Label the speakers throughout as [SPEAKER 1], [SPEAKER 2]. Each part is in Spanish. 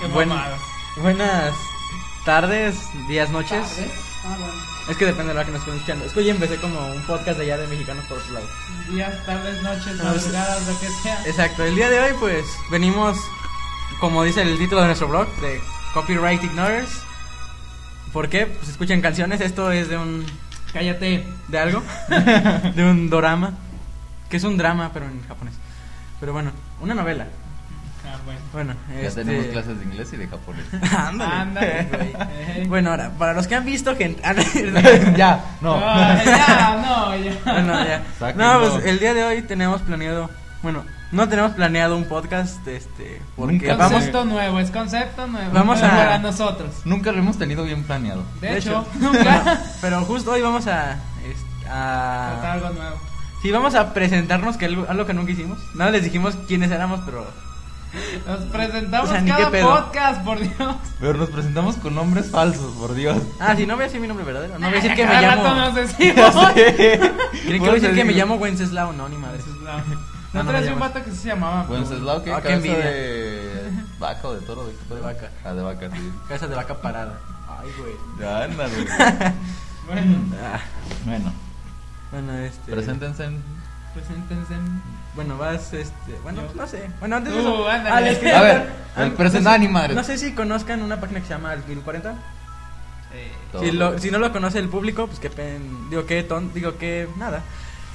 [SPEAKER 1] Qué
[SPEAKER 2] Buen-
[SPEAKER 1] mamadas.
[SPEAKER 2] buenas tardes, días, noches.
[SPEAKER 3] ¿Tardes? Ah, bueno.
[SPEAKER 2] Es que depende de la que nos estén escuchando. Es que hoy empecé como un podcast de allá de mexicanos por otro lado.
[SPEAKER 1] Días, tardes, noches,
[SPEAKER 2] No, Ah, pues, es-
[SPEAKER 1] madrugadas, lo que sea.
[SPEAKER 2] Exacto, el día de hoy pues venimos, como dice el título de nuestro blog, de Copyright Ignorers. ¿Por qué? Pues escuchan canciones, esto es de un...
[SPEAKER 1] Cállate.
[SPEAKER 2] de algo, de un dorama, que es un drama pero en japonés. Pero bueno, una novela.
[SPEAKER 1] Ah, bueno.
[SPEAKER 2] Bueno,
[SPEAKER 3] Ya
[SPEAKER 2] este-
[SPEAKER 3] tenemos clases de inglés y de japonés.
[SPEAKER 2] Ándale.
[SPEAKER 1] Ándale, güey. Ey.
[SPEAKER 2] Bueno, ahora, para los que han visto, gente. Ah,
[SPEAKER 3] ya,
[SPEAKER 1] Ay, ya, no, ya.
[SPEAKER 2] Bueno, ya.
[SPEAKER 3] Sáquenlo.
[SPEAKER 2] No, pues el día de hoy tenemos planeado. Bueno, no tenemos planeado un podcast, este. Porque
[SPEAKER 3] Nunca
[SPEAKER 2] vamos.
[SPEAKER 1] Concepto nuevo, es concepto nuevo.
[SPEAKER 2] Vamos
[SPEAKER 1] Pero
[SPEAKER 2] a-
[SPEAKER 1] Para nosotros.
[SPEAKER 3] Nunca lo hemos tenido bien planeado.
[SPEAKER 1] De, hecho,
[SPEAKER 2] Bueno,
[SPEAKER 1] nunca.
[SPEAKER 2] pero justo hoy vamos a. este,
[SPEAKER 1] Falta
[SPEAKER 2] a
[SPEAKER 1] algo nuevo.
[SPEAKER 2] sí, vamos a presentarnos, que algo, algo que nunca hicimos. Nada, les dijimos quiénes éramos, pero.
[SPEAKER 1] Nos presentamos
[SPEAKER 2] O sea, ni
[SPEAKER 1] cada
[SPEAKER 2] qué pedo.
[SPEAKER 1] podcast, por Dios.
[SPEAKER 3] Pero nos presentamos con nombres falsos, por Dios.
[SPEAKER 2] Ah, sí, no voy a decir mi nombre verdadero. No voy a decir
[SPEAKER 1] Ay,
[SPEAKER 2] que me
[SPEAKER 1] cada
[SPEAKER 2] llamo.
[SPEAKER 1] rato nos decimos.
[SPEAKER 3] Ya sé.
[SPEAKER 2] ¿Creen que
[SPEAKER 3] Por
[SPEAKER 2] voy a
[SPEAKER 3] eso
[SPEAKER 2] decir que me
[SPEAKER 3] digo,
[SPEAKER 2] llamo Wenceslao? No, ni madre.
[SPEAKER 1] Wenceslao.
[SPEAKER 2] No,
[SPEAKER 1] No,
[SPEAKER 2] no
[SPEAKER 1] traes
[SPEAKER 2] me
[SPEAKER 1] un
[SPEAKER 2] llamas.
[SPEAKER 1] vato que sí se llamaba.
[SPEAKER 3] Wenceslao, ¿qué?
[SPEAKER 2] Ah, qué
[SPEAKER 3] Cabeza
[SPEAKER 2] envidia.
[SPEAKER 3] de vaca o de toro? ¿De, qué fue?
[SPEAKER 2] De vaca.
[SPEAKER 3] Ah, de vaca, sí.
[SPEAKER 2] Casa de vaca parada. Ay, güey.
[SPEAKER 3] Ya, ándale.
[SPEAKER 1] Bueno,
[SPEAKER 2] Ah,
[SPEAKER 3] bueno,
[SPEAKER 2] bueno, este.
[SPEAKER 3] preséntense. en-
[SPEAKER 1] preséntense.
[SPEAKER 2] Bueno, vas, este. Bueno,
[SPEAKER 1] Yo.
[SPEAKER 2] no sé. Bueno, antes de
[SPEAKER 1] Tú,
[SPEAKER 2] eso.
[SPEAKER 1] ándale.
[SPEAKER 2] ah, les
[SPEAKER 1] A
[SPEAKER 2] quería
[SPEAKER 3] ver,
[SPEAKER 2] hablar-
[SPEAKER 3] el
[SPEAKER 2] ah,
[SPEAKER 3] presenta
[SPEAKER 2] no sé-
[SPEAKER 3] ni madre.
[SPEAKER 2] No sé si conozcan una página que se llama Alquilu 40.
[SPEAKER 1] Eh,
[SPEAKER 3] Todo.
[SPEAKER 2] Si, lo- si no lo conoce el público, pues qué pen. Digo, qué ton. Digo, qué. Nada.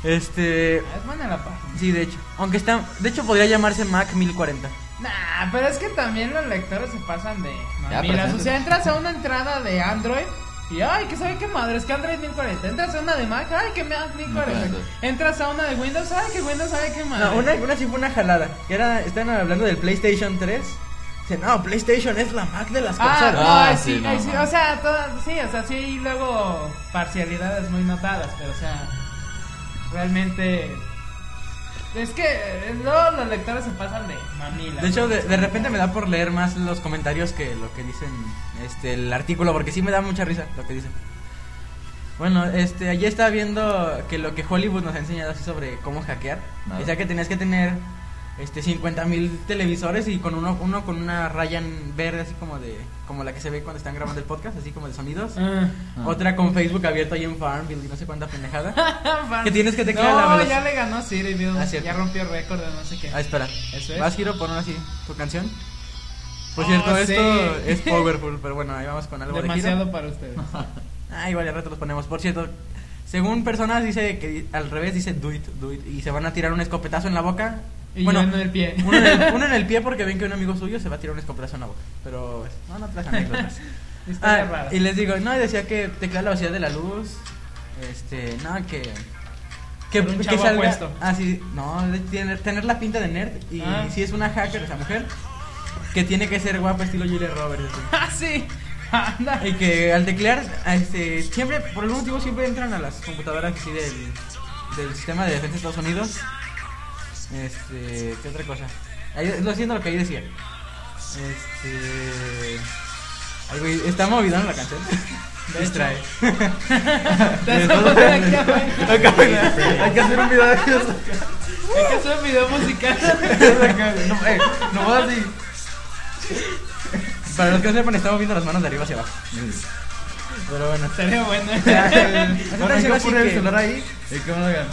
[SPEAKER 2] Este.
[SPEAKER 1] es buena la página.
[SPEAKER 2] Sí, de hecho. Aunque está. De hecho, podría llamarse Mac 1040.
[SPEAKER 1] Nah, pero es que también los lectores se pasan de mamilas.
[SPEAKER 3] preséntate.
[SPEAKER 1] O sea, entras a una entrada de Android y ay, que sabe qué madre, es que Android 1040. Entras a una de Mac, ay, que Mac 1040.
[SPEAKER 3] 1040.
[SPEAKER 1] Entras a una de Windows, ay, que Windows sabe qué madre.
[SPEAKER 2] No, una, una sí fue una jalada. Que era. Estaban hablando del PlayStation 3. Dicen, no, PlayStation es la Mac de las
[SPEAKER 1] Ah,
[SPEAKER 2] consolas.
[SPEAKER 1] no,
[SPEAKER 3] Ah,
[SPEAKER 1] ay,
[SPEAKER 3] sí,
[SPEAKER 1] sí,
[SPEAKER 3] no,
[SPEAKER 1] ay, sí,
[SPEAKER 3] no.
[SPEAKER 1] o sea, todas, sí, o sea, sí, y luego parcialidades muy notadas, pero o sea, realmente es que eh, luego los lectores se pasan de mamila.
[SPEAKER 2] De hecho, de, de repente me da por leer más los comentarios que lo que dicen este, el artículo, porque sí me da mucha risa lo que dicen. Bueno, este, allí estaba viendo que lo que Hollywood nos ha enseñado así sobre cómo hackear.
[SPEAKER 3] Nada.
[SPEAKER 2] O sea, que tenías que tener este, 50 mil televisores y con uno, uno con una raya en verde, así como de como la que se ve cuando están grabando el podcast, así como de sonidos.
[SPEAKER 3] Ah.
[SPEAKER 2] Otra con Facebook abierto ahí en Farmville y no sé cuánta pendejada.
[SPEAKER 1] Ah,
[SPEAKER 2] Que tienes que teclear
[SPEAKER 1] no,
[SPEAKER 2] la velocidad.
[SPEAKER 1] ya le ganó Siri, Dios,
[SPEAKER 2] Ah, cierto.
[SPEAKER 1] ya rompió récord de no sé qué.
[SPEAKER 2] Ah, espera.
[SPEAKER 1] Eso es.
[SPEAKER 2] Vas, Giro, pon así tu canción. Por
[SPEAKER 1] Oh,
[SPEAKER 2] cierto,
[SPEAKER 1] sí.
[SPEAKER 2] esto es Powerful, pero bueno, ahí vamos con algo de
[SPEAKER 1] Demasiado
[SPEAKER 2] Giro.
[SPEAKER 1] para ustedes.
[SPEAKER 2] Ah, igual al rato los ponemos. Por cierto, según personas dice que di- al revés dice do it, do it. Y se van a tirar un escopetazo en la boca.
[SPEAKER 1] Y
[SPEAKER 2] bueno,
[SPEAKER 1] yo en el pie.
[SPEAKER 2] Uno en el, uno en el pie porque ven que un amigo suyo se va a tirar un escopetazo en la boca. Pero no, no traes anécdotas.
[SPEAKER 1] Está
[SPEAKER 2] Ah, y les digo, no, y decía que tecla la velocidad de la luz. Este, no, que. Que,
[SPEAKER 1] Con un
[SPEAKER 2] que
[SPEAKER 1] chavo
[SPEAKER 2] salga.
[SPEAKER 1] apuesto.
[SPEAKER 2] Ah, sí, no, de tener, tener la pinta de nerd. Y
[SPEAKER 1] Ah.
[SPEAKER 2] si es una hacker esa mujer, que tiene que ser guapa, estilo Julia Roberts. así.
[SPEAKER 1] Ah, sí. Anda.
[SPEAKER 2] Y que al teclear, ah, este, siempre, por algún motivo, siempre entran a las computadoras así del, del sistema de defensa de Estados Unidos. Este, ¿qué otra cosa? Ahí, lo siento lo que ahí decía. Este. Ay, güey, está movidona la canción.
[SPEAKER 1] De
[SPEAKER 2] Distrae.
[SPEAKER 1] Te vas a poner aquí abajo.
[SPEAKER 3] Hay que hacer un video de eso.
[SPEAKER 1] Es que es un video musical.
[SPEAKER 3] No, eh, no va así.
[SPEAKER 2] Para los que no sepan, estamos viendo las manos de arriba hacia abajo. Pero bueno.
[SPEAKER 1] Sería bueno.
[SPEAKER 3] Ahora hay que
[SPEAKER 2] Así
[SPEAKER 3] poner el
[SPEAKER 2] que-
[SPEAKER 3] celular ahí y que me lo hagan.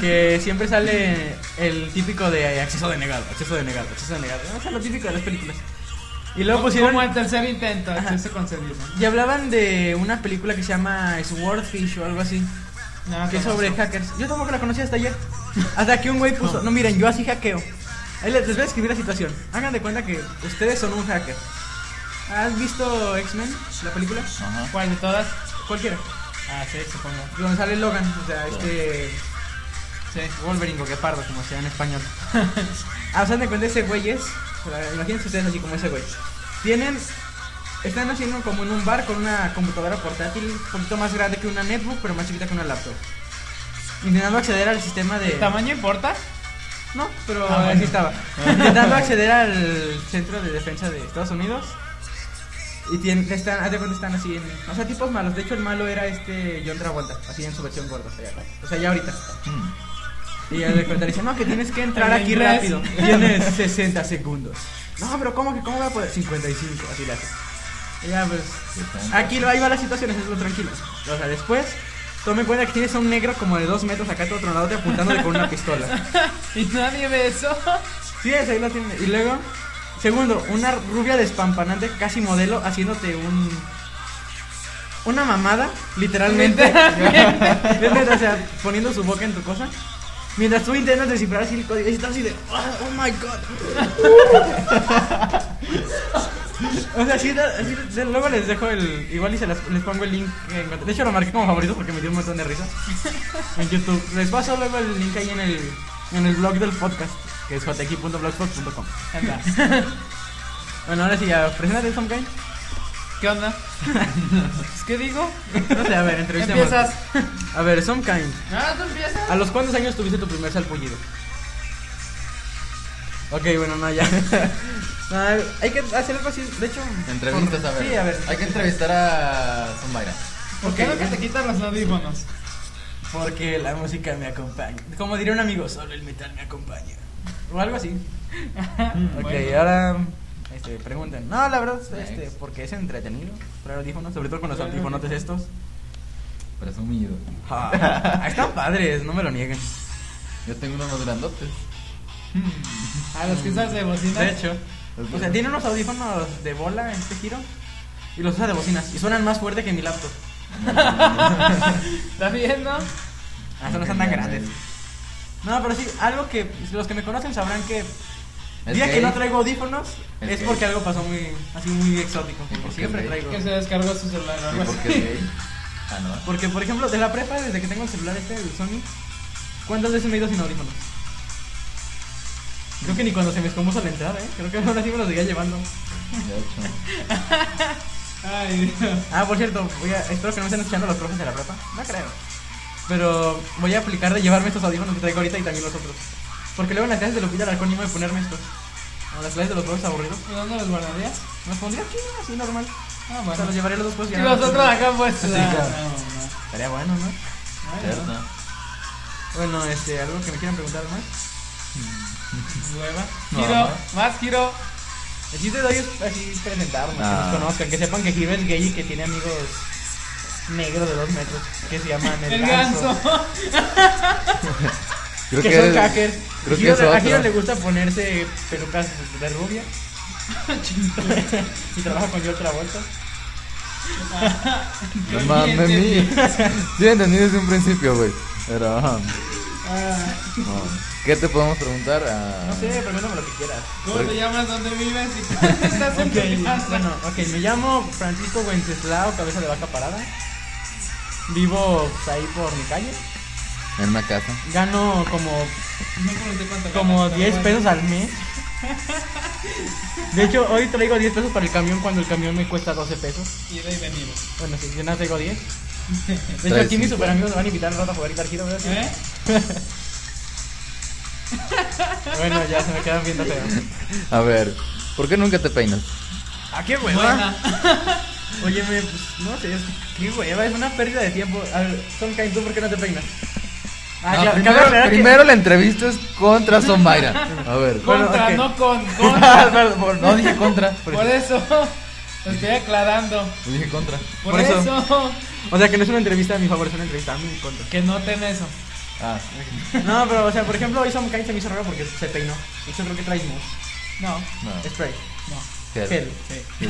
[SPEAKER 2] Que siempre sale el típico de acceso denegado, acceso denegado, acceso denegado. O sea, lo típico de las películas. Y luego pusieron.
[SPEAKER 1] Como el tercer intento, acceso concedido.
[SPEAKER 2] Y hablaban de una película que se llama Swordfish o algo así.
[SPEAKER 1] No,
[SPEAKER 2] que es
[SPEAKER 1] conozco.
[SPEAKER 2] sobre hackers. Yo tampoco la conocí hasta ayer. Hasta que un güey puso, no miren, yo así hackeo. Ahí les les voy a escribir la situación. Hagan de cuenta que ustedes son un hacker. ¿Has visto X-Men? ¿La película?
[SPEAKER 3] Ajá.
[SPEAKER 1] ¿Cuál de todas?
[SPEAKER 2] Cualquiera.
[SPEAKER 1] Ah, sí, supongo.
[SPEAKER 2] Donde sale Logan, o sea,
[SPEAKER 3] Sí.
[SPEAKER 2] este. Sí, Wolverine o Guepardo, como se llama en español. ah, o sea, de cuenta ese güey es. o sea, Imagínense ustedes así como ese güey. Tienen. Están haciendo como en un bar con una computadora portátil, un poquito más grande que una netbook, pero más chiquita que una laptop. Intentando acceder al sistema de.
[SPEAKER 1] ¿El tamaño importa?
[SPEAKER 2] No, pero
[SPEAKER 1] Ah, bueno.
[SPEAKER 2] así estaba. Intentando acceder al centro de defensa de Estados Unidos. Y tienen, están, haz de cuenta están así en. O sea, tipos malos. De hecho, el malo era este John Travolta, así en su versión gorda. O sea, ya- o sea, ya ahorita.
[SPEAKER 3] Mm.
[SPEAKER 2] Y ya de cuenta le dice, no, que tienes que entrar
[SPEAKER 1] En
[SPEAKER 2] aquí
[SPEAKER 1] inglés.
[SPEAKER 2] rápido. Tienes 60 segundos. No, pero ¿cómo que cómo voy a poder? 55, así le hace. Y ya pues, Aquí lo, ahí va la situación, eso es lo tranquilo. O sea, después, tome en cuenta que tienes a un negro como de dos metros acá todo tronado apuntándole con una pistola.
[SPEAKER 1] Y nadie ve eso.
[SPEAKER 2] Sí, es, ahí lo tiene. Y luego, segundo, una rubia despampanante, casi modelo, haciéndote un. Una mamada, literalmente. Es neta, o sea, poniendo su boca en tu cosa. Mientras tú intentas descifrar así el código, y estás así de, oh, oh my god. o sea, así, da- así de- luego les dejo el. Igual y se las- les pongo el link. que encontré. De hecho, lo marqué como favorito porque me dio un montón de risa. En YouTube. Les paso luego el link ahí en el, en el blog del podcast, que es jtx.blogspot.com.
[SPEAKER 1] Anda.
[SPEAKER 2] Bueno, ahora sí, ya, preséntate, Tom Kane.
[SPEAKER 1] ¿Qué onda? Pues, ¿Qué digo?
[SPEAKER 2] No sé, a ver, entrevista.
[SPEAKER 1] Empiezas.
[SPEAKER 2] A ver, Some Kind.
[SPEAKER 1] Ah, tú empiezas.
[SPEAKER 2] ¿A los cuántos años tuviste tu primer salpullido? Ok, bueno, no, ya. No, hay que hacer algo así. De hecho,
[SPEAKER 3] Entrevistas, a ver.
[SPEAKER 2] Sí, a ver.
[SPEAKER 3] Hay que entrevistar a Zumbaira.
[SPEAKER 1] ¿Por qué no que te quitan los audífonos?
[SPEAKER 2] Porque la música me acompaña. Como diría un amigo, solo el metal me acompaña. O algo así. Ok,
[SPEAKER 1] Bueno.
[SPEAKER 2] ahora este, preguntan. No, la verdad, este,
[SPEAKER 3] Next.
[SPEAKER 2] porque es entretenido traer audífonos, sobre todo con los
[SPEAKER 1] Claro.
[SPEAKER 2] audífonos estos.
[SPEAKER 3] Presumido.
[SPEAKER 2] Ah, están padres, no me lo nieguen.
[SPEAKER 3] Yo tengo unos más grandotes.
[SPEAKER 1] A los que usas de bocina.
[SPEAKER 2] De hecho, o sea, tiene unos audífonos de bola en este giro y los usa de bocinas y suenan más fuerte que mi laptop. Ah,
[SPEAKER 1] ¿Estás viendo?
[SPEAKER 2] Hasta Ah, no están tan grandes. No, pero sí, algo que los que me conocen sabrán que el
[SPEAKER 3] Es
[SPEAKER 2] día que
[SPEAKER 3] gay.
[SPEAKER 2] no traigo audífonos
[SPEAKER 3] Es
[SPEAKER 2] es
[SPEAKER 3] gay.
[SPEAKER 2] porque algo pasó muy así muy exótico,
[SPEAKER 3] ¿Y por
[SPEAKER 2] porque
[SPEAKER 3] qué
[SPEAKER 2] siempre
[SPEAKER 3] es gay?
[SPEAKER 2] traigo.
[SPEAKER 1] Que se descargó su celular. o
[SPEAKER 3] ¿Y
[SPEAKER 1] algo
[SPEAKER 3] por qué
[SPEAKER 1] así.
[SPEAKER 3] es gay? Ah, no.
[SPEAKER 2] Porque, por ejemplo, de la prepa, desde que tengo el celular este, el Sony, ¿cuántas veces me he ido sin audífonos? Creo que ni cuando se me escompuso la entrada, ¿eh? Creo que ahora sí me los seguía llevando.
[SPEAKER 3] De hecho.
[SPEAKER 1] Ay, Dios.
[SPEAKER 2] Ah, por cierto, voy a, espero que no me estén escuchando los profes de la prepa. No creo. Pero voy a aplicar de llevarme estos audífonos que traigo ahorita y también los otros. Porque luego en las clases de Lupita Alarcón ni modo de ponerme estos. O las clases de los profes aburridos.
[SPEAKER 1] ¿Y dónde los guardarías?
[SPEAKER 2] Me los pondría aquí, así normal.
[SPEAKER 1] Ah,
[SPEAKER 2] O sea,
[SPEAKER 1] bueno.
[SPEAKER 2] los llevaré los dos pues
[SPEAKER 1] Y
[SPEAKER 2] ya no los
[SPEAKER 1] nosotros
[SPEAKER 2] pondré.
[SPEAKER 1] acá pues.
[SPEAKER 3] Sí,
[SPEAKER 1] ah,
[SPEAKER 3] claro.
[SPEAKER 1] no, no.
[SPEAKER 2] Estaría bueno, ¿no?
[SPEAKER 1] Ay, no.
[SPEAKER 3] Cierto.
[SPEAKER 2] Bueno, este, algo que me quieran preguntar más.
[SPEAKER 1] Hueva.
[SPEAKER 3] No,
[SPEAKER 1] Giro,
[SPEAKER 3] no.
[SPEAKER 1] más giro.
[SPEAKER 2] El chiste de hoy es así presentarnos,
[SPEAKER 3] Ah.
[SPEAKER 2] que nos conozcan, que sepan que Giro es gay y que tiene amigos negros de dos metros que se llaman el,
[SPEAKER 1] El ganso.
[SPEAKER 3] Creo
[SPEAKER 2] que, son hackers.
[SPEAKER 3] creo que
[SPEAKER 2] Giro-
[SPEAKER 3] es
[SPEAKER 2] a
[SPEAKER 3] otro.
[SPEAKER 2] Giro le gusta ponerse pelucas de rubia. y trabaja con yo otra vuelta.
[SPEAKER 3] No mames, mí. Sí, entendí desde un principio, güey. Pero, ajá,
[SPEAKER 1] Ah,
[SPEAKER 3] no. ¿Qué te podemos preguntar? Ah,
[SPEAKER 2] No sé, pregúntame lo que quieras.
[SPEAKER 1] ¿Cómo te llamas? ¿Dónde vives? ¿Y cuándo estás en tu casa?
[SPEAKER 2] Ok, bueno, ok, me llamo Francisco Wenceslao, cabeza de vaca parada. Vivo pues, ahí por mi calle.
[SPEAKER 3] En una casa.
[SPEAKER 2] Gano como,
[SPEAKER 1] No pregunté cuánto
[SPEAKER 2] como
[SPEAKER 1] ganas,
[SPEAKER 2] 10
[SPEAKER 1] pero
[SPEAKER 2] pesos al mes. De hecho, hoy traigo 10 pesos para el camión cuando el camión me cuesta 12 pesos.
[SPEAKER 1] bueno. Ida y venida.
[SPEAKER 2] Bueno, si yo nada traigo 10. De hecho,
[SPEAKER 3] Traes
[SPEAKER 2] aquí mis
[SPEAKER 3] cincuenta.
[SPEAKER 2] super amigos me van a invitar al rato a jugar Guitar Hero, ¿verdad?
[SPEAKER 1] ¿Eh?
[SPEAKER 2] Bueno, ya se me quedan viendo feo.
[SPEAKER 3] A ver, ¿por qué nunca te peinas?
[SPEAKER 1] Ah,
[SPEAKER 2] ¿A qué
[SPEAKER 1] Buena.
[SPEAKER 2] Óyeme, pues, no sé, es qué hueva, es una pérdida de tiempo. A ver, Tom Kain, ¿tú por qué no te peinas? Ah, ya,
[SPEAKER 3] No,
[SPEAKER 2] cabe
[SPEAKER 3] primero
[SPEAKER 2] aclarar que-
[SPEAKER 3] primero la entrevista es contra Zomaira. A ver.
[SPEAKER 2] Bueno,
[SPEAKER 1] Contra,
[SPEAKER 2] ok.
[SPEAKER 1] no con, contra.
[SPEAKER 3] Perdón, por- no dije contra. Por,
[SPEAKER 1] Por eso. Lo estoy aclarando.
[SPEAKER 3] Yo dije contra.
[SPEAKER 1] Por,
[SPEAKER 2] Por eso.
[SPEAKER 1] eso.
[SPEAKER 2] O sea, que no es una entrevista a mi favor, es una entrevista a mi contra.
[SPEAKER 1] Que noten eso.
[SPEAKER 3] Ah,
[SPEAKER 2] No, pero, o sea, por ejemplo, hoy Tom Kain se me hizo raro porque se peinó. De hecho, creo que trae mousse,
[SPEAKER 1] No,
[SPEAKER 3] no.
[SPEAKER 2] spray,
[SPEAKER 1] no.
[SPEAKER 3] gel.
[SPEAKER 2] gel.
[SPEAKER 1] Sí.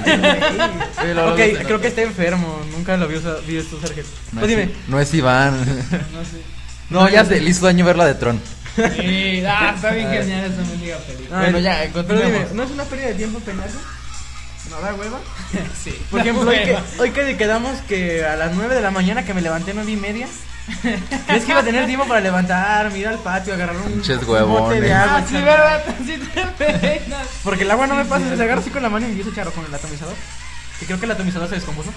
[SPEAKER 3] lo-
[SPEAKER 2] ok,
[SPEAKER 3] lo-
[SPEAKER 2] creo que está enfermo, nunca lo vi usar, vi esto usar gel.
[SPEAKER 3] No,
[SPEAKER 2] Pues
[SPEAKER 3] es,
[SPEAKER 2] dime,
[SPEAKER 3] no es Iván.
[SPEAKER 1] No sé.
[SPEAKER 3] No, ya se le hizo daño verla de Tron.
[SPEAKER 1] Sí, ah, está bien genial esa mendiga película.
[SPEAKER 2] Ah,
[SPEAKER 3] Bueno, ya,
[SPEAKER 2] pero
[SPEAKER 3] continuemos.
[SPEAKER 2] dime, ¿no es una pérdida de tiempo peinarse? ¿No da hueva?
[SPEAKER 1] Sí.
[SPEAKER 2] Por ejemplo, hoy que,
[SPEAKER 1] Bueno,
[SPEAKER 2] hoy que quedamos que a las 9 de la mañana que me levanté nueve y media, ¿crees que iba a tener tiempo para levantar, ir al patio, agarrar un,
[SPEAKER 3] Pinches
[SPEAKER 2] un bote
[SPEAKER 3] huevones.
[SPEAKER 2] de agua?
[SPEAKER 1] Ah, sí, verdad, sí te peinas.
[SPEAKER 2] Porque el agua no me pasa, se agarra así con la mano y empiezo a echar con el atomizador. Que creo que el atomizador se descompuso.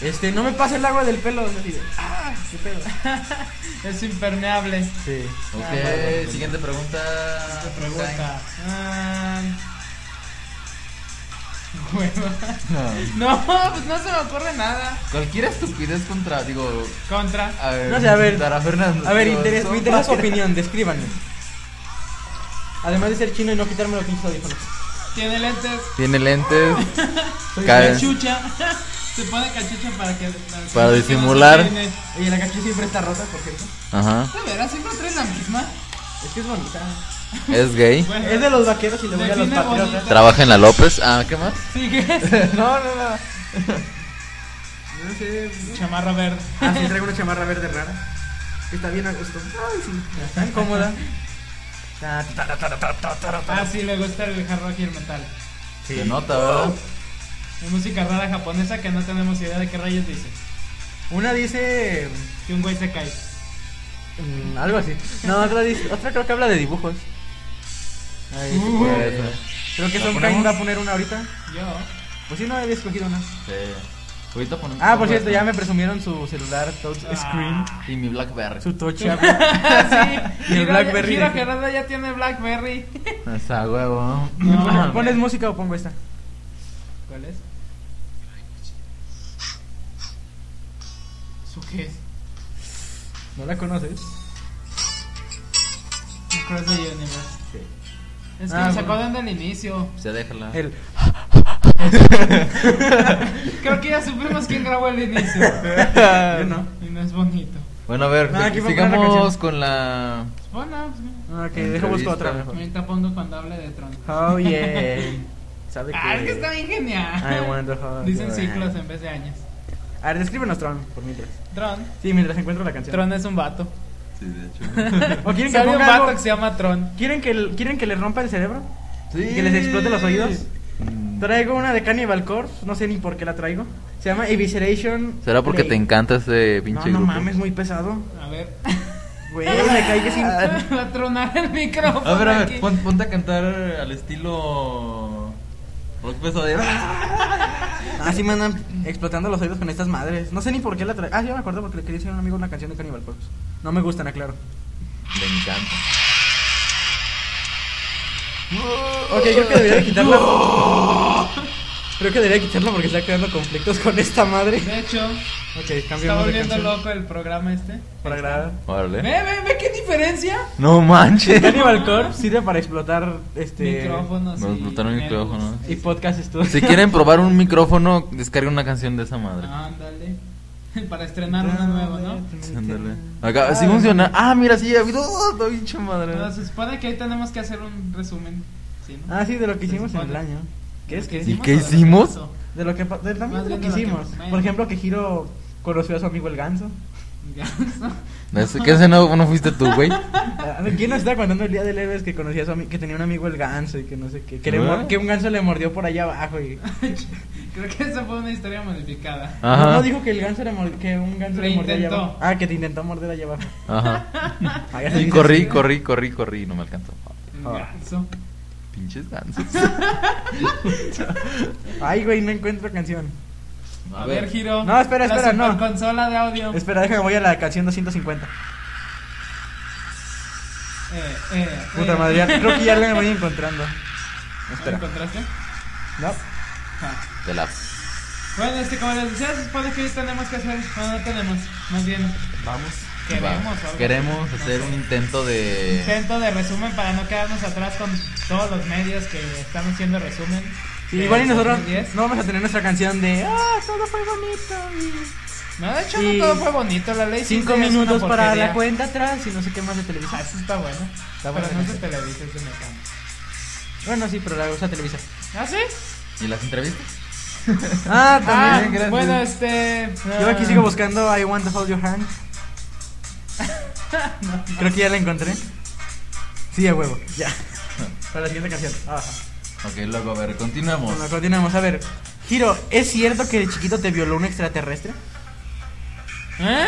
[SPEAKER 2] Este, no me pasa el agua del pelo. así de, ah, qué pedo.
[SPEAKER 1] Es impermeable.
[SPEAKER 2] Sí.
[SPEAKER 3] Ok,
[SPEAKER 1] bueno.
[SPEAKER 3] siguiente pregunta.
[SPEAKER 1] Te pregunta. ah, Hueva.
[SPEAKER 3] No.
[SPEAKER 1] No, pues no se me ocurre nada.
[SPEAKER 3] Cualquier estupidez contra, digo,
[SPEAKER 1] Contra.
[SPEAKER 3] a ver,
[SPEAKER 2] No sé, a ver.
[SPEAKER 3] Sara Fernández.
[SPEAKER 2] A ver,
[SPEAKER 3] digo,
[SPEAKER 2] interés,
[SPEAKER 3] son
[SPEAKER 2] me interesa su
[SPEAKER 3] varias.
[SPEAKER 2] opinión, descríbanme. Además de ser chino y no quitarme los pinches audífonos.
[SPEAKER 1] Tiene lentes.
[SPEAKER 3] Tiene lentes
[SPEAKER 2] Soy
[SPEAKER 3] Cae.
[SPEAKER 1] Cachucha. Se pone cachucha para que.
[SPEAKER 3] Para
[SPEAKER 1] que
[SPEAKER 3] disimular.
[SPEAKER 1] no se peine.
[SPEAKER 2] Oye, la cachucha siempre está rota, por cierto.
[SPEAKER 3] Ajá.
[SPEAKER 1] De veras, siempre traes la misma.
[SPEAKER 2] Es que es bonita.
[SPEAKER 3] Es gay.
[SPEAKER 1] Bueno,
[SPEAKER 2] Es de los vaqueros y le voy a los
[SPEAKER 1] Define
[SPEAKER 2] patriotas.
[SPEAKER 1] bonita.
[SPEAKER 3] Trabaja en la López. Ah, ¿qué más?
[SPEAKER 1] sigue.
[SPEAKER 2] No, no, no. No sé.
[SPEAKER 1] Chamarra verde.
[SPEAKER 2] Ah, sí, traigo una chamarra verde rara. Que Está bien a gusto. Ay, sí. Tan cómoda. Ta, ta, ta, ta, ta, ta, ta, ta.
[SPEAKER 1] Ah, sí, le gusta el hard rock y el metal.
[SPEAKER 3] Se nota, ¿verdad?
[SPEAKER 1] Es música rara japonesa que no tenemos idea de qué rayos dice.
[SPEAKER 2] Una dice.
[SPEAKER 1] Que un güey se cae.
[SPEAKER 2] mm, algo así. No, otra dice. Otra creo que habla de dibujos. Ay,
[SPEAKER 1] Uh.
[SPEAKER 3] Pues,
[SPEAKER 2] Creo que
[SPEAKER 3] ¿La
[SPEAKER 2] Son
[SPEAKER 3] ponemos?
[SPEAKER 2] va a poner una ahorita.
[SPEAKER 1] Yo.
[SPEAKER 2] Pues sí, no había escogido
[SPEAKER 1] Ah,
[SPEAKER 2] una.
[SPEAKER 3] sí. Ahorita ponemos.
[SPEAKER 2] Ah, por cierto, ya me presumieron su celular touch screen.
[SPEAKER 1] pues Ah.
[SPEAKER 3] Y mi Blackberry.
[SPEAKER 2] Su touch
[SPEAKER 1] sí.
[SPEAKER 2] Y el
[SPEAKER 1] Giro-
[SPEAKER 2] Blackberry.
[SPEAKER 1] Giro Gerardo ya tiene Blackberry.
[SPEAKER 3] Esa huevo. Ah,
[SPEAKER 1] No.
[SPEAKER 2] ¿Pones música o pongo esta?
[SPEAKER 1] ¿Cuál es? ¿Su qué es?
[SPEAKER 2] ¿No la conoces?
[SPEAKER 1] Across the Universe.
[SPEAKER 3] Sí.
[SPEAKER 1] Es que
[SPEAKER 2] Ah,
[SPEAKER 1] nos
[SPEAKER 2] bueno.
[SPEAKER 1] acuerdan del inicio.
[SPEAKER 3] O sea, déjala.
[SPEAKER 2] El.
[SPEAKER 1] Creo que ya supimos quién grabó el inicio.
[SPEAKER 2] Yo no.
[SPEAKER 1] Y no es bonito.
[SPEAKER 3] Bueno, a ver,
[SPEAKER 2] Ah, aquí va a poner la
[SPEAKER 3] sigamos
[SPEAKER 2] canción.
[SPEAKER 3] con la.
[SPEAKER 1] Pues Bueno, pues,
[SPEAKER 2] ah, Ok, deja busco otra mejor.
[SPEAKER 1] ahorita pongo cuando hable de Tron.
[SPEAKER 2] Oh yeah. ¿Sabe qué?
[SPEAKER 1] Ah, es que está bien genial.
[SPEAKER 2] I wonder how-
[SPEAKER 1] Dicen ciclos en vez de años.
[SPEAKER 2] A ver, descríbenos Tron, por mientras.
[SPEAKER 1] Tron.
[SPEAKER 2] Sí, mientras encuentro la canción.
[SPEAKER 1] Tron es un vato.
[SPEAKER 3] Sí, de hecho.
[SPEAKER 2] ¿O quieren que
[SPEAKER 1] Sale un
[SPEAKER 2] ponga
[SPEAKER 1] vato
[SPEAKER 2] algo?
[SPEAKER 1] que se llama Tron.
[SPEAKER 2] ¿Quieren que, l- ¿Quieren que le rompa el cerebro?
[SPEAKER 3] Sí.
[SPEAKER 2] ¿Que les explote los oídos?
[SPEAKER 3] Mm.
[SPEAKER 2] Traigo una de Cannibal Corpse, no sé ni por qué la traigo. Se llama Evisceration.
[SPEAKER 3] ¿Será porque
[SPEAKER 2] Play.
[SPEAKER 3] te encanta ese pinche
[SPEAKER 2] No, no
[SPEAKER 3] grupo?
[SPEAKER 2] mames, muy pesado.
[SPEAKER 1] A ver.
[SPEAKER 2] Güey, me caí que sin.
[SPEAKER 1] Va a tronar el micrófono.
[SPEAKER 3] A ver, a
[SPEAKER 1] aquí.
[SPEAKER 3] ver, pon- ponte a cantar al estilo. Rock pesadero.
[SPEAKER 2] Ah. Así Ah, me andan explotando los oídos con estas madres. No sé ni por qué la traigo. Ah, yo me acuerdo porque le quería decir a un amigo una canción de Cannibal Corpse. No me gustan, aclaro.
[SPEAKER 3] Me encanta.
[SPEAKER 2] Ok, creo que debería de quitarla. creo que debería quitarla porque está creando conflictos con esta madre.
[SPEAKER 1] De hecho,
[SPEAKER 2] Ok,
[SPEAKER 1] está
[SPEAKER 2] cambiamos de
[SPEAKER 1] volviendo
[SPEAKER 2] canción.
[SPEAKER 1] loco el programa este.
[SPEAKER 2] Para agradar.
[SPEAKER 1] Ve,
[SPEAKER 2] ¿Eh?
[SPEAKER 3] Órale.
[SPEAKER 1] ve, ve qué diferencia.
[SPEAKER 3] No manches.
[SPEAKER 2] Cannibal Corpse sirve para explotar este
[SPEAKER 1] Micrófonos.
[SPEAKER 3] Nos
[SPEAKER 1] y
[SPEAKER 3] brotaron
[SPEAKER 1] netbooks.
[SPEAKER 3] micrófonos.
[SPEAKER 2] y podcast estudio.
[SPEAKER 3] Si quieren probar un micrófono, descarguen una canción de esa madre.
[SPEAKER 1] Ándale. Para estrenar uno nuevo, ¿no?
[SPEAKER 3] Ándale. Acá, sí funciona. Ah, mira, sí, ha habido otra pinche madre.
[SPEAKER 1] Pero se supone que ahí tenemos que hacer un resumen. ¿sí, no?
[SPEAKER 2] Ah, sí, de lo
[SPEAKER 1] Se
[SPEAKER 2] que hicimos en el
[SPEAKER 1] supone.
[SPEAKER 2] año. ¿Qué es
[SPEAKER 1] ¿De
[SPEAKER 2] que?
[SPEAKER 3] sí.
[SPEAKER 1] lo
[SPEAKER 3] qué
[SPEAKER 1] o de lo que
[SPEAKER 3] hicimos?
[SPEAKER 1] pasó?
[SPEAKER 2] De lo que pa- de, también
[SPEAKER 1] Más
[SPEAKER 2] de lo
[SPEAKER 1] bien
[SPEAKER 2] que
[SPEAKER 1] de lo que-
[SPEAKER 2] hicimos.
[SPEAKER 1] bueno.
[SPEAKER 2] Por ejemplo, que Hiro conoció a su amigo el ganso.
[SPEAKER 1] Ya,
[SPEAKER 3] No sé, ¿Qué escena no fuiste tú, güey?
[SPEAKER 2] Ah, ¿Quién nos está contando el día del héroe que conocía a su ami- que tenía un amigo el ganso y que no sé qué, que, le
[SPEAKER 3] ¿Ah?
[SPEAKER 2] mor- que un ganso le mordió por allá abajo y
[SPEAKER 1] Creo que esa fue una historia modificada.
[SPEAKER 3] Ajá.
[SPEAKER 2] No, no dijo que el ganso le mor- que un ganso
[SPEAKER 1] Le
[SPEAKER 2] le, mordió allá
[SPEAKER 1] intentó.
[SPEAKER 2] abajo. Ah, que te intentó morder allá abajo.
[SPEAKER 3] Ajá.
[SPEAKER 2] Ah, ya se
[SPEAKER 3] Y
[SPEAKER 2] dice
[SPEAKER 3] corrí,
[SPEAKER 2] así.
[SPEAKER 3] corrí, corrí, corrí. No me alcanzó.
[SPEAKER 1] Un
[SPEAKER 2] Ah.
[SPEAKER 1] ganso.
[SPEAKER 3] Pinches gansos.
[SPEAKER 2] Ay, güey, no encuentro canción.
[SPEAKER 1] A ver, Giro.
[SPEAKER 2] No, espera, espera, no.
[SPEAKER 1] La consola de audio.
[SPEAKER 2] Espera, déjame voy a la canción 250.
[SPEAKER 1] Eh, eh,
[SPEAKER 2] Puta
[SPEAKER 1] eh.
[SPEAKER 2] madre, ya- creo que ya la voy encontrando.
[SPEAKER 1] ¿La
[SPEAKER 2] Espera.
[SPEAKER 1] encontraste?
[SPEAKER 2] No.
[SPEAKER 1] Ah.
[SPEAKER 3] De la.
[SPEAKER 1] Bueno, este, como les decía, se supone que hoy tenemos que hacer. Bueno, no tenemos. Más bien,
[SPEAKER 3] Vamos.
[SPEAKER 1] Queremos, algo.
[SPEAKER 3] Queremos
[SPEAKER 1] No
[SPEAKER 3] hacer
[SPEAKER 1] sé.
[SPEAKER 3] un intento de.
[SPEAKER 1] intento de resumen para no quedarnos atrás con todos los medios que están haciendo resumen.
[SPEAKER 2] Sí,
[SPEAKER 1] Eh,
[SPEAKER 2] igual y nosotros
[SPEAKER 1] 2010.
[SPEAKER 2] no vamos a tener nuestra canción de Ah, todo fue bonito.
[SPEAKER 1] No, de hecho,
[SPEAKER 2] Y-
[SPEAKER 1] no todo fue bonito. La ley
[SPEAKER 2] Y cinco
[SPEAKER 1] 15 es una
[SPEAKER 2] minutos para
[SPEAKER 1] porquería.
[SPEAKER 2] la cuenta atrás y no sé qué más de
[SPEAKER 1] Ah,
[SPEAKER 2] Televisa.
[SPEAKER 1] eso está bueno. Está
[SPEAKER 2] bueno.
[SPEAKER 1] Pero no se televisa, es de mecánica.
[SPEAKER 2] Bueno, sí, pero la usa Televisa.
[SPEAKER 1] ¿Ah, sí?
[SPEAKER 3] ¿Y las entrevistas?
[SPEAKER 2] Ah,
[SPEAKER 1] Ah,
[SPEAKER 2] también. gracias.
[SPEAKER 1] bueno, este.
[SPEAKER 2] Yo aquí sigo
[SPEAKER 1] buscando.
[SPEAKER 2] buscando I want to hold your hand. Creo que ya la encontré. Sí, a huevo. Ya. Para la siguiente canción. Ajá.
[SPEAKER 3] Ok, luego, a ver, continuamos.
[SPEAKER 2] Bueno, continuamos. A ver, Giro, ¿es cierto que de chiquito te violó un extraterrestre?
[SPEAKER 1] ¿Eh?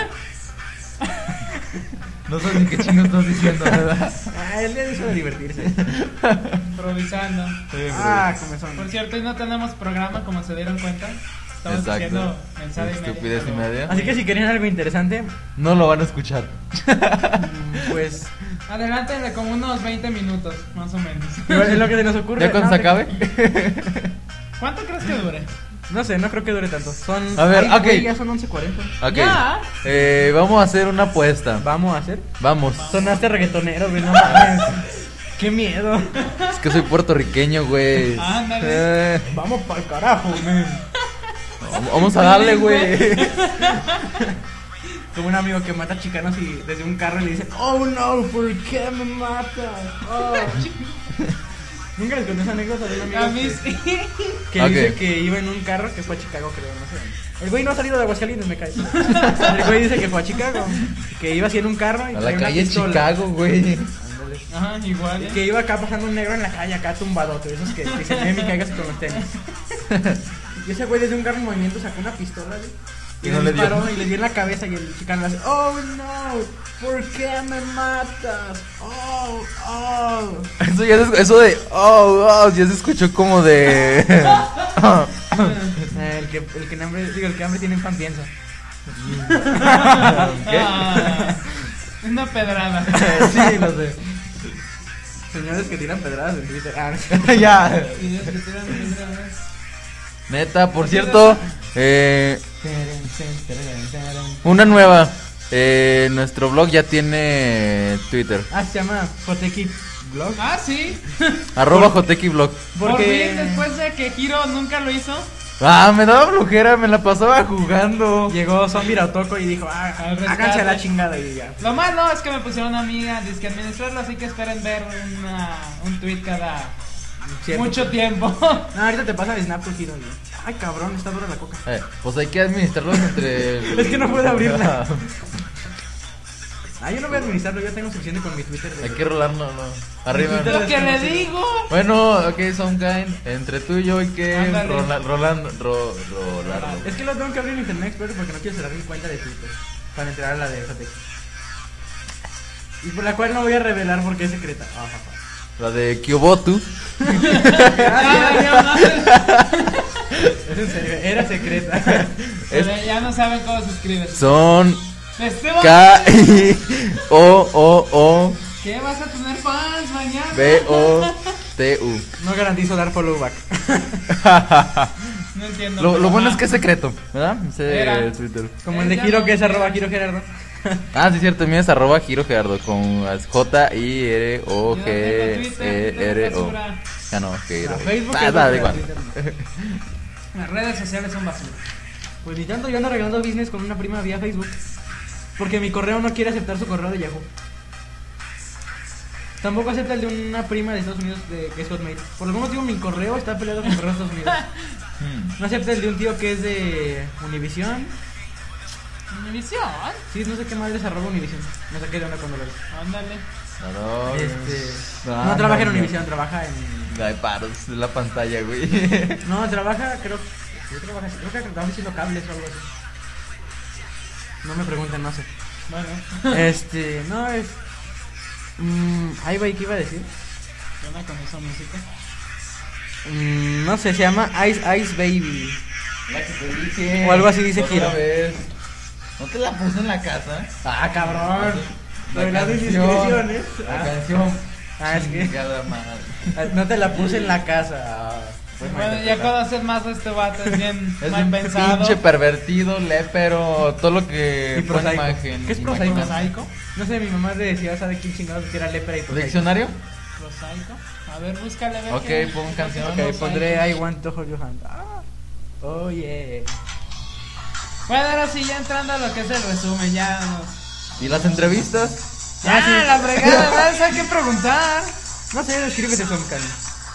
[SPEAKER 3] No sé ni qué chingo estás diciendo, ¿verdad?
[SPEAKER 2] Ah, él le hizo de divertirse.
[SPEAKER 1] Improvisando.
[SPEAKER 2] ah, comenzó.
[SPEAKER 1] Por cierto, hoy no tenemos programa, como se dieron cuenta. Estamos
[SPEAKER 3] Exacto.
[SPEAKER 1] haciendo mensada y media.
[SPEAKER 3] Estupidez y
[SPEAKER 1] pero-
[SPEAKER 3] media.
[SPEAKER 2] Así que si querían algo interesante,
[SPEAKER 3] No lo van a escuchar.
[SPEAKER 2] mm, pues.
[SPEAKER 1] Adelántenle como unos 20 minutos, más o menos.
[SPEAKER 2] igual Es lo que se nos ocurre.
[SPEAKER 3] ¿Ya cuando
[SPEAKER 2] No,
[SPEAKER 3] se
[SPEAKER 2] te-
[SPEAKER 3] acabe?
[SPEAKER 1] ¿Cuánto crees que dure?
[SPEAKER 2] No sé, no creo que dure tanto. Son.
[SPEAKER 3] A ver,
[SPEAKER 2] Ay, güey,
[SPEAKER 3] ok.
[SPEAKER 2] Ya son 11.40.
[SPEAKER 3] Ok.
[SPEAKER 1] Ya.
[SPEAKER 3] Eh, vamos a hacer una apuesta.
[SPEAKER 2] Vamos a hacer.
[SPEAKER 3] Vamos.
[SPEAKER 2] Sonaste reggaetonero, güey, no mames. Qué miedo.
[SPEAKER 3] Es que soy puertorriqueño, güey.
[SPEAKER 1] Ándale.
[SPEAKER 3] Eh,
[SPEAKER 2] Vamos para el carajo, güey.
[SPEAKER 3] vamos a darle, güey.
[SPEAKER 2] Como un amigo que mata chicanos y desde un carro le dice, oh no, ¿por qué me matas? Oh". Nunca les conté esa anécdota de un amigo.
[SPEAKER 1] A mí
[SPEAKER 2] que-
[SPEAKER 1] sí.
[SPEAKER 2] Que
[SPEAKER 3] Ok.
[SPEAKER 2] dice que iba en un carro que fue a Chicago, creo, no sé. dónde. El güey no ha salido de Aguascalientes, me cae. El güey dice que fue a Chicago. Que iba así en un carro y
[SPEAKER 3] A
[SPEAKER 2] traía
[SPEAKER 3] la
[SPEAKER 2] una
[SPEAKER 3] calle
[SPEAKER 2] pistola.
[SPEAKER 3] Chicago, güey.
[SPEAKER 2] Ándale.
[SPEAKER 1] Ajá, igual.
[SPEAKER 2] Y
[SPEAKER 1] ¿eh?
[SPEAKER 2] Que iba acá pasando un negro en la calle, acá tumbadote. Esos que, que se ven y caigas con los tenis. Y ese güey desde un carro en movimiento sacó una pistola, güey. Y,
[SPEAKER 3] Y no
[SPEAKER 2] le
[SPEAKER 3] le dio.
[SPEAKER 2] disparó y le dio en la cabeza y el chicano le hace, oh no, ¿por qué me matas? Oh, oh.
[SPEAKER 3] Eso ya se- eso de oh, wow, ya se escuchó como de
[SPEAKER 2] Eh, El que, el que hambre, digo, el que hambre tiene pan piensa.
[SPEAKER 3] ¿Qué?
[SPEAKER 1] Ah, una pedrada.
[SPEAKER 2] sí, lo sé. Señores que tiran pedradas en Twitter. Ah, no.
[SPEAKER 3] ya.
[SPEAKER 1] Y Dios, que tiran pedradas.
[SPEAKER 3] Neta, por cierto, eh, una nueva. Eh, nuestro blog ya tiene Twitter.
[SPEAKER 2] ah, se llama Fotequi Blog.
[SPEAKER 1] Ah, sí.
[SPEAKER 3] Arroba Joteki Blog.
[SPEAKER 1] Por fin,
[SPEAKER 2] Porque
[SPEAKER 1] después de que Hiro nunca lo hizo,
[SPEAKER 3] Ah, me daba flojera, me la pasaba jugando.
[SPEAKER 2] llegó Zombie Rautoco y dijo, ah,
[SPEAKER 1] Al rescate.
[SPEAKER 2] háganse a la chingada y ya.
[SPEAKER 1] lo malo es que me pusieron a mí a disque administrarlo, así que esperen ver una, un tweet cada
[SPEAKER 2] Cierto.
[SPEAKER 1] mucho tiempo.
[SPEAKER 2] No, ahorita te pasa el Snap por giro. güey. Ay, cabrón, está dura la coca.
[SPEAKER 3] Eh, pues hay que administrarlos entre. el-
[SPEAKER 2] Es que no puedo abrirla. Ah, yo no voy a administrarlo, yo tengo suficiente con mi Twitter. de-
[SPEAKER 3] hay que rolarlo. no. Arriba.
[SPEAKER 2] Twitter-
[SPEAKER 1] lo que le digo.
[SPEAKER 3] Bueno, ok, Soundkind, entre tú y yo hay que
[SPEAKER 1] Ándale.
[SPEAKER 3] rola- rolan- ro- rolarlo.
[SPEAKER 2] Ah, Es que lo tengo que abrir en Internet Explorer porque no quiero cerrar mi cuenta de Twitter para entrar a la de Fatec. Y por la cual no voy a revelar porque es secreta. Ah, papá.
[SPEAKER 3] La de Kyobotu.
[SPEAKER 1] Ya valió madre.
[SPEAKER 2] Es en serio, era secreta.
[SPEAKER 3] Es-
[SPEAKER 1] Pero ya no saben cómo se escribe.
[SPEAKER 3] Son
[SPEAKER 1] Esteban,
[SPEAKER 3] K I O O O
[SPEAKER 1] ¿qué vas a tener fans mañana?
[SPEAKER 3] B O T U.
[SPEAKER 2] No garantizo dar follow back.
[SPEAKER 1] No entiendo.
[SPEAKER 3] Lo,
[SPEAKER 1] pero
[SPEAKER 3] lo bueno
[SPEAKER 1] ajá.
[SPEAKER 3] es que es secreto, ¿verdad? Ese
[SPEAKER 1] Era.
[SPEAKER 3] Twitter.
[SPEAKER 2] Como el de Giro que es arroba Giro Gerardo.
[SPEAKER 3] Ah, sí, cierto, mío es arroba Giro Gerardo con J I R O
[SPEAKER 1] Yo no
[SPEAKER 3] G
[SPEAKER 1] tengo Twitter,
[SPEAKER 3] E R
[SPEAKER 1] tengo
[SPEAKER 3] O.
[SPEAKER 1] basura.
[SPEAKER 3] Ya no, Giro.
[SPEAKER 2] No, Facebook
[SPEAKER 3] Ah,
[SPEAKER 2] es
[SPEAKER 3] da
[SPEAKER 2] basura,
[SPEAKER 3] igual.
[SPEAKER 2] Twitter
[SPEAKER 1] Las redes sociales son basura.
[SPEAKER 2] Pues ni tanto, yo ando arreglando business con una prima vía Facebook. Porque mi correo no quiere aceptar su correo de Yahoo. Tampoco acepta el de una prima de Estados Unidos de, que es Hotmail. Por lo menos digo, mi correo está peleado con correo de Estados Unidos.
[SPEAKER 3] Hmm.
[SPEAKER 2] No acepta el de un tío que es de Univision.
[SPEAKER 1] Univisión.
[SPEAKER 2] Sí, no sé qué madre es arroba Univision. Me saqué de onda cuando lo vi.
[SPEAKER 1] Ándale.
[SPEAKER 3] No,
[SPEAKER 2] Este,
[SPEAKER 3] no,
[SPEAKER 2] no, trabaja en
[SPEAKER 3] no.
[SPEAKER 2] Univision, trabaja en...
[SPEAKER 3] No hay paros de la pantalla, güey.
[SPEAKER 2] No, trabaja, creo... ¿qué trabaja? Creo que trabaja haciendo cables o algo así. No me pregunten, no sé.
[SPEAKER 1] Bueno,
[SPEAKER 2] Este, no es. Mm, ahí va, ¿y ¿qué iba a decir?
[SPEAKER 1] ¿qué onda con esa música?
[SPEAKER 2] Mm, no sé, se llama Ice Ice Baby. O algo así dice
[SPEAKER 3] Otra
[SPEAKER 2] Kiro.
[SPEAKER 3] vez. ¿No te la puse en la casa?
[SPEAKER 2] Ah, cabrón.
[SPEAKER 3] La
[SPEAKER 2] Revelando
[SPEAKER 3] canción.
[SPEAKER 2] indiscreciones.
[SPEAKER 3] La
[SPEAKER 2] Ah.
[SPEAKER 3] canción.
[SPEAKER 2] Ah, es que
[SPEAKER 3] Chingada madre.
[SPEAKER 2] ah, no te la puse en la casa. Pues,
[SPEAKER 1] Bueno,
[SPEAKER 2] imagínate,
[SPEAKER 1] ya
[SPEAKER 2] claro.
[SPEAKER 1] conoces más a este vato, es bien
[SPEAKER 3] Es
[SPEAKER 1] mal
[SPEAKER 3] un
[SPEAKER 1] pensado.
[SPEAKER 3] pinche pervertido, lépero, todo lo que
[SPEAKER 2] Y
[SPEAKER 3] pone
[SPEAKER 2] prosaico.
[SPEAKER 3] imagen.
[SPEAKER 2] ¿Qué es
[SPEAKER 3] imagen.
[SPEAKER 2] prosaico? No sé, mi mamá le decía, ¿sabe quién chingados que era lepra y pues prosaico?
[SPEAKER 3] ¿Diccionario?
[SPEAKER 1] Prosaico. A ver, búscale, a ver.
[SPEAKER 3] Ok,
[SPEAKER 1] qué-
[SPEAKER 3] pon canción.
[SPEAKER 2] Ok, pondré I want to hold your hand. Ah. Oh yeah.
[SPEAKER 1] Bueno, ahora sí, ya entrando a lo que es el resumen, ya nos...
[SPEAKER 3] ¿Y las entrevistas?
[SPEAKER 1] Ya,
[SPEAKER 2] Ah, sí.
[SPEAKER 1] la fregada, ¿verdad? ¿Sabes qué preguntar?
[SPEAKER 2] No sé, descríbete Tom Cani.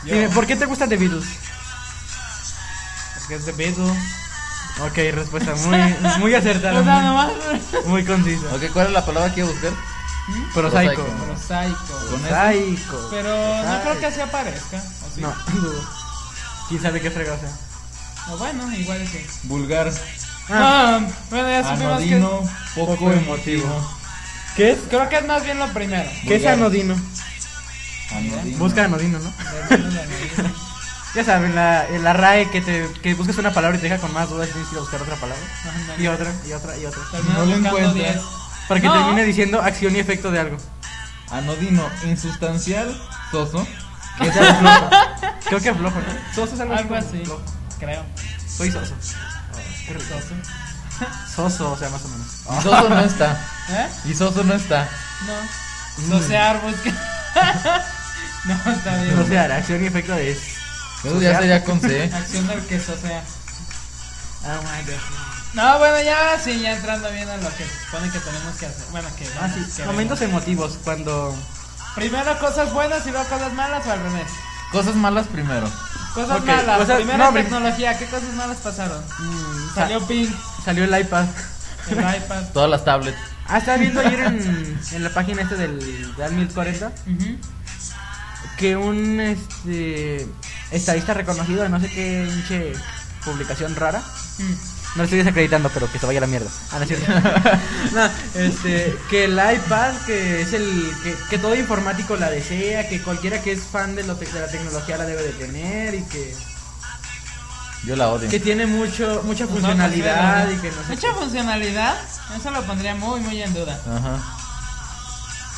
[SPEAKER 1] Yo.
[SPEAKER 2] Dime, ¿por qué te gusta The Beatles?
[SPEAKER 1] Porque es de Beatles.
[SPEAKER 2] Ok, respuesta muy, muy acertada.
[SPEAKER 1] O sea,
[SPEAKER 2] muy-
[SPEAKER 1] nomás...
[SPEAKER 2] Muy concisa.
[SPEAKER 3] Ok, ¿cuál es la palabra que iba a buscar?
[SPEAKER 2] Prosaico.
[SPEAKER 3] Prosaico.
[SPEAKER 1] Prosaico.
[SPEAKER 3] Con
[SPEAKER 2] Prosaico.
[SPEAKER 1] Pero no creo que así aparezca, ¿o sí?
[SPEAKER 2] No, dudo. ¿Quién sabe qué fregado sea?
[SPEAKER 1] O bueno, igual sí.
[SPEAKER 3] Vulgar,
[SPEAKER 2] Ah,
[SPEAKER 1] Ah, bueno, ya supimos que...
[SPEAKER 3] anodino, poco,
[SPEAKER 2] Poco
[SPEAKER 3] emotivo.
[SPEAKER 2] emotivo. ¿Qué es?
[SPEAKER 1] Creo que es más bien lo primero.
[SPEAKER 2] ¿Qué es
[SPEAKER 3] Vulgar.
[SPEAKER 2] anodino?
[SPEAKER 3] Anodino.
[SPEAKER 2] Busca anodino, ¿no?
[SPEAKER 1] Del menos de anodino.
[SPEAKER 2] Ya saben, la, la RAE que, te, que buscas una palabra y te deja con más dudas y tienes que ir a buscar otra palabra.
[SPEAKER 1] Ándale.
[SPEAKER 2] Y otra, y otra, y otra.
[SPEAKER 1] Termina
[SPEAKER 3] No lo
[SPEAKER 1] buscando
[SPEAKER 3] encuentra.
[SPEAKER 1] 10.
[SPEAKER 2] Para que
[SPEAKER 1] No.
[SPEAKER 2] termine diciendo acción y efecto de algo.
[SPEAKER 3] Anodino, insustancial, soso.
[SPEAKER 2] Que sea flojo. Creo que flojo, ¿no? Todos es algo,
[SPEAKER 1] Algo así.
[SPEAKER 2] flojo.
[SPEAKER 1] creo.
[SPEAKER 2] Soy soso. Qué rico.
[SPEAKER 1] Soso.
[SPEAKER 2] Soso, o sea, más o menos.
[SPEAKER 3] Y Soso no está.
[SPEAKER 1] ¿Eh?
[SPEAKER 3] Y Soso no está.
[SPEAKER 1] No. Sosear, busca. no, está bien.
[SPEAKER 2] O sea, la acción y efecto de.
[SPEAKER 3] Eso ya
[SPEAKER 2] Sosear.
[SPEAKER 3] sería con C. ¿eh?
[SPEAKER 1] Acción del que sosea.
[SPEAKER 2] Oh my god.
[SPEAKER 1] No, bueno, ya sí, ya entrando bien a lo que se supone que tenemos que hacer. Bueno, que
[SPEAKER 2] Ah, sí.
[SPEAKER 1] que
[SPEAKER 2] Momentos
[SPEAKER 1] vemos.
[SPEAKER 2] emotivos cuando.
[SPEAKER 1] Primero cosas buenas y luego cosas malas o al revés.
[SPEAKER 3] Cosas malas primero.
[SPEAKER 1] Cosas
[SPEAKER 2] Ok,
[SPEAKER 1] malas.
[SPEAKER 2] cosas-
[SPEAKER 1] Primero
[SPEAKER 2] no, prim-
[SPEAKER 1] tecnología. ¿Qué cosas malas pasaron?
[SPEAKER 2] mm, sa-
[SPEAKER 1] Salió Pink,
[SPEAKER 2] salió el iPad.
[SPEAKER 1] el iPad.
[SPEAKER 3] Todas las tablets.
[SPEAKER 2] Ah, estaba viendo ayer en, en la página esta del Real 1040
[SPEAKER 1] Ujú.
[SPEAKER 2] que un este estadista reconocido de no sé qué hinche publicación rara.
[SPEAKER 1] Mm.
[SPEAKER 2] No lo estoy desacreditando, pero que se vaya a la mierda. Ah, no es cierto. no, este, que el iPad, que es el. Que, que todo informático la desea, que cualquiera que es fan de, lo te- de la tecnología la debe de tener y que.
[SPEAKER 3] Yo la odio.
[SPEAKER 2] Que tiene mucho, mucha
[SPEAKER 1] Pues
[SPEAKER 2] funcionalidad
[SPEAKER 1] no,
[SPEAKER 2] y que no sé.
[SPEAKER 1] Mucha
[SPEAKER 2] qué.
[SPEAKER 1] funcionalidad, eso lo pondría muy, muy en duda.
[SPEAKER 3] Ajá.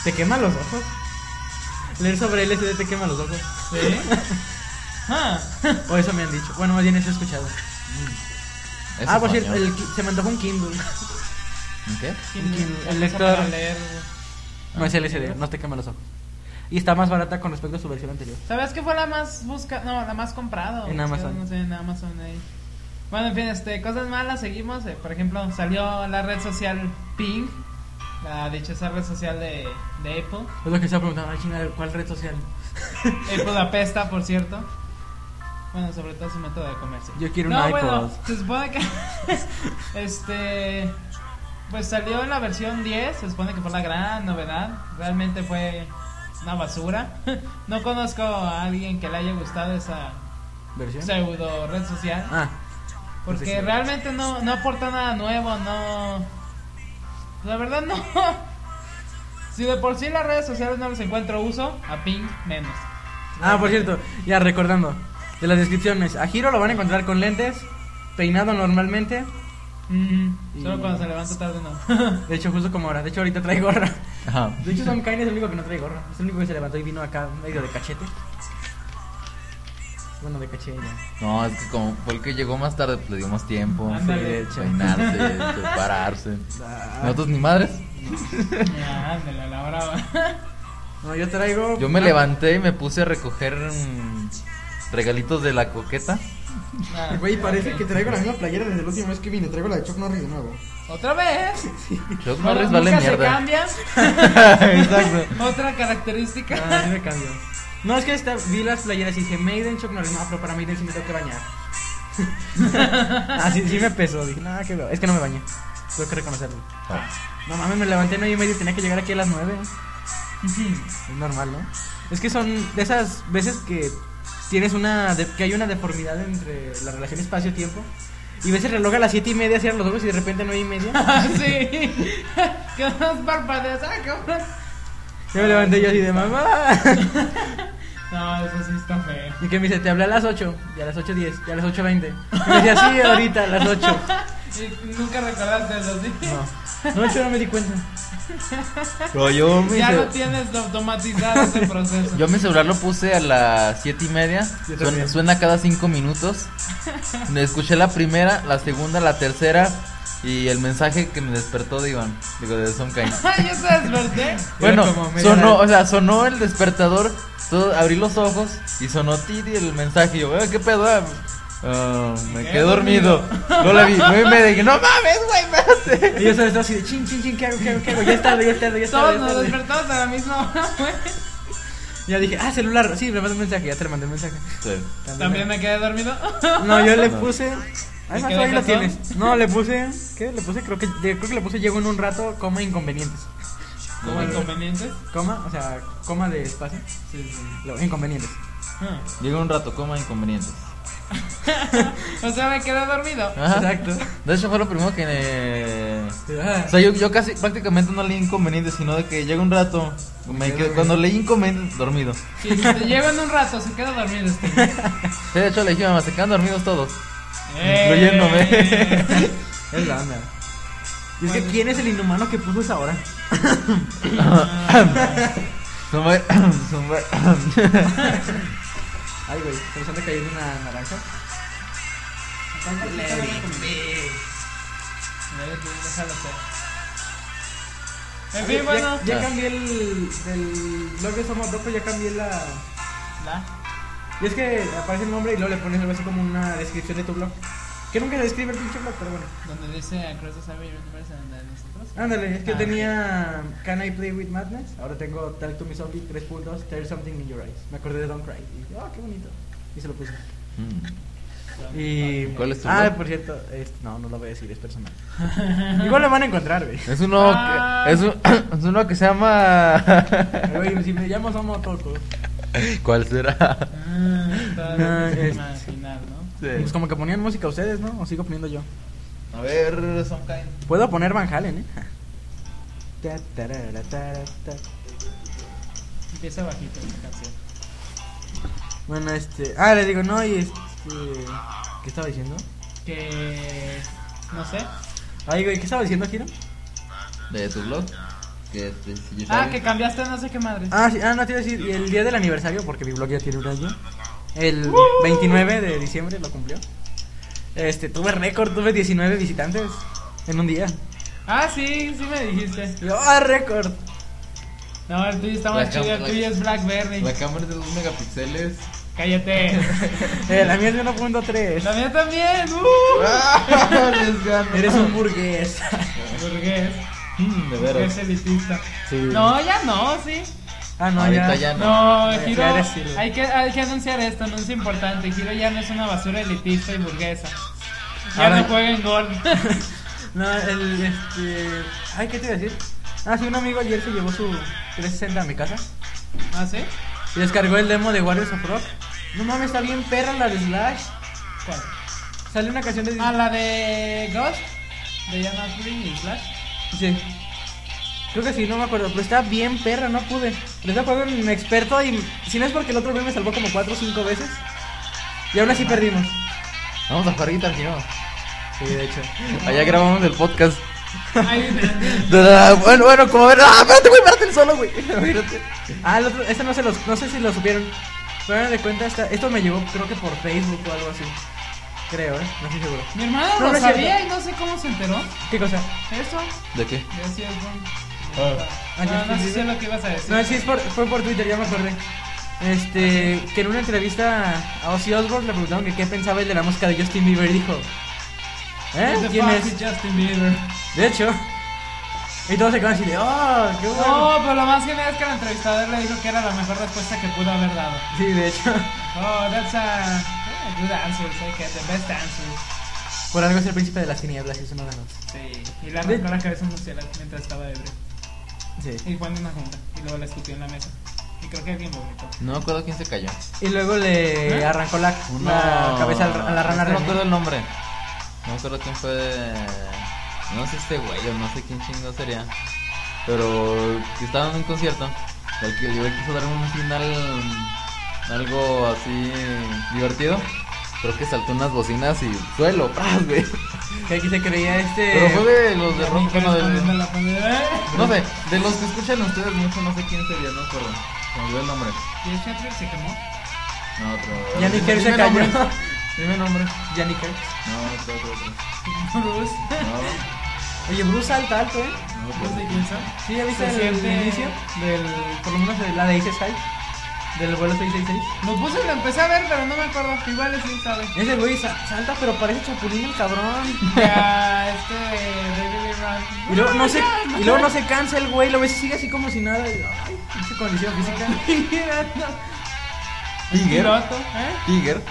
[SPEAKER 2] Te quema los ojos. Leer sobre LCD te quema los ojos.
[SPEAKER 1] ¿Sí? Ah.
[SPEAKER 2] O eso me han dicho. Bueno, más bien eso he escuchado.
[SPEAKER 3] Es
[SPEAKER 2] ah, por cierto,
[SPEAKER 3] español. Ah.
[SPEAKER 2] el ki- se me antojó un Kindle.
[SPEAKER 3] ¿Qué?
[SPEAKER 1] ¿Quién-
[SPEAKER 2] El
[SPEAKER 1] quién
[SPEAKER 2] lector.
[SPEAKER 1] para leer?
[SPEAKER 2] No es LCD, no te quema los ojos. Y está más barata con respecto a su versión anterior.
[SPEAKER 1] ¿Sabes qué fue la más busca No, la más comprada. o
[SPEAKER 2] En
[SPEAKER 1] buscada,
[SPEAKER 2] Amazon.
[SPEAKER 1] No sé, en Amazon ahí. Bueno, en fin, este, cosas malas seguimos. eh, por ejemplo, salió la red social Ping, la dichosa red social de, de Apple.
[SPEAKER 2] Es lo que estaba preguntando, ay chingada, ¿cuál red social?
[SPEAKER 1] Apple apesta, por cierto. Bueno, sobre todo su método de comercio.
[SPEAKER 2] Yo quiero un
[SPEAKER 1] no,
[SPEAKER 2] iPod.
[SPEAKER 1] Bueno, se supone que. este. Pues salió en la versión 10. Se supone que fue la gran novedad. Realmente fue una basura. no conozco a alguien que le haya gustado esa
[SPEAKER 2] ¿Versión?
[SPEAKER 1] pseudo red social.
[SPEAKER 2] Ah,
[SPEAKER 1] porque
[SPEAKER 2] pues sí.
[SPEAKER 1] realmente no, no aporta nada nuevo. No. La verdad, no. si de por sí las redes sociales no les encuentro uso, a Ping menos.
[SPEAKER 2] Ah, por cierto, ya recordando, de las descripciones, a Hiro lo van a encontrar con lentes, peinado normalmente,
[SPEAKER 1] Mm,
[SPEAKER 2] Y-
[SPEAKER 1] Solo cuando se levanta tarde no.
[SPEAKER 2] de hecho justo como ahora, de hecho ahorita trae gorra.
[SPEAKER 3] Ajá.
[SPEAKER 2] De hecho Sam Cain es el único que no trae gorra, es el único que se levantó y vino acá medio de cachete. Bueno, de cachete ya.
[SPEAKER 3] No, es que como fue el que llegó más tarde, pues le dio más tiempo.
[SPEAKER 1] Ándale.
[SPEAKER 2] de hecho.
[SPEAKER 3] Peinarse, prepararse.
[SPEAKER 2] Ah,
[SPEAKER 3] Nosotros ni madres.
[SPEAKER 1] Ya, ándale, a la brava.
[SPEAKER 2] No, yo traigo...
[SPEAKER 3] Yo me
[SPEAKER 2] no,
[SPEAKER 3] levanté y me puse a recoger mm, regalitos de la coqueta.
[SPEAKER 1] Ah,
[SPEAKER 2] Güey, parece
[SPEAKER 1] ok.
[SPEAKER 2] que traigo la misma playera desde la última vez que vine, traigo la de Chuck Norris de nuevo.
[SPEAKER 1] Otra vez.
[SPEAKER 3] Chuck
[SPEAKER 1] Bueno,
[SPEAKER 3] Norris vale
[SPEAKER 1] nunca se
[SPEAKER 3] mierda.
[SPEAKER 1] cambia.
[SPEAKER 3] Exacto.
[SPEAKER 1] Otra característica.
[SPEAKER 2] Ah, sí me cambio. No, es que esta, vi las playeras y dije, Maiden, Chuck Norris, no, pero para Maiden sí me tengo que bañar. Así sí me pesó, dije, nada, que veo. Es que no me bañé, tengo que reconocerlo. No mames, me levanté nueve y media y tenía que llegar aquí a las nueve. Es normal, ¿no? Es que son de esas veces que tienes una, de- que hay una deformidad entre la relación espacio-tiempo. Y ves el reloj a las siete y media, cierras los ojos y de repente nueve y media.
[SPEAKER 1] Ah, sí. Que más parpadeas. Ah, cabrón.
[SPEAKER 2] Yo me levanté y yo así de mamá.
[SPEAKER 1] No, eso sí está feo.
[SPEAKER 2] Y que me dice, te hablé a las 8, y a las 8.10, y a las 8.20. Y me dice, sí, ahorita, a las 8.
[SPEAKER 1] Y nunca recordaste los días.
[SPEAKER 2] No, no, yo no me di cuenta.
[SPEAKER 3] Pero yo mi,
[SPEAKER 1] Ya
[SPEAKER 3] ce-
[SPEAKER 1] no tienes automatizado ese proceso.
[SPEAKER 3] yo mi celular lo puse a las siete y media.
[SPEAKER 2] Yo
[SPEAKER 3] Suena,
[SPEAKER 2] también.
[SPEAKER 3] suena cada cinco minutos. Me escuché la primera, la segunda, la tercera y el mensaje que me despertó de Iván, digo de Son Cain.
[SPEAKER 1] Ah, yo te desperté.
[SPEAKER 3] Bueno,
[SPEAKER 2] Era como media
[SPEAKER 3] sonó,
[SPEAKER 2] hora.
[SPEAKER 3] o sea, sonó el despertador, todo, abrí los ojos y sonó Titi el mensaje. y Yo, "Eh, ¿qué pedo? Ah, ah, me
[SPEAKER 1] quedé
[SPEAKER 3] quedé dormido. No la vi, nueve y media, dije, no mames, güey, espérate.
[SPEAKER 2] Y yo solo estaba así de, chin, chin, chin, ¿qué hago, qué hago, qué hago? Ya es tarde, ya es tarde, ya es
[SPEAKER 1] Todos
[SPEAKER 2] tarde. ya
[SPEAKER 1] nos
[SPEAKER 2] es tarde.
[SPEAKER 1] despertamos a la misma hora, güey.
[SPEAKER 2] Ya dije, ah, celular, sí, me mandó un mensaje, ya te le mandé un mensaje.
[SPEAKER 3] Sí.
[SPEAKER 1] También me quedé dormido.
[SPEAKER 2] No, yo le
[SPEAKER 3] No.
[SPEAKER 2] puse...
[SPEAKER 1] ¿Y
[SPEAKER 2] Además,
[SPEAKER 1] qué
[SPEAKER 2] tú ahí lo
[SPEAKER 1] dejas,
[SPEAKER 2] tienes. No, le puse... ¿Qué? Le puse, creo que, de- creo que le puse llego en un rato, coma, inconvenientes.
[SPEAKER 1] Como inconvenientes.
[SPEAKER 2] Coma, o sea, coma de espacio.
[SPEAKER 1] Sí, sí.
[SPEAKER 2] Lo, inconvenientes.
[SPEAKER 1] Ah.
[SPEAKER 3] Llega un rato, coma inconvenientes.
[SPEAKER 1] O sea, me quedé dormido.
[SPEAKER 2] Ah.
[SPEAKER 3] Ajá.
[SPEAKER 2] Exacto.
[SPEAKER 3] De hecho, fue lo primero que. eh,
[SPEAKER 2] Ah.
[SPEAKER 3] O sea, yo, yo casi prácticamente no leí inconvenientes, sino de que llega un rato. me
[SPEAKER 2] quedé
[SPEAKER 3] quedo-
[SPEAKER 2] dormido.
[SPEAKER 3] cuando leí inconvenientes, dormido.
[SPEAKER 1] Si te llego en un rato, se queda dormido este.
[SPEAKER 3] Sí, de hecho, le dije, mamá, se quedan dormidos todos.
[SPEAKER 1] Eh.
[SPEAKER 2] Es la onda. Y es que,
[SPEAKER 1] Bueno.
[SPEAKER 2] ¿quién es el inhumano que puso esa hora?
[SPEAKER 1] Ah,
[SPEAKER 3] No me- no me-
[SPEAKER 2] Ay, güey, se nos anda cayendo una naranja.
[SPEAKER 1] ¿Cuál parte está
[SPEAKER 2] Let
[SPEAKER 1] buena
[SPEAKER 2] it
[SPEAKER 1] como-
[SPEAKER 2] be.
[SPEAKER 1] Let it be, déjalo ser. En
[SPEAKER 2] Oye,
[SPEAKER 1] fin,
[SPEAKER 2] ya-
[SPEAKER 1] bueno.
[SPEAKER 2] Ya,
[SPEAKER 3] Ah.
[SPEAKER 2] cambié el. Del blog de Somos Dopo, ya cambié la.
[SPEAKER 1] La.
[SPEAKER 2] Y es que aparece el nombre y luego le pones algo así como una descripción de tu blog. Que nunca se describe el pinche blog, pero bueno.
[SPEAKER 1] Donde dice Across the Cyber Universe and the nosotros.
[SPEAKER 2] Ándale, es que
[SPEAKER 1] Ah,
[SPEAKER 2] tenía Can I Play With Madness, ahora tengo Talk to Me Zombie 3.2, There's Something in Your Eyes. Me acordé de Don't Cry y dije, ah, qué bonito. Y se lo puse.
[SPEAKER 3] Mm.
[SPEAKER 2] Y...
[SPEAKER 3] ¿Cuál es tu
[SPEAKER 2] Ah,
[SPEAKER 3] blog?
[SPEAKER 2] por cierto, es- no, no lo voy a decir, es personal. Igual lo van a encontrar, güey.
[SPEAKER 3] Es uno
[SPEAKER 1] Ah.
[SPEAKER 3] que, es, un- es uno que se llama
[SPEAKER 2] Güey, si me llamo Somo Toco.
[SPEAKER 3] ¿Cuál será?
[SPEAKER 1] Ah,
[SPEAKER 2] No,
[SPEAKER 1] todavía no,
[SPEAKER 2] es-
[SPEAKER 1] imaginar, ¿no?
[SPEAKER 2] Pues como que ponían música ustedes, ¿no? O sigo poniendo yo.
[SPEAKER 3] A ver, some kind.
[SPEAKER 2] Puedo poner Van Halen, ¿eh? Ta, tarara, tara, ta.
[SPEAKER 1] Empieza bajito la canción.
[SPEAKER 2] Bueno, este... Ah, le digo, no, y este... ¿Qué estaba diciendo?
[SPEAKER 1] Que. No sé. Ah,
[SPEAKER 2] Ay, güey, ¿qué estaba diciendo, Kiro?
[SPEAKER 3] ¿De tu blog? Que este, si yo
[SPEAKER 1] Ah,
[SPEAKER 3] sabía.
[SPEAKER 1] que cambiaste no sé qué madre.
[SPEAKER 2] Ah, sí, ah, no te iba a decir, y el día del aniversario, porque mi blog ya tiene un año, el 29 de diciembre lo cumplió. Este, tuve récord, tuve 19 visitantes en un día.
[SPEAKER 1] Ah, sí, sí me dijiste.
[SPEAKER 2] Y yo, ¡ah, récord!
[SPEAKER 1] No, el tuyo está
[SPEAKER 3] La
[SPEAKER 1] más
[SPEAKER 3] cam-
[SPEAKER 1] chido, el
[SPEAKER 3] la-
[SPEAKER 1] tuyo es Blackberry.
[SPEAKER 3] La cámara es de 2 megapíxeles.
[SPEAKER 1] Cállate.
[SPEAKER 2] Eh, la mía es de 1.3.
[SPEAKER 1] la mía también. Uh,
[SPEAKER 3] ¡Ah! Les gano.
[SPEAKER 2] Eres un burgués.
[SPEAKER 1] burgués.
[SPEAKER 3] Mm, de
[SPEAKER 1] Burgués
[SPEAKER 3] veras.
[SPEAKER 1] elitista.
[SPEAKER 2] Sí.
[SPEAKER 1] No, ya no, sí.
[SPEAKER 2] Ah, no,
[SPEAKER 3] Ahorita
[SPEAKER 2] ya.
[SPEAKER 3] ya no.
[SPEAKER 1] No,
[SPEAKER 2] Ya-
[SPEAKER 1] Giro,
[SPEAKER 2] ya eres Ciro.
[SPEAKER 1] hay que, hay que anunciar esto, anuncio importante. Giro ya no es una basura elitista y burguesa. Ya
[SPEAKER 2] Ahora-
[SPEAKER 1] no juega en gol.
[SPEAKER 2] No, el, este... Ay, ¿qué te iba a decir? Ah, sí, un amigo ayer se llevó su 360 a mi casa
[SPEAKER 1] ¿Ah, sí?
[SPEAKER 2] y descargó el demo de Warriors of Rock. No mames, está bien perra la de Slash.
[SPEAKER 1] ¿Cuál?
[SPEAKER 2] Sale una canción de...
[SPEAKER 1] Ah, la de Ghost, de Jan Green y Slash.
[SPEAKER 2] Sí. Creo que sí, no me acuerdo, pero está bien perra, no pude. Les he pagado un experto y si no es porque el otro güey me salvó como 4 o 5 veces. Y aún así perdimos.
[SPEAKER 3] Vamos a jugar guitar hero.
[SPEAKER 2] Sí, de hecho.
[SPEAKER 3] Allá grabamos el podcast.
[SPEAKER 1] Ay,
[SPEAKER 3] Bueno, bueno, como ver. ¡Ah, espérate, güey! ¡Espérate el solo, güey! Espérate.
[SPEAKER 2] Ah, el otro, este no se los, no sé si lo supieron. Pero hagan de cuenta, esta- esto me llegó creo que por Facebook o algo así. Creo, eh, no estoy seguro.
[SPEAKER 1] mi hermano
[SPEAKER 2] No, no
[SPEAKER 1] lo
[SPEAKER 2] es cierto.
[SPEAKER 1] sabía y no sé cómo se enteró.
[SPEAKER 2] ¿Qué cosa?
[SPEAKER 1] Eso,
[SPEAKER 3] ¿De qué?
[SPEAKER 1] ya sí es bueno.
[SPEAKER 3] Ah.
[SPEAKER 2] Ah, ya
[SPEAKER 1] No, no sé
[SPEAKER 2] entendí.
[SPEAKER 1] si es lo que ibas a decir.
[SPEAKER 2] No, sí, es por- fue por Twitter, ya me acordé. Este, que en una entrevista a Ozzy Osbourne le preguntaron que qué pensaba él de la música de Justin Bieber y dijo... ¿Eh?
[SPEAKER 1] What the
[SPEAKER 2] ¿Quién
[SPEAKER 1] fuck
[SPEAKER 2] es?
[SPEAKER 1] is Justin Bieber.
[SPEAKER 2] De hecho. Y todos se quedan así de, ¡oh, qué bueno!
[SPEAKER 1] No, pero lo más genial es que el entrevistador le dijo que era la mejor respuesta que pudo haber dado.
[SPEAKER 2] Sí, de hecho.
[SPEAKER 1] Oh, that's a, a good answer, sé que the best answer.
[SPEAKER 2] Por algo es el príncipe de las tinieblas y eso no ganó.
[SPEAKER 1] Sí. Y le arrancó la cabeza a un murciélago mientras estaba ebrio.
[SPEAKER 2] Sí.
[SPEAKER 1] Y fue en una junta. Y luego la escupió en la mesa. Y creo que alguien vomitó.
[SPEAKER 3] No me acuerdo quién se cayó.
[SPEAKER 2] Y luego le
[SPEAKER 1] ¿Eh?
[SPEAKER 2] arrancó la, la
[SPEAKER 3] Oh, No.
[SPEAKER 2] cabeza al- a la rana
[SPEAKER 3] No me
[SPEAKER 2] René.
[SPEAKER 3] acuerdo el nombre. No me acuerdo quién fue. No sé este güey o no sé quién chingo sería. Pero que estaba en un concierto. El que el güey quiso dar un final. mm, Algo así divertido. Creo que saltó unas bocinas y suelo, ¡pras, güey!
[SPEAKER 2] Que aquí se creía este.
[SPEAKER 3] Pero fue de los de
[SPEAKER 1] Y
[SPEAKER 3] rock,
[SPEAKER 1] mi
[SPEAKER 3] bueno, de-
[SPEAKER 1] correspondiente a la ¡eh! pandemia.
[SPEAKER 3] No sé, de los que escuchan ustedes mucho, no sé quién sería, no me acuerdo. Se me olvidó el nombre.
[SPEAKER 1] ¿Y el Shepherd se quemó?
[SPEAKER 3] No, otro.
[SPEAKER 2] Ya ni
[SPEAKER 3] Dime-
[SPEAKER 2] que él se
[SPEAKER 3] dime
[SPEAKER 2] cayó.
[SPEAKER 3] nombre. Dime nombre.
[SPEAKER 2] Yannick Hertz.
[SPEAKER 3] No, otro, otro, otro.
[SPEAKER 1] Bruce.
[SPEAKER 3] No,
[SPEAKER 2] Oye, Bruce alta, alto, ¿eh?
[SPEAKER 3] no,
[SPEAKER 1] No sé
[SPEAKER 3] pues.
[SPEAKER 1] quién son.
[SPEAKER 2] Sí, ya viste
[SPEAKER 1] Se
[SPEAKER 2] el,
[SPEAKER 1] siente-
[SPEAKER 2] inicio del. Por lo menos de la de Ace High. Del vuelo 666.
[SPEAKER 1] Lo puse y lo empecé a ver, pero no me acuerdo. Igual es bien sabe.
[SPEAKER 2] Ese güey sa- salta, pero parece chapulín el cabrón.
[SPEAKER 1] Y a este David Lee Roth.
[SPEAKER 2] Y luego no se,
[SPEAKER 1] Ya,
[SPEAKER 2] y luego no se cansa el güey, lo ves y sigue así como si nada. y, Ay, pinche condición física.
[SPEAKER 3] Tiger.
[SPEAKER 1] Piloto, ¿eh?
[SPEAKER 3] Tiger.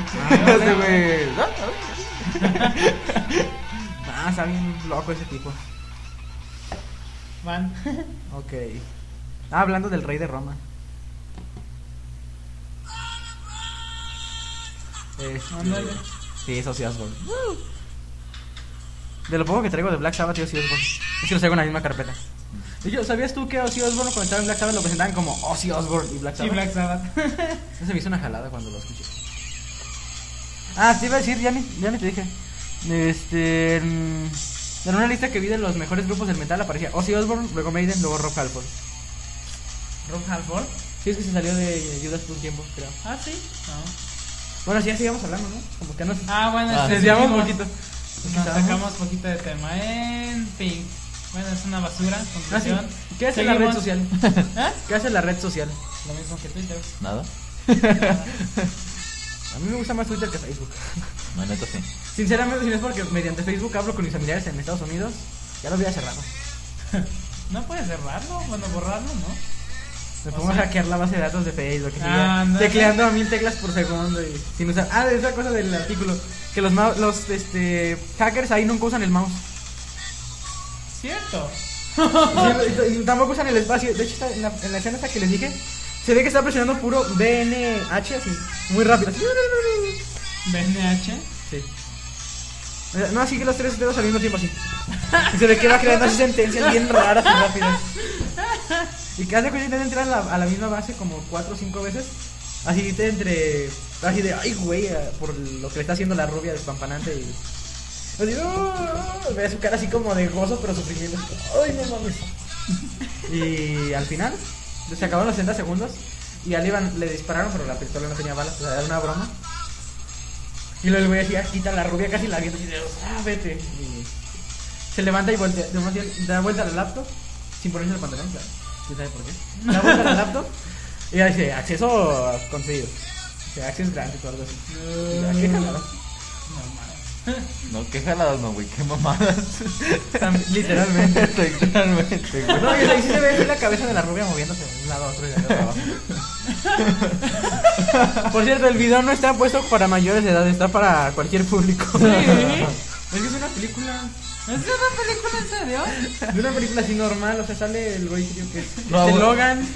[SPEAKER 3] Ese güey. ah. ¿no?
[SPEAKER 2] Ah, está bien loco ese tipo.
[SPEAKER 1] Van.
[SPEAKER 2] Ok. Ah, hablando del rey de Roma. Este,
[SPEAKER 1] Ándale.
[SPEAKER 2] sí, es Ozzy Osbourne. De lo poco que traigo de Black Sabbath y Ozzy Osbourne. Es que los traigo en la misma carpeta. Y yo, ¿sabías tú que Ozzy Osbourne cuando estaba en Black Sabbath lo presentaban como Ozzy Osbourne y Black
[SPEAKER 1] Sí,
[SPEAKER 2] Sabbath?
[SPEAKER 1] Black Sabbath.
[SPEAKER 2] No se me hizo una jalada cuando lo escuché. Ah, te iba a decir, ya ni, ya ni te dije. Este. mm, En una lista que vi de los mejores grupos del metal aparecía Ozzy Osbourne, luego Maiden, luego Rock Halford.
[SPEAKER 1] Rob Halford.
[SPEAKER 2] Sí, es que se salió de Judas por un tiempo, creo.
[SPEAKER 1] Ah, sí. No.
[SPEAKER 2] Bueno, sí, ya sigamos hablando, ¿no? Como que nos
[SPEAKER 1] Ah, bueno,
[SPEAKER 3] Ah,
[SPEAKER 1] este,
[SPEAKER 2] desviamos un
[SPEAKER 1] seguimos.
[SPEAKER 2] poquito.
[SPEAKER 1] Nos
[SPEAKER 2] Estábamos-
[SPEAKER 1] sacamos poquito de tema. En fin. Bueno, es una basura.
[SPEAKER 2] Ah, sí.
[SPEAKER 1] Conclusión.
[SPEAKER 2] ¿Qué hace la red
[SPEAKER 1] Seguimos.
[SPEAKER 2] social?
[SPEAKER 1] ¿Eh?
[SPEAKER 2] ¿Qué hace la red social?
[SPEAKER 1] Lo mismo que Twitter.
[SPEAKER 3] Nada.
[SPEAKER 2] A mí me gusta más Twitter que Facebook.
[SPEAKER 3] No, neta sí.
[SPEAKER 2] Sinceramente, si no es porque mediante Facebook hablo con mis familiares en Estados Unidos, ya lo voy a cerrar.
[SPEAKER 1] No puedes cerrarlo, bueno, borrarlo, ¿no?
[SPEAKER 2] Me
[SPEAKER 1] O
[SPEAKER 2] pongo a
[SPEAKER 1] sea-
[SPEAKER 2] hackear la base de datos de Facebook. y
[SPEAKER 1] Ah,
[SPEAKER 2] ya
[SPEAKER 1] no.
[SPEAKER 2] tecleando a mil teclas por segundo y sin usar. Ah, esa cosa del artículo. Que los, ma- los este, hackers ahí nunca usan el mouse.
[SPEAKER 1] Cierto.
[SPEAKER 2] Y- y- y tampoco usan el espacio. De hecho, está en, la, en la escena esta que les dije, se ve que está presionando puro BNH así, muy rápido. así.
[SPEAKER 1] BNH.
[SPEAKER 2] Sí. O sea, No, así que los tres dedos al mismo tiempo así. Y se ve que va creando así sentencias bien raras y rápidas. Y cada que intentan entrar a la, a la misma base como cuatro o cinco veces. Así de entre. Así de, ay, güey, ah, por lo que le está haciendo la rubia despampanante. Y. Así, "Ah", ve su cara así como de gozo, pero sufrimiento. Ay, no mames. Y al final, se acabaron los 60 segundos. Y al Iván le dispararon, pero la pistola no tenía balas. O sea, era una broma. Y luego el güey decía, quita la rubia, casi la avienta así de, ah, vete. Y se levanta y voltea, de una tía- da vuelta a la laptop, sin ponerse el pantalón, claro. ¿Quién sabe por qué? Da vuelta a la laptop y ya dice, acceso conseguido. Dice, acceso granted o algo así. Y ya, qué jalada.
[SPEAKER 1] No mames.
[SPEAKER 3] No, qué jaladas, no, güey, qué mamadas.
[SPEAKER 2] Tam- Literalmente.
[SPEAKER 3] Literalmente, güey.
[SPEAKER 2] No, y ahí sí se ve así la cabeza de la rubia moviéndose de un lado a otro y de otro lado a otro. Por cierto, el video no está puesto para mayores de edad, está para cualquier público.
[SPEAKER 1] Sí.
[SPEAKER 2] Es que es una película
[SPEAKER 1] ¿Es una película en serio?
[SPEAKER 2] De una película así normal, o sea, sale el güey que yo que es.
[SPEAKER 3] No,
[SPEAKER 2] este
[SPEAKER 3] güey.
[SPEAKER 2] Logan,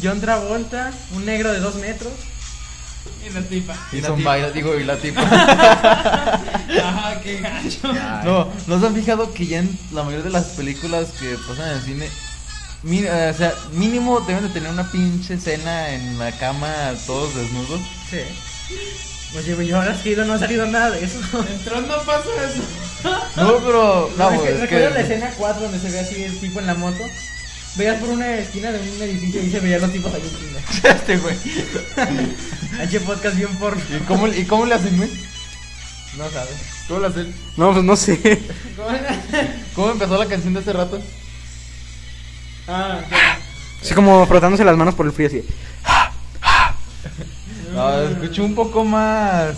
[SPEAKER 2] John Travolta, un negro de dos metros.
[SPEAKER 1] Y la tipa.
[SPEAKER 3] Hizo
[SPEAKER 2] la
[SPEAKER 3] un
[SPEAKER 2] tipa.
[SPEAKER 3] baile, digo, y la tipa.
[SPEAKER 1] Ajá, qué gacho.
[SPEAKER 3] No, ¿no se han fijado que ya en la mayoría de las películas que pasan en el cine, mi- eh, o sea, mínimo deben de tener una pinche escena en la cama, todos desnudos?
[SPEAKER 2] Sí. Oye, güey, ahora sí no ha salido nada de eso.
[SPEAKER 1] Entró, no pasa eso.
[SPEAKER 3] No, pero, no,
[SPEAKER 2] pues, Es
[SPEAKER 3] güey, es
[SPEAKER 2] recuerdo la
[SPEAKER 3] que...
[SPEAKER 2] escena 4 donde se ve así el tipo en la moto. Veías por una esquina de un edificio y se veían los tipos ahí en China.
[SPEAKER 3] Este, güey.
[SPEAKER 2] H podcast bien porno.
[SPEAKER 3] ¿Y cómo, ¿Y cómo le hacen, güey?
[SPEAKER 2] No sabes.
[SPEAKER 3] ¿Cómo le hacen?
[SPEAKER 2] No, pues no sé.
[SPEAKER 3] ¿Cómo empezó la canción de hace rato?
[SPEAKER 1] Ah,
[SPEAKER 2] Así como frotándose las manos por el frío así. Mm.
[SPEAKER 3] No, escuché Ah, un poco más...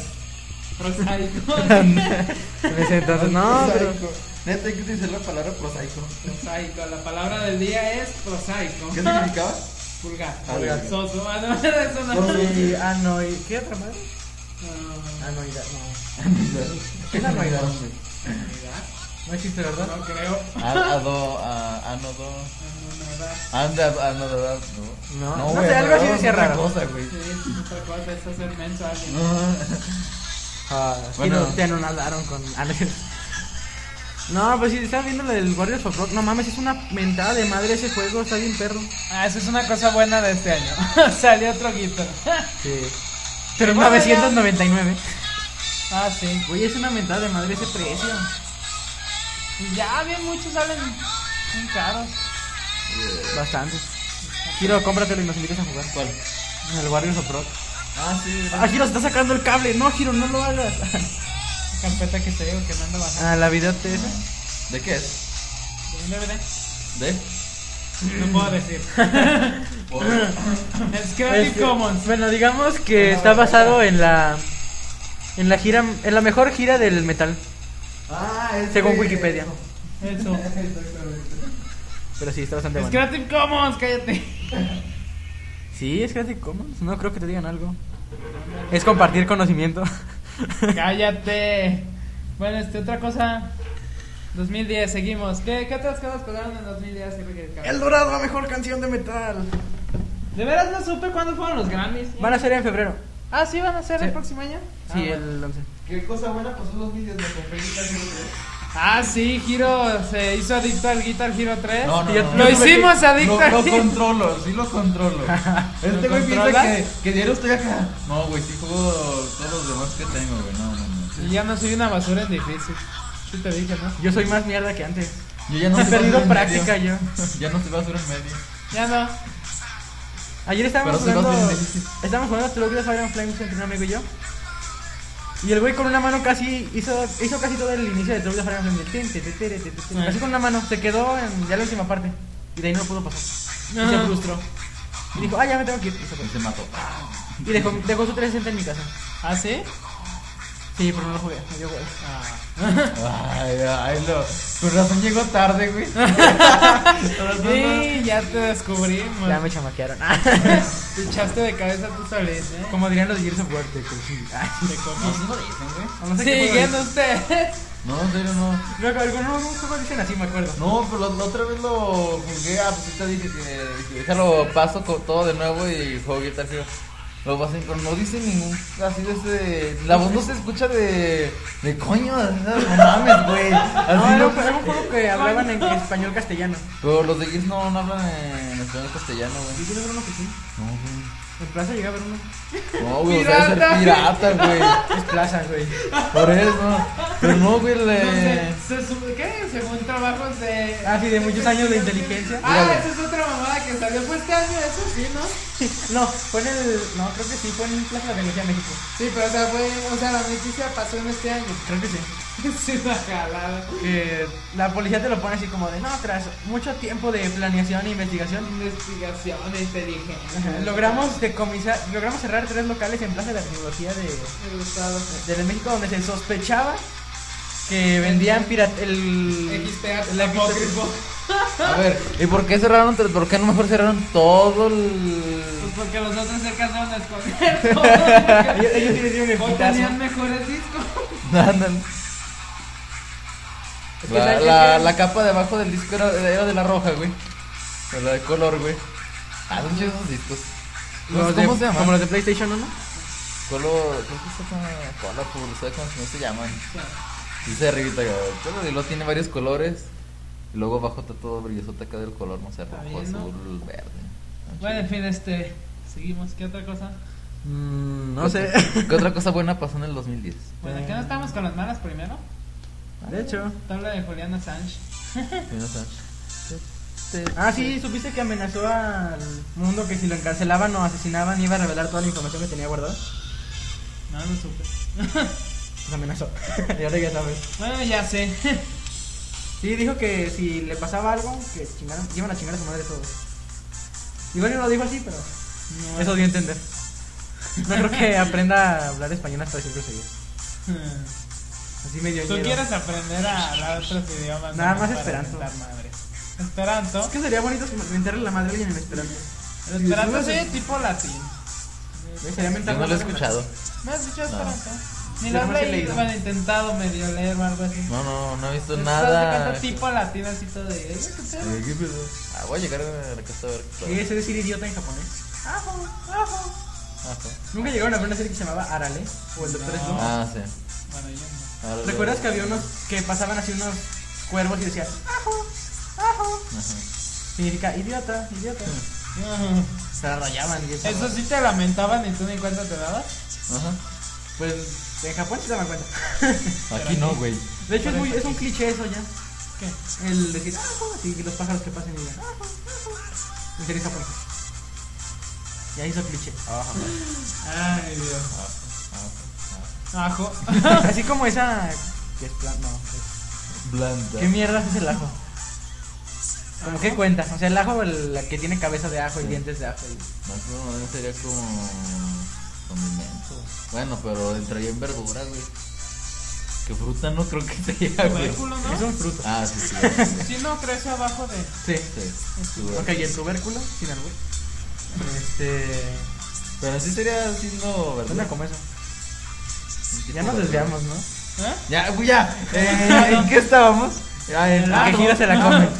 [SPEAKER 1] prosaico.
[SPEAKER 2] En ese entonces, no, pero.
[SPEAKER 3] Prosaico. Neta, hay que utilizar la palabra prosaico.
[SPEAKER 1] prosaico. La palabra del día es prosaico.
[SPEAKER 3] ¿Qué significaba?
[SPEAKER 1] Pulgar.
[SPEAKER 3] Pulgar.
[SPEAKER 1] Soso. Ah, no, eso no.
[SPEAKER 2] Y anoid. ¿Qué otra madre?
[SPEAKER 1] Ah,
[SPEAKER 2] Anoidad, no. ¿Qué es anoidad? No existe, ¿verdad?
[SPEAKER 3] Ah,
[SPEAKER 1] No creo.
[SPEAKER 3] Anodo, a- anodo,
[SPEAKER 1] Ah,
[SPEAKER 3] anda, anodo,
[SPEAKER 2] No,
[SPEAKER 3] no.
[SPEAKER 2] no
[SPEAKER 3] güey,
[SPEAKER 2] sé, algo así
[SPEAKER 3] anodo
[SPEAKER 2] decía
[SPEAKER 3] es otra
[SPEAKER 2] raro.
[SPEAKER 3] cosa, güey.
[SPEAKER 1] no, no, Sí, es otra cosa, es hacer menso a alguien.
[SPEAKER 2] y
[SPEAKER 3] No.
[SPEAKER 2] Ah,
[SPEAKER 3] Bueno.
[SPEAKER 2] nos, te anonadaron con Alex. No, pues si estás viendo lo del Warriors of Rock, no mames, es una mentada de madre ese juego, está bien perro.
[SPEAKER 1] Ah, eso es una cosa buena de este año. Salió otro guito.
[SPEAKER 2] Sí. Pero
[SPEAKER 1] Bueno,
[SPEAKER 2] 999.
[SPEAKER 1] ah, sí.
[SPEAKER 2] Oye, es una mentada de madre ese precio.
[SPEAKER 1] Y Ya bien muchos salen muy caros.
[SPEAKER 2] Bastante. Giro, cómpratelo y nos invitas a jugar.
[SPEAKER 3] ¿Cuál?
[SPEAKER 2] El Warriors of Rock.
[SPEAKER 3] Ah, sí.
[SPEAKER 2] Ah, Giro, se está sacando el cable. No, Giro, no lo hagas.
[SPEAKER 1] Campeta que te digo que no anda bajando.
[SPEAKER 2] Ah, la video esa.
[SPEAKER 3] ¿De qué es?
[SPEAKER 1] ¿De dónde viene?
[SPEAKER 3] ¿De?
[SPEAKER 1] No puedo decir.
[SPEAKER 3] Por-
[SPEAKER 1] es Creative
[SPEAKER 2] Este,
[SPEAKER 1] Commons.
[SPEAKER 2] Bueno, digamos que
[SPEAKER 1] Una
[SPEAKER 2] está
[SPEAKER 1] buena
[SPEAKER 2] basado en la en la gira en la mejor gira del metal,
[SPEAKER 3] Ah, es
[SPEAKER 2] según
[SPEAKER 3] de-
[SPEAKER 2] Wikipedia.
[SPEAKER 1] Eso.
[SPEAKER 2] Pero sí, está bastante
[SPEAKER 1] Es
[SPEAKER 2] bueno.
[SPEAKER 1] Creative Commons, cállate.
[SPEAKER 2] Sí, es Creative Commons. No creo que te digan algo. Es compartir conocimiento.
[SPEAKER 1] cállate. Bueno, este, otra cosa. 2010, seguimos. ¿Qué, qué otras cosas pasaron en 2010? Creo que-
[SPEAKER 2] Dorado, la mejor canción de metal.
[SPEAKER 1] De veras no supe cuándo fueron los Grammys.
[SPEAKER 2] Van a ser en febrero.
[SPEAKER 1] Ah, sí, van a ser
[SPEAKER 2] Sí.
[SPEAKER 1] el próximo año. Ah,
[SPEAKER 2] Sí,
[SPEAKER 1] bueno.
[SPEAKER 2] el 11.
[SPEAKER 3] ¿Qué cosa buena pasó en los vídeos de conferencia?
[SPEAKER 1] Ah, sí, Giro se hizo adicto al Guitar Hero 3.
[SPEAKER 3] No, no, no.
[SPEAKER 1] Lo hicimos adicto
[SPEAKER 3] Lo,
[SPEAKER 1] al
[SPEAKER 3] lo controlo, sí lo controlo. Este
[SPEAKER 1] ¿Lo
[SPEAKER 3] güey piensa
[SPEAKER 1] controlas?
[SPEAKER 3] que, que diario estoy acá. No, güey, sí juego todos los demás que tengo, güey. No, no, no.
[SPEAKER 1] Y ya no soy una basura en difícil. Sí te dije, ¿no?
[SPEAKER 2] Yo soy más mierda que antes.
[SPEAKER 3] Yo ya no
[SPEAKER 2] He
[SPEAKER 3] soy
[SPEAKER 2] perdido
[SPEAKER 3] basura en
[SPEAKER 2] práctica
[SPEAKER 3] medio.
[SPEAKER 2] yo.
[SPEAKER 3] Ya no te vas a hacer en medio.
[SPEAKER 1] Ya no.
[SPEAKER 2] Ayer estábamos
[SPEAKER 3] Pero sí
[SPEAKER 2] jugando
[SPEAKER 3] vas bien difícil.
[SPEAKER 2] estábamos jugando True Fire and Flames entre un amigo y yo. Y el güey con una mano casi hizo, hizo casi todo el inicio de True de Fire Emblem. Tin, tin, tin, tin, tin, tin. Así con una mano, se quedó en ya la última parte. Y de ahí no lo pudo pasar. Y se
[SPEAKER 1] Ajá.
[SPEAKER 2] frustró. Y dijo, ah, ya me tengo que ir. Y, se fue.
[SPEAKER 3] Y se mató.
[SPEAKER 2] Y dejó, dejó su 360 en mi casa.
[SPEAKER 1] ¿Ah, sí?
[SPEAKER 2] Sí, pero no lo jugué. Ah, Me dio hueva.
[SPEAKER 3] Ay, ay, lo. Por razón llegó tarde, güey.
[SPEAKER 1] Sí, ya te descubrimos.
[SPEAKER 2] Ya me chamaquearon.
[SPEAKER 1] Te echaste de cabeza tú solito, ¿eh?
[SPEAKER 2] Como dirían los Gears of War, te cogí. Ay,
[SPEAKER 1] Te conoces.
[SPEAKER 3] No dicen, güey.
[SPEAKER 2] no sé qué juego
[SPEAKER 1] Siguiendo usted.
[SPEAKER 3] No, en serio, no.
[SPEAKER 2] No, algunos juegos dicen así, me acuerdo.
[SPEAKER 3] No, pero la, la otra vez lo jugué. Ah, pues te dije que, que déjalo paso con todo de nuevo y juego Guitar Hero. Lo pasé, pero no dice ningún. Así de ese. La voz no se escucha de. de coño. No mames, güey.
[SPEAKER 2] Ah, No,
[SPEAKER 3] Así
[SPEAKER 2] era
[SPEAKER 3] no,
[SPEAKER 2] un, era un juego que hablaban en español castellano.
[SPEAKER 3] Pero los de Gears no, no hablan en español castellano,
[SPEAKER 2] ¿Y
[SPEAKER 3] güey.
[SPEAKER 2] quieres ver uno que sí?
[SPEAKER 3] No, güey.
[SPEAKER 2] En Plaza llega a ver uno.
[SPEAKER 3] No, güey, o sea, ser
[SPEAKER 1] Pirata.
[SPEAKER 3] pirata, güey.
[SPEAKER 2] Es Plaza, güey.
[SPEAKER 3] Por eso. Pero no, güey, le.
[SPEAKER 1] Entonces, se sub- ¿qué? Según trabajos de.
[SPEAKER 2] Eh. Ah, sí, de muchos años de inteligencia.
[SPEAKER 1] Ah,
[SPEAKER 3] Mira, güey.
[SPEAKER 1] esa es otra mamada que salió. Pues este año, eso sí, ¿no?
[SPEAKER 2] No, fue en el. No, creo que sí, fue en Plaza de la Tecnología México.
[SPEAKER 1] Sí, pero o sea, fue, o sea, la noticia pasó en este año.
[SPEAKER 2] Creo que sí.
[SPEAKER 1] Es una jalada.
[SPEAKER 2] Que la policía te lo pone así como de, no, tras mucho tiempo de planeación e investigación,
[SPEAKER 1] Investigación e inteligente.
[SPEAKER 2] logramos decomisar, logramos cerrar tres locales en Plaza de la Tecnología de,
[SPEAKER 1] El Estado.
[SPEAKER 2] de México donde se sospechaba que vendían pirata el
[SPEAKER 1] XPA,
[SPEAKER 2] el apócrifo.
[SPEAKER 1] apócrifo.
[SPEAKER 3] A ver, ¿y por qué cerraron? tres- ¿Por qué no mejor cerraron todo el.
[SPEAKER 1] Pues porque los otros se casaron a esconder todo. porque
[SPEAKER 2] Ellos, ellos sí le dieron el
[SPEAKER 1] O
[SPEAKER 2] pitazo.
[SPEAKER 1] tenían mejores discos.
[SPEAKER 3] No, no, no.
[SPEAKER 2] Es que
[SPEAKER 3] La,
[SPEAKER 2] ¿sabes
[SPEAKER 3] la-
[SPEAKER 2] qué?
[SPEAKER 3] la capa de abajo del disco era, era de la roja, güey. O la de color, güey. Ah, son chidos esos discos. Pues,
[SPEAKER 2] Los de-
[SPEAKER 3] ¿Cómo se
[SPEAKER 2] Como
[SPEAKER 3] llaman?
[SPEAKER 2] los de PlayStation 1.
[SPEAKER 3] Color. Creo que se llama Colorful, ¿sabes cómo no se llaman? Dice arribita, güey. Color, Y luego tiene varios colores. Y luego abajo está todo brillosote acá del color, no sé,
[SPEAKER 1] Está
[SPEAKER 3] rojo,
[SPEAKER 1] bien, ¿no?
[SPEAKER 3] azul, verde. Están
[SPEAKER 1] Bueno, en
[SPEAKER 3] chidos.
[SPEAKER 1] fin, este. Seguimos. ¿Qué otra cosa?
[SPEAKER 3] Mm,
[SPEAKER 2] no sé.
[SPEAKER 3] ¿Qué otra cosa buena pasó en el 2010?
[SPEAKER 1] Bueno, ¿qué no estamos con las malas primero?
[SPEAKER 2] De hecho.
[SPEAKER 1] Tabla de Juliana Sánchez.
[SPEAKER 3] Mira, o sea,
[SPEAKER 2] Ah, sí, supiste que amenazó al mundo que si lo encarcelaban o asesinaban iba a revelar toda la información que tenía guardada.
[SPEAKER 1] No, no supe.
[SPEAKER 2] Pues amenazó. y ahora ya sabes.
[SPEAKER 1] Bueno, ya sé.
[SPEAKER 2] Sí, dijo que si le pasaba algo, que chingaran, iban a chingar a su madre todos. Igual no lo dijo así, pero
[SPEAKER 1] Ah. No,
[SPEAKER 2] eso dio a entender. No creo que aprenda a hablar español hasta siempre seguir. Así medio
[SPEAKER 1] eh. Tú
[SPEAKER 2] ñero.
[SPEAKER 1] quieres aprender a hablar otros idiomas.
[SPEAKER 2] Nada
[SPEAKER 1] ¿no?
[SPEAKER 2] más
[SPEAKER 1] Para
[SPEAKER 2] esperanto.
[SPEAKER 1] inventar madres. Esperanto.
[SPEAKER 2] Es que sería bonito mentarle la madre a alguien en esperanto.
[SPEAKER 1] El esperanto
[SPEAKER 2] Sí,
[SPEAKER 1] soy de tipo latín.
[SPEAKER 2] Sería
[SPEAKER 3] Yo
[SPEAKER 2] mentarle
[SPEAKER 3] no lo he
[SPEAKER 2] la madre.
[SPEAKER 3] escuchado.
[SPEAKER 1] ¿No has dicho
[SPEAKER 3] No.
[SPEAKER 1] esperanto? Ni
[SPEAKER 2] Yo
[SPEAKER 1] lo has
[SPEAKER 2] nomás he
[SPEAKER 1] leído.
[SPEAKER 2] leído.
[SPEAKER 1] Bueno, intentado medio leer o algo así.
[SPEAKER 3] No, no, no he visto
[SPEAKER 1] Entonces, haz de
[SPEAKER 3] nada.
[SPEAKER 1] cuenta tipo latín así todo de. "Ay, ¿qué pedo?".
[SPEAKER 3] Eh, ¿qué pedo? Ah, voy a llegar a la casa a ver qué
[SPEAKER 2] Sí,
[SPEAKER 3] tal.
[SPEAKER 2] sé decir idiota en japonés.
[SPEAKER 1] Ajo, ajo.
[SPEAKER 3] Ajá.
[SPEAKER 2] Nunca llegaron a ver una serie que se llamaba Arale o el Doctor
[SPEAKER 1] No.
[SPEAKER 2] Slump.
[SPEAKER 3] Ah, sí.
[SPEAKER 1] Bueno, yo no.
[SPEAKER 3] Ahora
[SPEAKER 2] ¿Recuerdas
[SPEAKER 3] luego-
[SPEAKER 2] que había unos que pasaban así unos cuervos y decían ajo, ajo?
[SPEAKER 3] Ajá.
[SPEAKER 2] Significa idiota, idiota. Se la rayaban y eso.
[SPEAKER 1] Eso sí te lamentaban y tú ni cuenta te dabas.
[SPEAKER 3] Ajá.
[SPEAKER 2] Pues en Japón se daban cuenta.
[SPEAKER 3] Aquí no, güey.
[SPEAKER 2] De hecho, es, muy, es un cliché eso ya.
[SPEAKER 1] ¿Qué?
[SPEAKER 2] El decir ajo, así que los pájaros que pasen y digan ajo, ajo. En serie japonesa. Ya hizo cliché.
[SPEAKER 3] Ajá.
[SPEAKER 1] Ay, Dios.
[SPEAKER 3] Ajá. Ajá.
[SPEAKER 1] Ajo.
[SPEAKER 2] Así como esa. que es plan, no. es-
[SPEAKER 3] Blanda.
[SPEAKER 2] ¿Qué mierda es el ajo? ¿Con qué cuenta? O sea, el ajo, el- la que tiene cabeza de ajo y
[SPEAKER 3] Sí.
[SPEAKER 2] dientes de ajo. y-
[SPEAKER 3] No, pero pues, no sería como. condimento. Bueno, pero entraría en verdura, güey. Que fruta no creo que sea, güey.
[SPEAKER 1] Tubérculo,
[SPEAKER 2] Es
[SPEAKER 1] ¿no?
[SPEAKER 2] un fruto.
[SPEAKER 3] Ah, sí, sí.
[SPEAKER 1] Si no crece abajo de.
[SPEAKER 2] Sí.
[SPEAKER 3] Sí. sí,
[SPEAKER 2] Ok, y el tubérculo, sin albur. Este.
[SPEAKER 3] Pero sí sería siendo
[SPEAKER 2] Suena
[SPEAKER 3] verdura.
[SPEAKER 2] como eso.
[SPEAKER 3] Un tipo
[SPEAKER 2] Ya nos
[SPEAKER 3] de-
[SPEAKER 2] desviamos, ¿no?
[SPEAKER 1] ¿Eh?
[SPEAKER 3] Ya, güey, ya. Eh, ¿En qué estábamos? Ah, en
[SPEAKER 1] El
[SPEAKER 2] La que
[SPEAKER 1] ajo.
[SPEAKER 2] gira se la come.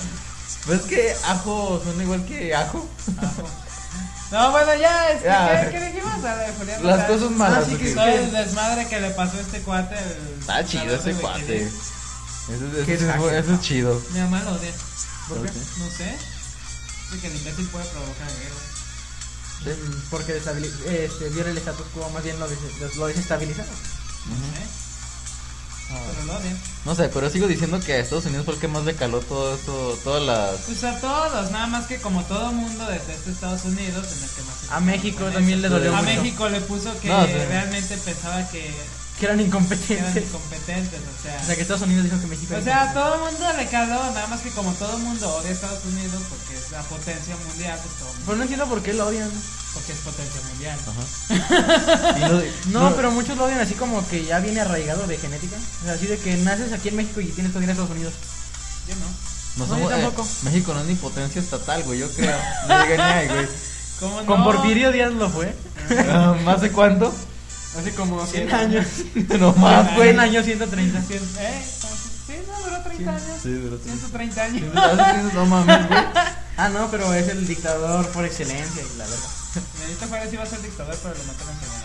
[SPEAKER 3] Pues es que ajo suena igual que ajo.
[SPEAKER 1] No, bueno, ya, este,
[SPEAKER 3] Ya.
[SPEAKER 1] ¿qué, qué dijimos? A ver, Julián,
[SPEAKER 3] Las
[SPEAKER 1] o sea,
[SPEAKER 3] cosas malas,
[SPEAKER 1] Ah, sí, que
[SPEAKER 3] ok.
[SPEAKER 1] todo el desmadre que le pasó a este cuate. el-
[SPEAKER 3] Está chido ese
[SPEAKER 1] de
[SPEAKER 3] cuate.
[SPEAKER 1] Wikileaks.
[SPEAKER 3] Eso, es-
[SPEAKER 2] Qué
[SPEAKER 3] eso es, bu-
[SPEAKER 2] exagerado.
[SPEAKER 3] eso es chido.
[SPEAKER 1] Mi mamá lo odia.
[SPEAKER 2] ¿Por qué?
[SPEAKER 3] Sí,
[SPEAKER 1] No sé. Dice que el imbécil puede provocar guerra.
[SPEAKER 2] Porque destabili- este, viola el status quo, más bien lo, des- lo desestabiliza.
[SPEAKER 1] No
[SPEAKER 3] ujú.
[SPEAKER 1] sé.
[SPEAKER 2] Ah,
[SPEAKER 1] Pero lo odia.
[SPEAKER 3] No sé, pero sigo diciendo que a Estados Unidos fue el que más le caló todo esto, todas las...
[SPEAKER 1] Pues a todos, nada más que como todo mundo detesta Estados Unidos, en el que más. se
[SPEAKER 2] A
[SPEAKER 1] quejan
[SPEAKER 2] México
[SPEAKER 1] con
[SPEAKER 2] también
[SPEAKER 1] eso.
[SPEAKER 2] le dolió
[SPEAKER 1] A
[SPEAKER 2] mucho.
[SPEAKER 1] México le puso que
[SPEAKER 3] No, sí.
[SPEAKER 1] realmente pensaba que
[SPEAKER 2] que eran
[SPEAKER 1] eran
[SPEAKER 2] incompetentes.
[SPEAKER 1] incompetentes, o sea.
[SPEAKER 2] O sea, que Estados Unidos dijo que México
[SPEAKER 1] O
[SPEAKER 2] era
[SPEAKER 1] sea,
[SPEAKER 2] incompetente.
[SPEAKER 1] todo el mundo le caló, nada más que como todo el mundo odia a Estados Unidos porque es la potencia mundial, pues todo el mundo-
[SPEAKER 2] Pero no entiendo por qué lo odian.
[SPEAKER 1] porque es potencia mundial.
[SPEAKER 3] Ajá. Y
[SPEAKER 2] No, pero muchos lo odian así como que ya viene arraigado de genética. O sea, así de que naces aquí en México y tienes que ir a Estados Unidos.
[SPEAKER 1] Yo no.
[SPEAKER 2] No,
[SPEAKER 3] No
[SPEAKER 2] yo
[SPEAKER 3] somos, eh,
[SPEAKER 2] tampoco.
[SPEAKER 3] México no es ni potencia estatal, güey, yo creo. No digan ni ahí, güey.
[SPEAKER 1] ¿Cómo
[SPEAKER 2] Con
[SPEAKER 1] no?
[SPEAKER 2] Porfirio Díaz lo fue.
[SPEAKER 3] Ah, ¿Más de cuánto?
[SPEAKER 2] Hace como 100
[SPEAKER 1] Sí,
[SPEAKER 2] años.
[SPEAKER 3] no
[SPEAKER 1] Ah,
[SPEAKER 3] más, güey.
[SPEAKER 2] 100 años, 130.
[SPEAKER 1] Cien- ¿Eh? Sí, no, duró 30 años.
[SPEAKER 3] Sí, duró 30.
[SPEAKER 1] 130 años.
[SPEAKER 3] No mames, güey.
[SPEAKER 2] Ah, no, pero es el dictador por excelencia y la verdad.
[SPEAKER 1] Benito Juárez iba a ser dictador, pero lo mataron en segundo.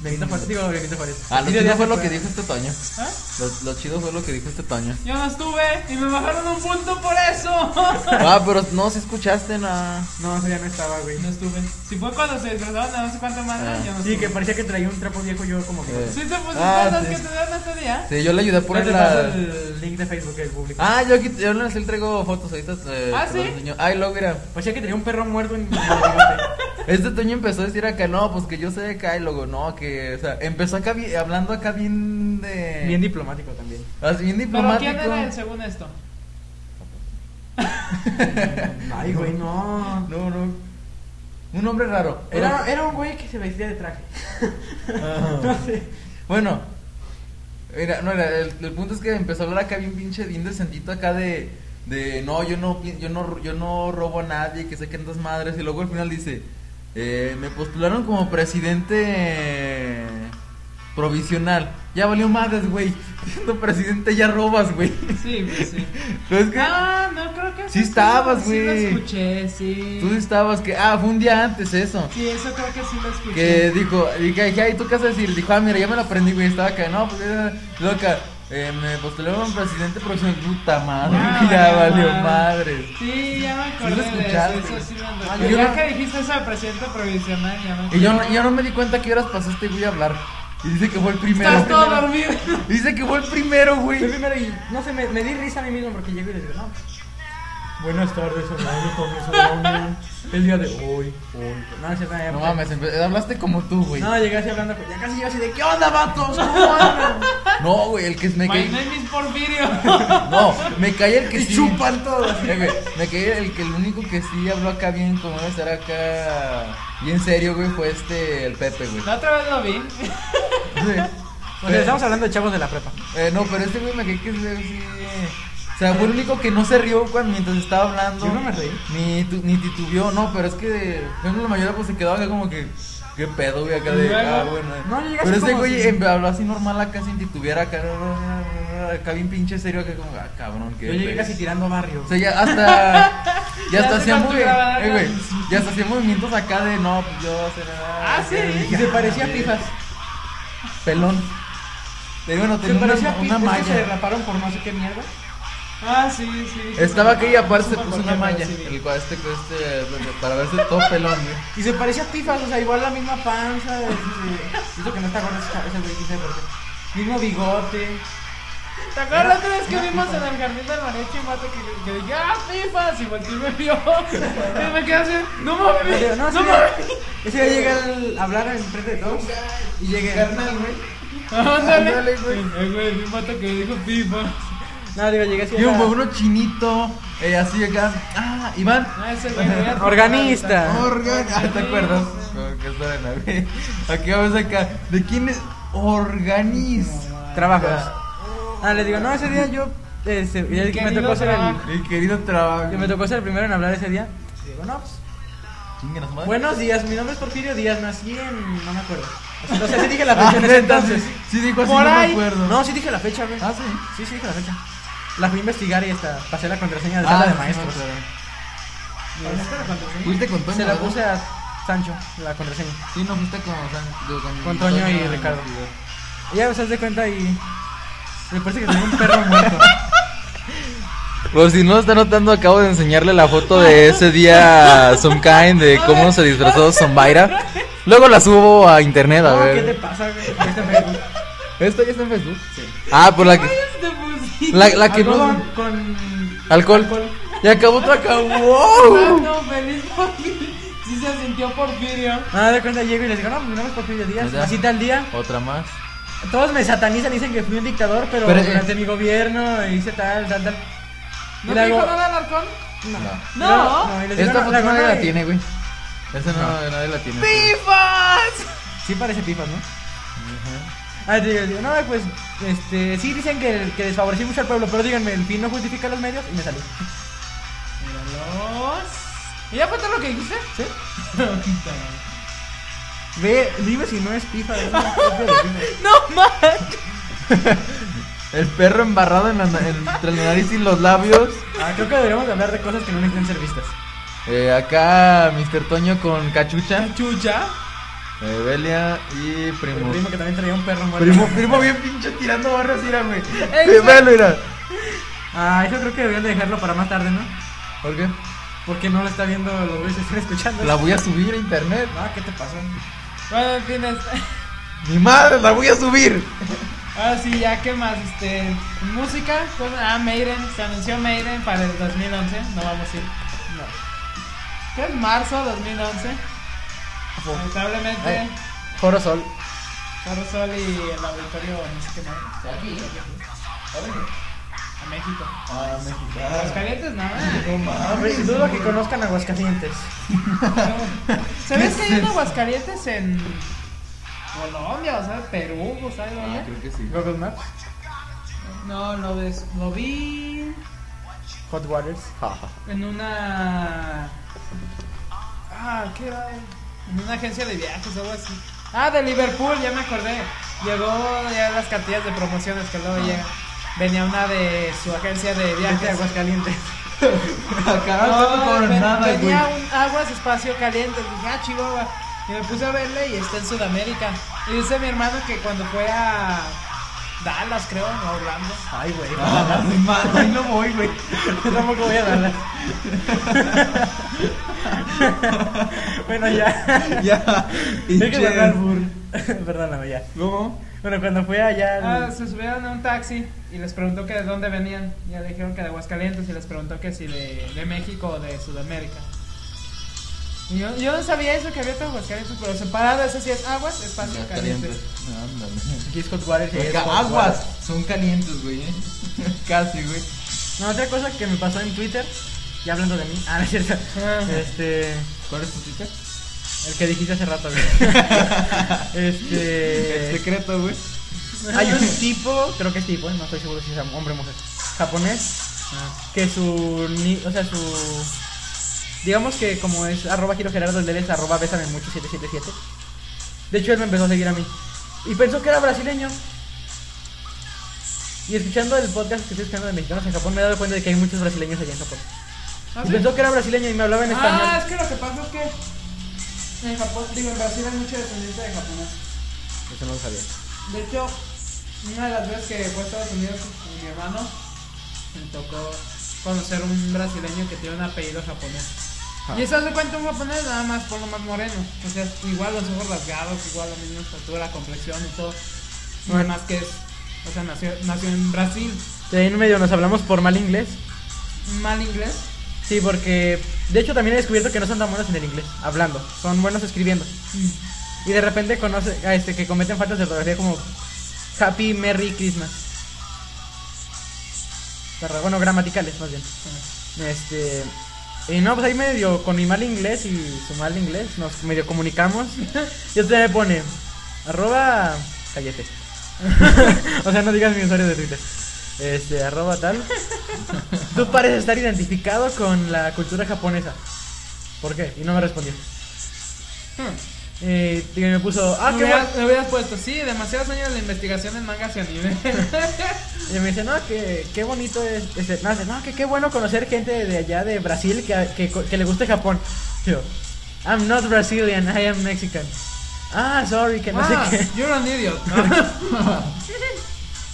[SPEAKER 2] Benito Juárez, digo Benito Juárez.
[SPEAKER 3] Ah, lo
[SPEAKER 2] Porfirio
[SPEAKER 3] chido
[SPEAKER 2] Díaz
[SPEAKER 3] fue
[SPEAKER 2] se
[SPEAKER 3] lo que dijo este Toño.
[SPEAKER 1] ¿Ah?
[SPEAKER 3] Lo, lo chido fue lo que dijo este Toño.
[SPEAKER 1] Yo no estuve y me bajaron un punto por eso.
[SPEAKER 3] Ah, pero no, si escuchaste nada.
[SPEAKER 2] No, eso ya no estaba, güey.
[SPEAKER 1] No estuve. Si fue cuando se disfrazaron de no sé cuánto más,
[SPEAKER 3] Ah.
[SPEAKER 1] yo no estuve.
[SPEAKER 2] Sí, que parecía que traía un trapo viejo yo como que...
[SPEAKER 3] Eh.
[SPEAKER 1] ¿Sí te pusiste
[SPEAKER 3] Ah,
[SPEAKER 1] las
[SPEAKER 3] sí.
[SPEAKER 1] que te dieron ese día?
[SPEAKER 3] Sí, yo le ayudé a
[SPEAKER 2] Por
[SPEAKER 3] poner
[SPEAKER 2] te paso
[SPEAKER 3] la...
[SPEAKER 2] el link de Facebook del público.
[SPEAKER 3] Ah, yo aquí, yo le traigo fotos ahorita. eh,
[SPEAKER 1] Ah,
[SPEAKER 3] te
[SPEAKER 1] ¿sí?
[SPEAKER 3] las enseño. Ay, luego mira.
[SPEAKER 2] Parecía que tenía un perro muerto en... en el bigote.
[SPEAKER 3] Este Toño empezó a decir acá, no, pues que yo sé de acá y luego, no, que, o sea, empezó acá bien- hablando acá bien de...
[SPEAKER 2] Bien diplomático también.
[SPEAKER 3] así, bien
[SPEAKER 1] Pero
[SPEAKER 3] diplomático.
[SPEAKER 1] ¿quién era el según esto?
[SPEAKER 2] Ay, güey, no.
[SPEAKER 3] No, no. Un hombre raro.
[SPEAKER 2] Era, era un güey que se vestía de traje.
[SPEAKER 3] Ah.
[SPEAKER 2] no sé.
[SPEAKER 3] Bueno. Mira, no, era- el, el punto es que empezó a hablar acá bien pinche bien decentito acá de... De, no, yo no, pi- yo no, yo no robo a nadie, que sé que andas madres. Y luego al final dice, eh, me postularon como presidente eh, provisional. Ya valió madres, güey. Siendo presidente ya robas, güey.
[SPEAKER 1] Sí, pues sí.
[SPEAKER 3] Pero es que
[SPEAKER 1] Ah, no creo que.
[SPEAKER 3] Sí estabas,
[SPEAKER 1] Sí lo
[SPEAKER 3] güey.
[SPEAKER 1] escuché, sí.
[SPEAKER 3] tú estabas que... Ah, fue un día antes eso.
[SPEAKER 1] Sí, eso creo que sí lo escuché.
[SPEAKER 3] Que dijo, dije, dije, ay, ¿tú qué vas a decir? Dijo, ah, mira, ya me lo aprendí, güey, estaba acá, no, pues, eh, loca, eh, me postulé como presidente profesional, puta madre,
[SPEAKER 1] Ah,
[SPEAKER 3] ya
[SPEAKER 1] valió
[SPEAKER 3] valió
[SPEAKER 1] madre.
[SPEAKER 3] madre.
[SPEAKER 1] Sí, ya me
[SPEAKER 3] Sí lo
[SPEAKER 1] acordé de
[SPEAKER 3] escuchaste.
[SPEAKER 1] eso. Eso sí me
[SPEAKER 3] Ah,
[SPEAKER 1] acordé.
[SPEAKER 3] yo
[SPEAKER 1] Ya
[SPEAKER 3] no-
[SPEAKER 1] que dijiste eso de presidente provisional, ya me
[SPEAKER 3] Y yo, no-
[SPEAKER 1] acordé.
[SPEAKER 3] yo no me di cuenta que horas pasaste, güey, a hablar. Y dice que fue el primero.
[SPEAKER 1] Estás todo dormido.
[SPEAKER 3] Dice que fue el primero, güey.
[SPEAKER 2] Yo primero y... No sé, me, me di risa a mí mismo porque llego y les digo, no. Buenas tardes, hermano, con El día de hoy, hoy. No, no, es cierto, ya-
[SPEAKER 3] No mames, empe- hablaste como tú, güey.
[SPEAKER 2] No, llegué así hablando, ya casi yo así de, ¿qué onda, vatos? ¿Cómo andan?"
[SPEAKER 3] No, güey, el que
[SPEAKER 1] My
[SPEAKER 3] me caí.
[SPEAKER 1] name is Porfirio.
[SPEAKER 3] No, me caí el que
[SPEAKER 2] Y
[SPEAKER 3] sí.
[SPEAKER 2] chupan todo.
[SPEAKER 3] Eh, güey, me caí el que el único que sí habló acá bien, como debe ser acá. Bien serio, güey, fue este, el Pepe, güey.
[SPEAKER 1] La otra vez lo vi.
[SPEAKER 2] O sea, estamos hablando de chavos de la prepa.
[SPEAKER 3] Eh, no, pero este güey me cae que se sí. O sea, fue el único que no se rió cuando mientras estaba hablando.
[SPEAKER 2] Yo no me reí.
[SPEAKER 3] Ni, tu- ni titubeó, no, pero es que, por ejemplo, la mayoría pues se quedaba acá como que. ¿Qué pedo, güey? Acá
[SPEAKER 1] Y
[SPEAKER 3] de.
[SPEAKER 1] luego,
[SPEAKER 3] Ah, bueno. eh.
[SPEAKER 2] no, llegaste
[SPEAKER 3] pero este
[SPEAKER 2] como
[SPEAKER 3] güey
[SPEAKER 2] si-
[SPEAKER 3] em, habló así normal acá sin titubear acá. ra, ra, ra, ra, Acá bien pinche serio, acá como, ah, cabrón, qué.
[SPEAKER 2] Yo llegué
[SPEAKER 3] pedo.
[SPEAKER 2] casi tirando barrio.
[SPEAKER 3] O sea, ya hasta.
[SPEAKER 1] Ya
[SPEAKER 3] Ya hasta
[SPEAKER 1] sé
[SPEAKER 3] hacía
[SPEAKER 1] cuánto
[SPEAKER 3] movi-
[SPEAKER 1] grabarán
[SPEAKER 3] eh, güey,
[SPEAKER 1] las-
[SPEAKER 3] Ya hasta hacía movimientos acá de no, pues, yo sé nada.
[SPEAKER 1] Ah, sí.
[SPEAKER 2] Y se parecía a Pijas.
[SPEAKER 3] Pelón. Pero bueno,
[SPEAKER 2] Se
[SPEAKER 3] tenía una,
[SPEAKER 2] parecía a
[SPEAKER 3] una
[SPEAKER 2] Pijas. es que se
[SPEAKER 3] malla.
[SPEAKER 2] derraparon por no sé qué mierda.
[SPEAKER 1] Ah, sí, sí.
[SPEAKER 3] Estaba aquí y aparte se puso
[SPEAKER 1] Porque
[SPEAKER 3] una
[SPEAKER 1] no,
[SPEAKER 3] malla.
[SPEAKER 1] sí vi.
[SPEAKER 3] El cual este, este, para verse todo pelón, güey.
[SPEAKER 2] Y se parecía a Pijas, o sea, igual la misma panza. este, Eso que no está gordo ese ese güey, quise por qué. Mismo bigote.
[SPEAKER 1] ¿Te acuerdas la otra vez que vimos en el jardín del mariachi mate que, que dije, ah, pifas? Y volteé y me vio. Y me quedé así, no mames,
[SPEAKER 2] Pero
[SPEAKER 1] no,
[SPEAKER 2] no, ese día-
[SPEAKER 1] mames.
[SPEAKER 2] ese día llegué al- a hablar en frente de todos. Y llegué. Carnal, güey.
[SPEAKER 1] Ándale,
[SPEAKER 3] Ándale,
[SPEAKER 1] güey.
[SPEAKER 3] güey.
[SPEAKER 1] Eh, güey, vi un vato que dijo pipa.
[SPEAKER 2] No, digo, llegué así.
[SPEAKER 3] Y
[SPEAKER 2] a-
[SPEAKER 3] un uno chinito, eh, así acá. Ah, Iván.
[SPEAKER 1] Ah, ese güey, güey,
[SPEAKER 2] Organista.
[SPEAKER 3] Organ. Ah, ¿te acuerdas? Como que suena, güey. Aquí vamos acá. ¿De quién es? Organiz.
[SPEAKER 2] Trabajos. Ah, les digo, no, ese día yo. Este, ya
[SPEAKER 1] Mi
[SPEAKER 2] me
[SPEAKER 1] querido
[SPEAKER 2] tocó ser el.
[SPEAKER 1] trabajo.
[SPEAKER 3] Mi querido trabajo.
[SPEAKER 2] Yo me tocó ser el primero en hablar ese día. Y digo, no, pues,
[SPEAKER 3] Chinguen a su madre.
[SPEAKER 2] Buenos días, mi nombre es Porfirio Díaz, nací en. No me acuerdo. O sea, sí dije la
[SPEAKER 3] Ah,
[SPEAKER 2] fecha en ese
[SPEAKER 3] neta,
[SPEAKER 2] entonces.
[SPEAKER 3] sí, sí dijo así,
[SPEAKER 2] Por
[SPEAKER 3] no me
[SPEAKER 2] ahí.
[SPEAKER 3] acuerdo.
[SPEAKER 2] No, sí dije la fecha, güey.
[SPEAKER 3] Ah, sí.
[SPEAKER 2] Sí, sí dije la fecha. La fui a investigar y hasta pasé la contraseña de
[SPEAKER 3] Ah,
[SPEAKER 2] sala de
[SPEAKER 3] sí,
[SPEAKER 2] maestros.
[SPEAKER 3] no, claro.
[SPEAKER 1] Organista.
[SPEAKER 3] Fuiste con Toño.
[SPEAKER 2] Se la
[SPEAKER 3] ¿verdad?
[SPEAKER 2] puse a Sancho, la contraseña.
[SPEAKER 3] Sí, no fuiste con, o sea, digo, con,
[SPEAKER 2] Con Toño y
[SPEAKER 3] en
[SPEAKER 2] Ricardo.
[SPEAKER 3] el video.
[SPEAKER 2] Y ya se de cuenta y. Me parece que tenía un perro muerto.
[SPEAKER 3] Por Pues, si no lo está notando, acabo de enseñarle la foto de ese día a Sunkain de cómo se disfrazó Zombaira. Luego la subo a internet, a
[SPEAKER 2] No, ¿Qué te
[SPEAKER 3] ver.
[SPEAKER 2] pasa, güey? Este Facebook.
[SPEAKER 3] ¿Esto ya está en Facebook? Sí. Ah, por la que.
[SPEAKER 1] Te pusiste.
[SPEAKER 3] La, la que no.
[SPEAKER 2] Algodón con.
[SPEAKER 3] Alcohol. ¡Uh! Ya acabó, te acabó.
[SPEAKER 1] Ah, No, feliz Porfirio. Sí se sintió Porfirio.
[SPEAKER 3] Pues
[SPEAKER 2] Ah, de cuenta llego y les digo, no, mi nombre es Porfirio Díaz,
[SPEAKER 3] ¿Verdad?
[SPEAKER 2] nací tal día.
[SPEAKER 3] Otra más.
[SPEAKER 2] Todos me satanizan, dicen que fui un dictador, pero,
[SPEAKER 3] Pero, eh,
[SPEAKER 2] durante mi gobierno hice tal, tal, tal. Y
[SPEAKER 1] ¿No te
[SPEAKER 2] luego-
[SPEAKER 1] dijo nada Alarcón?
[SPEAKER 3] No.
[SPEAKER 1] No.
[SPEAKER 2] y les digo,
[SPEAKER 3] Esta
[SPEAKER 2] no,
[SPEAKER 3] foto
[SPEAKER 2] luego,
[SPEAKER 3] nadie
[SPEAKER 2] no,
[SPEAKER 3] la
[SPEAKER 2] y-
[SPEAKER 3] tiene, güey. Esa no, nadie la tiene. güey.
[SPEAKER 1] ¡Pifas!
[SPEAKER 2] Sí parece pifas, ¿no?
[SPEAKER 3] Ajá.
[SPEAKER 2] Ah, digo, digo, no, pues, este, sí dicen que, que desfavorecí mucho al pueblo, pero díganme, el fin no justifica los medios y me salí.
[SPEAKER 1] Míralos. ¿Y ya fue todo lo que dijiste?
[SPEAKER 2] ¿Sí?
[SPEAKER 1] no
[SPEAKER 2] Ve, dime si no es pifa. es una copia de pifa.
[SPEAKER 1] man.
[SPEAKER 3] El perro embarrado en la, na- entre la nariz y los labios.
[SPEAKER 2] Ah, creo que deberíamos de hablar de cosas que no necesitan ser vistas.
[SPEAKER 3] Eh, acá Mr. Toño con cachucha.
[SPEAKER 1] Chucha.
[SPEAKER 3] Eh, Belia y
[SPEAKER 2] El
[SPEAKER 3] primo.
[SPEAKER 2] primo que también traía un perro muerto.
[SPEAKER 3] Primo, primo bien pinche tirando barras, mira, güey.
[SPEAKER 1] Exacto.
[SPEAKER 3] Velo, mira.
[SPEAKER 2] Ah, eso creo que deberían de dejarlo para más tarde, ¿no?
[SPEAKER 3] ¿Por qué?
[SPEAKER 2] Porque no lo está viendo los güeyes que están escuchando.
[SPEAKER 3] La voy a subir a internet.
[SPEAKER 2] Ah, ¿qué te pasó?
[SPEAKER 1] Bueno, en fin, este-
[SPEAKER 3] Mi madre, la voy a subir.
[SPEAKER 1] ahora sí, ya, ¿qué más? Este, música. pues, ah, Maiden. Se anunció Maiden para el 2011. No vamos a ir.
[SPEAKER 2] No.
[SPEAKER 1] ¿Qué es marzo 2011? Lamentablemente,
[SPEAKER 2] Ay. Foro Sol.
[SPEAKER 1] Carlos Sol y el auditorio, no sé qué más. A México. eh.
[SPEAKER 3] Ah,
[SPEAKER 1] Los calientes, nada.
[SPEAKER 2] Ah, Dudo que conozcan Aguascalientes.
[SPEAKER 1] ¿Sabes que hay en Aguascalientes en Colombia, o sea, Perú, o sea,
[SPEAKER 2] Ah,
[SPEAKER 1] dónde?
[SPEAKER 3] creo que sí.
[SPEAKER 2] Google Maps,
[SPEAKER 1] No, lo, ves, lo vi
[SPEAKER 2] Hot Waters.
[SPEAKER 1] en una. Ah, ¿qué era? En una agencia de viajes o algo así. Ah, de Liverpool, ya me acordé. Llegó ya las cantidades de promociones que luego llegan. Venía una de su agencia de
[SPEAKER 2] Gente de
[SPEAKER 1] viajes.
[SPEAKER 2] Aguascalientes.
[SPEAKER 3] Acá
[SPEAKER 1] No, ven-
[SPEAKER 3] güey.
[SPEAKER 1] venía un aguas espacio caliente. Dije, ah, Chihuahua. Y me puse a verle y está en Sudamérica. Y dice mi hermano que cuando fue a Dallas, creo, o Orlando.
[SPEAKER 2] Ay, güey.
[SPEAKER 3] Ah, mi madre, ahí no voy, güey.
[SPEAKER 2] Yo tampoco voy a darla. bueno, ya.
[SPEAKER 3] Ya.
[SPEAKER 2] Déjame
[SPEAKER 3] Pinche-
[SPEAKER 2] hablar, Bur. Perdóname, ya.
[SPEAKER 3] ¿Cómo?
[SPEAKER 2] Bueno, cuando fue allá.
[SPEAKER 1] Ah,
[SPEAKER 2] al-
[SPEAKER 1] se subieron a un taxi y les preguntó que de dónde venían. Ya le dijeron que de Aguascalientes y les preguntó que si de, de México o de Sudamérica. Y yo, yo no sabía eso que había todo Aguascalientes, pero separado eso sí es aguas, espacio
[SPEAKER 3] Ya
[SPEAKER 1] caliente.
[SPEAKER 3] calientes. Ándale.
[SPEAKER 2] Aquí es Hot Waters y ahí es
[SPEAKER 3] Acá,
[SPEAKER 2] Hot
[SPEAKER 3] aguas.
[SPEAKER 2] Waters.
[SPEAKER 3] Son calientes, güey. ¿eh? Casi, güey.
[SPEAKER 2] No, otra cosa que me pasó en Twitter. Ya hablando de mí. Ah, no es cierto. Este.
[SPEAKER 3] ¿Cuál es tu Twitter?
[SPEAKER 2] El que dijiste hace rato, güey. Este.
[SPEAKER 3] El secreto, güey.
[SPEAKER 2] Hay un tipo, creo que es tipo, no estoy seguro si es hombre o mujer, japonés,
[SPEAKER 1] Ah.
[SPEAKER 2] que su, ni- o sea, su, digamos que como es arroba giro gerardo, el de él es arroba besame mucho 777. De hecho, él me empezó a seguir a mí. Y pensó que era brasileño. Y escuchando el podcast que estoy escuchando de mexicanos en Japón, me he dado cuenta de que hay muchos brasileños allá en Japón.
[SPEAKER 1] Ah,
[SPEAKER 2] Y
[SPEAKER 1] sí.
[SPEAKER 2] pensó que era brasileño y me hablaba en español.
[SPEAKER 1] Ah, es que lo que pasa es que en Japón, digo, en Brasil hay mucha descendencia de japonés.
[SPEAKER 2] Eso no lo sabía.
[SPEAKER 1] De hecho, una de las veces que fue a Estados Unidos con mi hermano, me tocó conocer un brasileño que tiene un apellido japonés.
[SPEAKER 2] Ah.
[SPEAKER 1] Y eso se cuenta un japonés nada más por lo más moreno. O sea, igual los ojos rasgados, igual la misma estatura, complexión y todo. Nada
[SPEAKER 2] Mm.
[SPEAKER 1] más que es, o sea, nació, nació en Brasil.
[SPEAKER 2] De ahí en medio nos hablamos por mal inglés.
[SPEAKER 1] Mal inglés.
[SPEAKER 2] Sí, porque de hecho también he descubierto que no son tan buenos en el inglés, hablando, son buenos escribiendo. Y de repente conoce a este que cometen faltas de ortografía como Happy Merry Christmas. Pero, bueno, gramaticales más bien. Este y no, pues ahí medio con mi mal inglés y su mal inglés nos medio comunicamos. Y usted me pone arroba cállate. o sea, no digas mi usuario de Twitter. Este, arroba tal. Tú pareces estar identificado con la cultura japonesa. ¿Por qué? Y no me respondió.
[SPEAKER 1] Hmm.
[SPEAKER 2] Eh, y me puso, ah,
[SPEAKER 1] Me
[SPEAKER 2] qué bueno.
[SPEAKER 1] hubieras- me hubieras puesto, sí, demasiados años de investigación en mangas y anime.
[SPEAKER 2] Y me dice, no, que qué bonito es. Este, no, dice, no, que qué bueno conocer gente de allá de Brasil que, que, que le guste Japón. Yo, I'm not Brazilian, I am Mexican. Ah, sorry, que no
[SPEAKER 1] Ah,
[SPEAKER 2] sé qué.
[SPEAKER 1] You're an idiot. ¿no?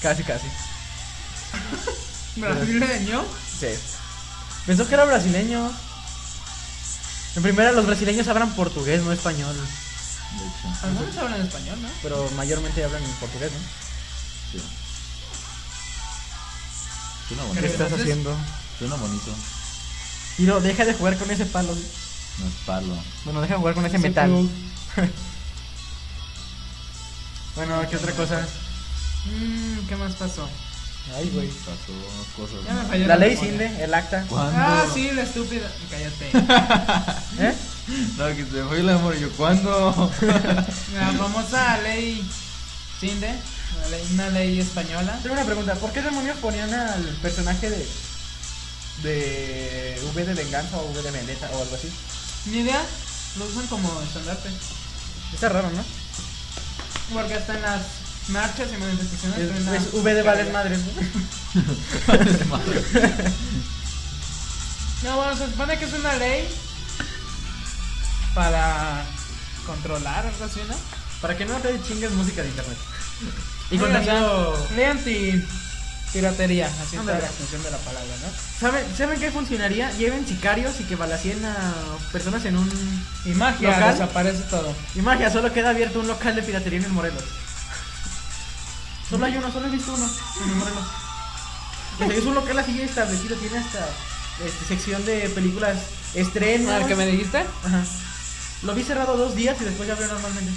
[SPEAKER 2] Casi, casi.
[SPEAKER 1] Brasileño.
[SPEAKER 2] Sí. Pensó que era brasileño. En primera, los brasileños hablan portugués, no español.
[SPEAKER 3] De hecho.
[SPEAKER 1] Algunos hablan español, ¿no?
[SPEAKER 2] Pero mayormente hablan en portugués, ¿no?
[SPEAKER 3] Sí. Suena
[SPEAKER 1] ¿Qué
[SPEAKER 3] bonito.
[SPEAKER 1] estás haciendo?
[SPEAKER 3] Suena bonito.
[SPEAKER 2] Y no, deja de jugar con ese palo.
[SPEAKER 3] No es palo.
[SPEAKER 2] Bueno, deja de jugar con ese
[SPEAKER 1] Ese
[SPEAKER 2] metal.
[SPEAKER 1] plug.
[SPEAKER 2] bueno, ¿qué otra cosa?
[SPEAKER 1] Mm, ¿Qué más pasó?
[SPEAKER 2] Ay, güey.
[SPEAKER 3] Pasó cosas.
[SPEAKER 1] Ya
[SPEAKER 3] ¿no?
[SPEAKER 1] me falló
[SPEAKER 2] La ley
[SPEAKER 1] memoria.
[SPEAKER 2] Cinde, el acta.
[SPEAKER 3] ¿Cuándo?
[SPEAKER 1] Ah, sí, la estúpida. Cállate.
[SPEAKER 2] ¿Eh?
[SPEAKER 3] No, que se fue el amor. Yo, ¿cuándo?
[SPEAKER 1] La famosa ley Cinde, una ley, una ley española.
[SPEAKER 2] Tengo una pregunta, ¿por qué demonios ponían al personaje de de V de venganza o V de vendetta o algo así?
[SPEAKER 1] Ni idea, lo usan como estandarte.
[SPEAKER 2] Está raro, ¿no?
[SPEAKER 1] Porque hasta en las marchas y manifestaciones.
[SPEAKER 2] Es,
[SPEAKER 1] traen la-
[SPEAKER 2] es V de valer madres. ¿no?
[SPEAKER 1] No, bueno, se supone que es una ley para controlar algo así, ¿no?
[SPEAKER 2] Para que no te chingues música de internet. Y
[SPEAKER 1] Muy
[SPEAKER 2] contenido
[SPEAKER 1] bien. Ley anti piratería, así está
[SPEAKER 2] Ándale.
[SPEAKER 1] la función de la palabra, ¿no?
[SPEAKER 2] ¿Saben, ¿Saben qué funcionaría? Lleven sicarios y que balacien a personas en un...
[SPEAKER 1] Y magia,
[SPEAKER 2] Local.
[SPEAKER 1] desaparece todo.
[SPEAKER 2] Y magia, solo queda abierto un local de piratería en el Morelos. Solo hay uno, solo he visto uno en el Morelos. O sea, es un local así establecido, tiene hasta este, sección de películas estrenos.
[SPEAKER 1] Ah, ¿El que me dijiste?
[SPEAKER 2] Ajá. Lo vi cerrado dos días y después ya abrió normalmente.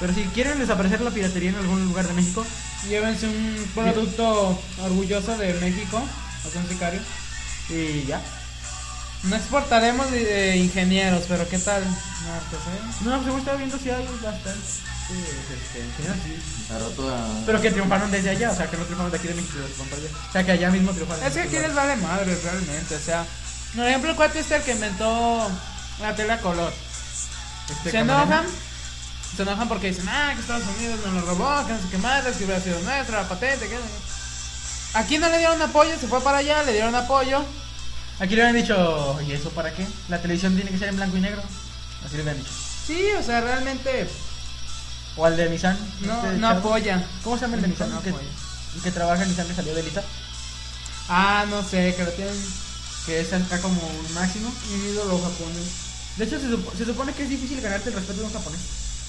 [SPEAKER 2] Pero si quieren desaparecer la piratería en algún lugar de México,
[SPEAKER 1] Llévense un producto orgulloso de México, o sea, un sicario.
[SPEAKER 2] y eh, ya.
[SPEAKER 1] No exportaremos de, de ingenieros, pero ¿qué tal? No, pues, ¿eh?
[SPEAKER 2] No, según estaba viendo si hay bastantes. este, señores.
[SPEAKER 3] A rato a-
[SPEAKER 2] Pero que triunfaron desde allá, o sea, que no triunfaron de aquí de México, triunfaron para allá. O sea, que allá mismo triunfaron.
[SPEAKER 1] Es que aquí les vale madre realmente, o sea. Por ejemplo, el cuate este el que inventó la tela color.
[SPEAKER 2] Este,
[SPEAKER 1] Se
[SPEAKER 2] camarón.
[SPEAKER 1] enojan, se enojan porque dicen, ah, que Estados Unidos nos lo robó, que no sé qué madres, que hubiera sido nuestra, la patente, que no sé qué". Aquí no le dieron apoyo, se fue para allá, le dieron apoyo.
[SPEAKER 2] Aquí le habían dicho, ¿y eso para qué? La televisión tiene que ser en blanco y negro. Así le habían dicho.
[SPEAKER 1] Sí, o sea, realmente
[SPEAKER 2] O al de Nissan.
[SPEAKER 1] no,
[SPEAKER 2] este
[SPEAKER 1] no
[SPEAKER 2] chavo.
[SPEAKER 1] apoya.
[SPEAKER 2] ¿Cómo se llama el de Nissan?
[SPEAKER 1] No
[SPEAKER 2] que,
[SPEAKER 1] apoya.
[SPEAKER 2] que trabaja en Nissan que salió de Lita.
[SPEAKER 1] Ah, no sé, que lo tienen
[SPEAKER 2] Que es acá como un máximo.
[SPEAKER 1] un ídolo japonés.
[SPEAKER 2] De hecho, se, supo- se supone que es difícil ganarte el respeto de un japonés.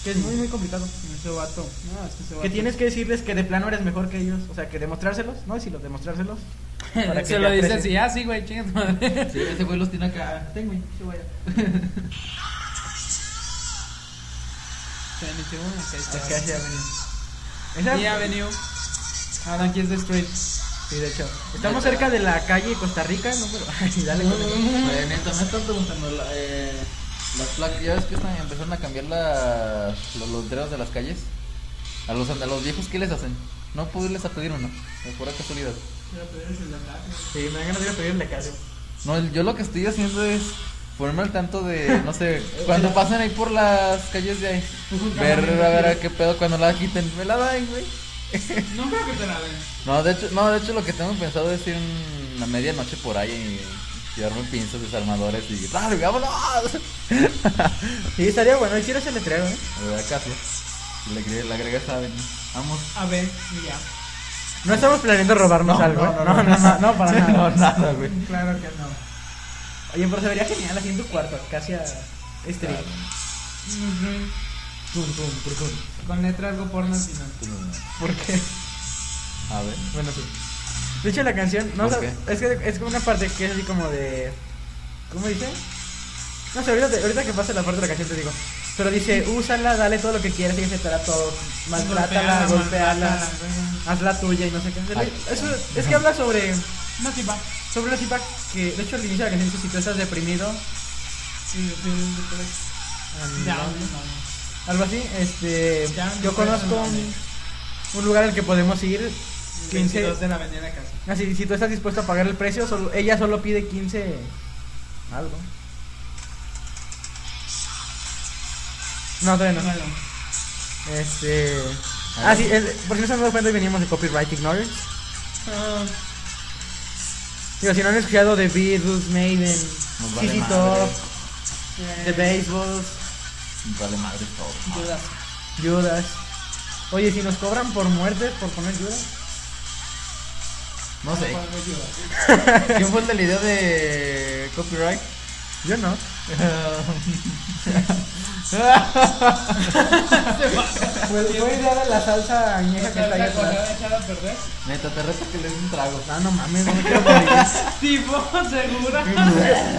[SPEAKER 2] Que es muy, muy complicado.
[SPEAKER 1] Ese vato. No, es que ese vato.
[SPEAKER 2] Que tienes que decirles que de plano eres mejor que ellos. O sea, que demostrárselos, ¿no? Y si los demostrárselos. para que
[SPEAKER 1] Se
[SPEAKER 2] te
[SPEAKER 1] lo dice
[SPEAKER 2] aprecien.
[SPEAKER 1] así, ah, sí, güey, chingas madre.
[SPEAKER 3] Sí, ese güey los tiene acá.
[SPEAKER 2] Tengo, ah, sí, voy a- Es que así ha venido. Esa-
[SPEAKER 1] Y Avenue. Ah, no, aquí es The Street.
[SPEAKER 2] Sí, de hecho. Estamos cerca de la calle Costa Rica, número. Ay, dale con el-
[SPEAKER 3] Eh, neta, me están preguntando la- eh, las placas. Ya ves que están, empezaron a cambiar las, los letreros de las calles. A los, a los viejos, ¿qué les hacen? No pude irles a pedir uno, de pura casualidad.
[SPEAKER 2] Sí, me dan ganas de ir a pedirle casa.
[SPEAKER 3] No, el- yo lo que estoy haciendo es ponerme al tanto de, no sé, cuando pasan ahí por las calles de ahí, ver a ver a qué pedo cuando la quiten. Me la dan, güey.
[SPEAKER 1] No creo que te la den.
[SPEAKER 3] No, de hecho, no, de hecho lo que tengo pensado es ir un- a medianoche por ahí y llevarme pinzas desarmadores y ¡Claro, vámonos!
[SPEAKER 2] Sí, estaría bueno. Hiciera ese letrero, ¿eh?
[SPEAKER 3] Le da caso. Le, agre- le agregas a Avenida. Vamos.
[SPEAKER 1] A ver, y ya.
[SPEAKER 2] No estamos planeando robarnos algo. ¿eh?
[SPEAKER 3] no, no,
[SPEAKER 2] no, no, para nada.
[SPEAKER 3] No, nada, güey.
[SPEAKER 1] Claro que no.
[SPEAKER 2] Oye, pero se vería genial así en tu cuarto, casi a este. Tum, tum, tum, tum.
[SPEAKER 1] Con letra algo porno al final.
[SPEAKER 2] ¿Por qué?
[SPEAKER 3] A ver.
[SPEAKER 2] Bueno, sí. De hecho, la canción, no,
[SPEAKER 3] ¿Por
[SPEAKER 2] sé, es que es como una parte que es así como de. ¿Cómo dice? No sé, ahorita, te- ahorita que pase la parte de la canción te digo. Pero dice, úsala, dale todo lo que quieras y aceptará todo. Maltrátala, golpeala, hazla tuya y no sé qué.
[SPEAKER 3] Ay.
[SPEAKER 2] Eso- es que habla sobre.
[SPEAKER 1] No, sí, va.
[SPEAKER 2] Sobre la tipa que, de hecho, al inicio de la canción dice: si tú estás deprimido, um,
[SPEAKER 1] Sí, sí, sí, sí. Ya, no, no.
[SPEAKER 2] Algo así, este.
[SPEAKER 1] Ya,
[SPEAKER 2] yo
[SPEAKER 1] no
[SPEAKER 2] conozco
[SPEAKER 1] sé,
[SPEAKER 2] un, un lugar al que podemos ir. 15.
[SPEAKER 1] 22 de la avenida de casa.
[SPEAKER 2] Así, si tú estás dispuesto a pagar el precio, solo- ella solo pide 15. Algo. No, todavía no.
[SPEAKER 1] Bueno,
[SPEAKER 2] Este. Ah, sí, es- por si no se han dado cuenta, hoy venimos de Copyright Ignorance.
[SPEAKER 1] ah,
[SPEAKER 2] Digo, si no han escuchado de Beatles, Maiden,
[SPEAKER 3] Nos vale
[SPEAKER 2] CC
[SPEAKER 3] madre.
[SPEAKER 2] Top,
[SPEAKER 1] eh,
[SPEAKER 2] The Baseballs,
[SPEAKER 3] Vale madre todo.
[SPEAKER 1] Judas.
[SPEAKER 2] Judas. Oye, si nos cobran por muertes por poner Judas.
[SPEAKER 3] No sé.
[SPEAKER 1] Juego Judas.
[SPEAKER 3] ¿Quién fue el de la idea de copyright?
[SPEAKER 2] Yo no. Fue, fue idea de la salsa añeja que está ahí
[SPEAKER 1] Esta cosa
[SPEAKER 2] atrás.
[SPEAKER 1] va
[SPEAKER 2] Ah,
[SPEAKER 1] a echar a perder.
[SPEAKER 3] Neta, te reto que le des un trago.
[SPEAKER 2] No, no mames, no me quiero morir.
[SPEAKER 1] Tipo, segura.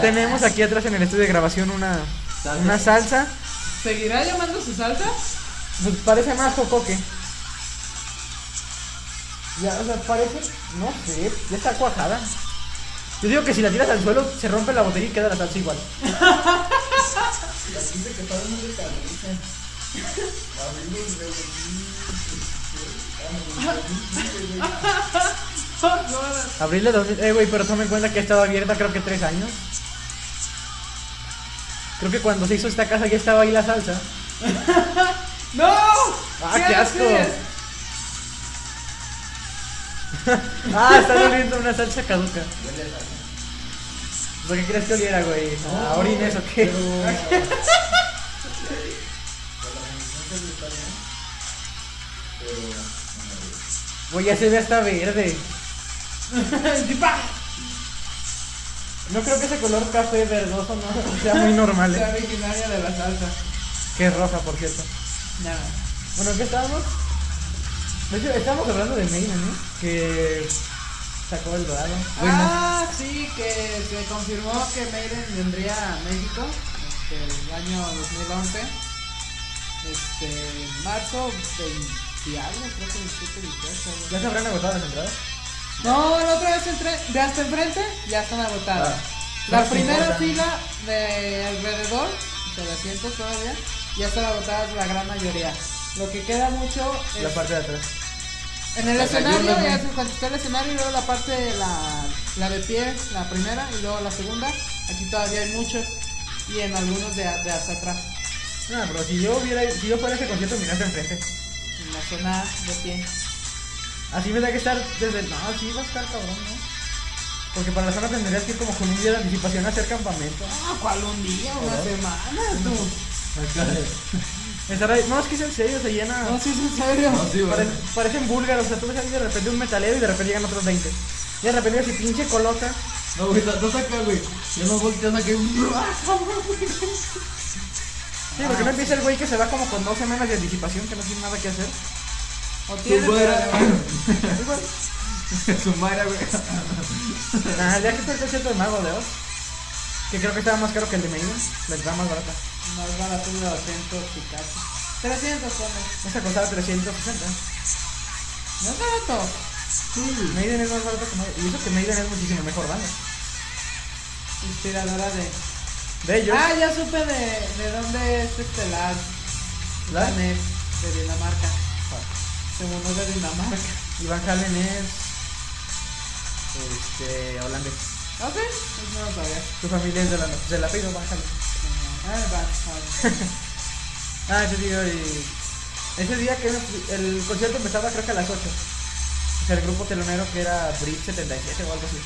[SPEAKER 2] Tenemos aquí atrás en el estudio de grabación una,
[SPEAKER 3] Salsa.
[SPEAKER 2] una salsa.
[SPEAKER 1] ¿Seguirá llamándose salsa?
[SPEAKER 2] Pues parece más jocoque. Ya, o sea, parece. No sé, ya está cuajada. Yo digo que si la tiras al suelo, se rompe la botella y queda la salsa igual. Abril de 2000. Eh, güey, pero toma en cuenta que ha estado abierta creo que tres años. Creo que cuando se hizo esta casa ya estaba ahí la salsa.
[SPEAKER 1] ¡No!
[SPEAKER 2] ¡Ah, qué asco! Ah, está oliendo una salsa caduca. ¿Por qué crees que oliera, güey? ¿A orines o qué? Güey, ya se ve hasta verde.
[SPEAKER 1] haces? ¡Pa!
[SPEAKER 2] No creo que ese color café verdoso no sea muy normal.
[SPEAKER 1] La
[SPEAKER 2] ¿eh?
[SPEAKER 1] originaria de la salsa.
[SPEAKER 2] Que es roja, por cierto.
[SPEAKER 1] Nada.
[SPEAKER 2] Bueno, ¿qué estábamos? De hecho, estábamos hablando de Maiden, ¿no? Que sacó el dorado. Güey, no.
[SPEAKER 1] Ah, sí, que se confirmó que Maiden vendría a México este, el año 2011. Este, marzo 20 algo, creo que 27, 28. algo.
[SPEAKER 2] ¿Ya se habrán agotado las entradas?
[SPEAKER 1] No, la otra vez entré, de hasta enfrente ya están agotadas.
[SPEAKER 2] Ah,
[SPEAKER 1] la
[SPEAKER 2] no se
[SPEAKER 1] primera
[SPEAKER 2] importa.
[SPEAKER 1] fila de alrededor, de las cientos todavía, ya están agotadas la gran mayoría. Lo que queda mucho es
[SPEAKER 2] La parte de atrás.
[SPEAKER 1] en el
[SPEAKER 3] la
[SPEAKER 1] escenario,
[SPEAKER 3] gallina,
[SPEAKER 1] ya
[SPEAKER 3] ¿no?
[SPEAKER 1] se- cuando está el escenario, y luego la parte de la, la de pie, la primera, y luego la segunda. Aquí todavía hay muchos, y en algunos de, de hasta atrás,
[SPEAKER 2] No, pero si yo hubiera, si yo fuera a ese concierto, mirarte enfrente.
[SPEAKER 1] en la zona de pie.
[SPEAKER 2] Así me da que estar desde el... No, sí, va a estar cabrón, ¿no? Porque para la zona tendrías que ir como con un día de anticipación a hacer campamento.
[SPEAKER 1] Ah, ¿cuál un día? Una
[SPEAKER 2] ¿Verdad?
[SPEAKER 1] semana, tú.
[SPEAKER 2] Estar ahí- No, es que es en serio, se llena...
[SPEAKER 1] No, sí, es en serio.
[SPEAKER 3] No, sí, güey.
[SPEAKER 2] Pare- parecen búlgaros, o sea, tú ves ahí de repente un metalero y de repente llegan otros 20. Y de repente ese pinche colota.
[SPEAKER 3] No, güey, no saca, güey. Ya no volteas a que.
[SPEAKER 2] Sí, porque
[SPEAKER 1] Ah,
[SPEAKER 2] no empieza el güey que se va como con dos semanas de anticipación, que no tiene nada que hacer.
[SPEAKER 1] O
[SPEAKER 3] Tu madre.
[SPEAKER 1] tienes.
[SPEAKER 3] Tu Pues madre, güey.
[SPEAKER 2] Ah, ya que fue el concierto de Mago de Oz, que creo que estaba más caro que el de Medina, la entrada más barata.
[SPEAKER 1] Más barato de 200 y casi. 300 pones.
[SPEAKER 2] Esa costaba 360.
[SPEAKER 1] No es barato.
[SPEAKER 2] Sí. Maiden es más barato que Maiden. Y eso que Maiden es muchísimo mejor banda.
[SPEAKER 1] Inspiradora de.
[SPEAKER 2] De ellos,
[SPEAKER 1] Ah, ya supe de, de dónde es este la.
[SPEAKER 2] ¿La?
[SPEAKER 1] NEP E de Dinamarca. Se mudó de Dinamarca.
[SPEAKER 2] Ivan Halen es. Este. holandés.
[SPEAKER 1] Ok, pues no lo sabía.
[SPEAKER 2] Su familia es de la. Se la pido Van Halen.
[SPEAKER 1] Ajá. Ah, va, va.
[SPEAKER 2] Ah, ese día. y- Ese día que nos- el concierto empezaba creo que a las 8. O sea, el grupo telonero que era Brit 77 o algo así.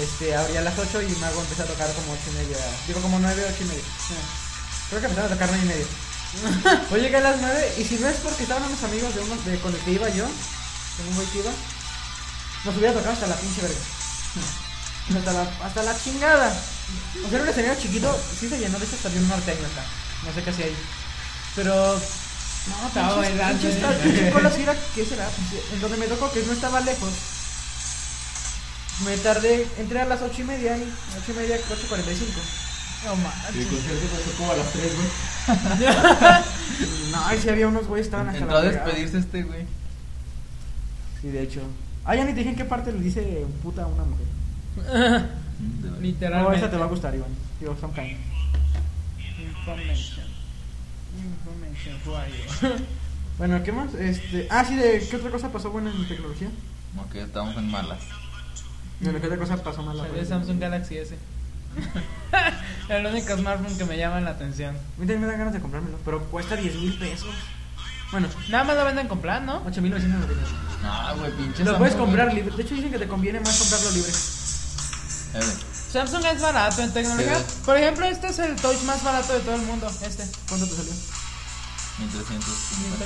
[SPEAKER 2] Este, abría a las 8 y Mago empezó a tocar como 8 y media. Digo como 9, 8 y media. Creo que empezaron a tocar 9 y media. Yo llegué a las 9 y si no es porque estaban unos amigos de unos de con el que iba yo, con un güey que iba, nos hubiera tocado hasta la pinche verga. Hasta la, hasta la chingada. O sea, era un escenario chiquito, sí se llenó, de hecho salió un norteño acá. No sé qué hacía ahí. Pero. No,
[SPEAKER 1] estaba
[SPEAKER 2] pinche-
[SPEAKER 1] bailando,
[SPEAKER 2] pinche
[SPEAKER 1] ¿eh?
[SPEAKER 2] esta- pinche cola sí era- ¿qué será? Pues, En donde me tocó, que no estaba lejos. Me tardé, entré a las 8 y media, 8 y media, 8.45.
[SPEAKER 1] No
[SPEAKER 3] El
[SPEAKER 1] manches.
[SPEAKER 3] concierto pasó como a las 3, güey.
[SPEAKER 2] No, ahí sí había unos güeyes que estaban hasta
[SPEAKER 3] Entró a
[SPEAKER 2] la fregada.
[SPEAKER 3] despedirse este, güey.
[SPEAKER 2] Sí, de hecho. Ah, ya ni te dije en qué parte le dice puta a una mujer. No,
[SPEAKER 1] Literalmente.
[SPEAKER 2] esa te va a gustar, Iván. Digo, son caños.
[SPEAKER 1] Information. Information for you.
[SPEAKER 2] Bueno, ¿qué más? Este, ah, sí, de qué otra cosa pasó buena en tecnología.
[SPEAKER 3] Como que estábamos en malas.
[SPEAKER 2] De qué otra cosa pasó mala.
[SPEAKER 1] Salió el
[SPEAKER 2] pues.
[SPEAKER 1] Samsung Galaxy S. el único smartphone que me llama la atención.
[SPEAKER 2] A mí también me dan ganas de comprármelo, pero cuesta 10 mil pesos. Bueno,
[SPEAKER 1] Nada más lo venden con plan, ¿no?
[SPEAKER 2] 8 mil 900
[SPEAKER 3] No, güey, pinche.
[SPEAKER 2] Lo puedes
[SPEAKER 3] Samsung,
[SPEAKER 2] comprar
[SPEAKER 3] güey.
[SPEAKER 2] libre. De hecho, dicen que te conviene más comprarlo libre.
[SPEAKER 3] Eh, güey.
[SPEAKER 1] Samsung es barato en tecnología.
[SPEAKER 3] Sí.
[SPEAKER 1] Por ejemplo, este es el touch más barato de todo el mundo. Este.
[SPEAKER 2] ¿Cuánto te salió?
[SPEAKER 3] 1350.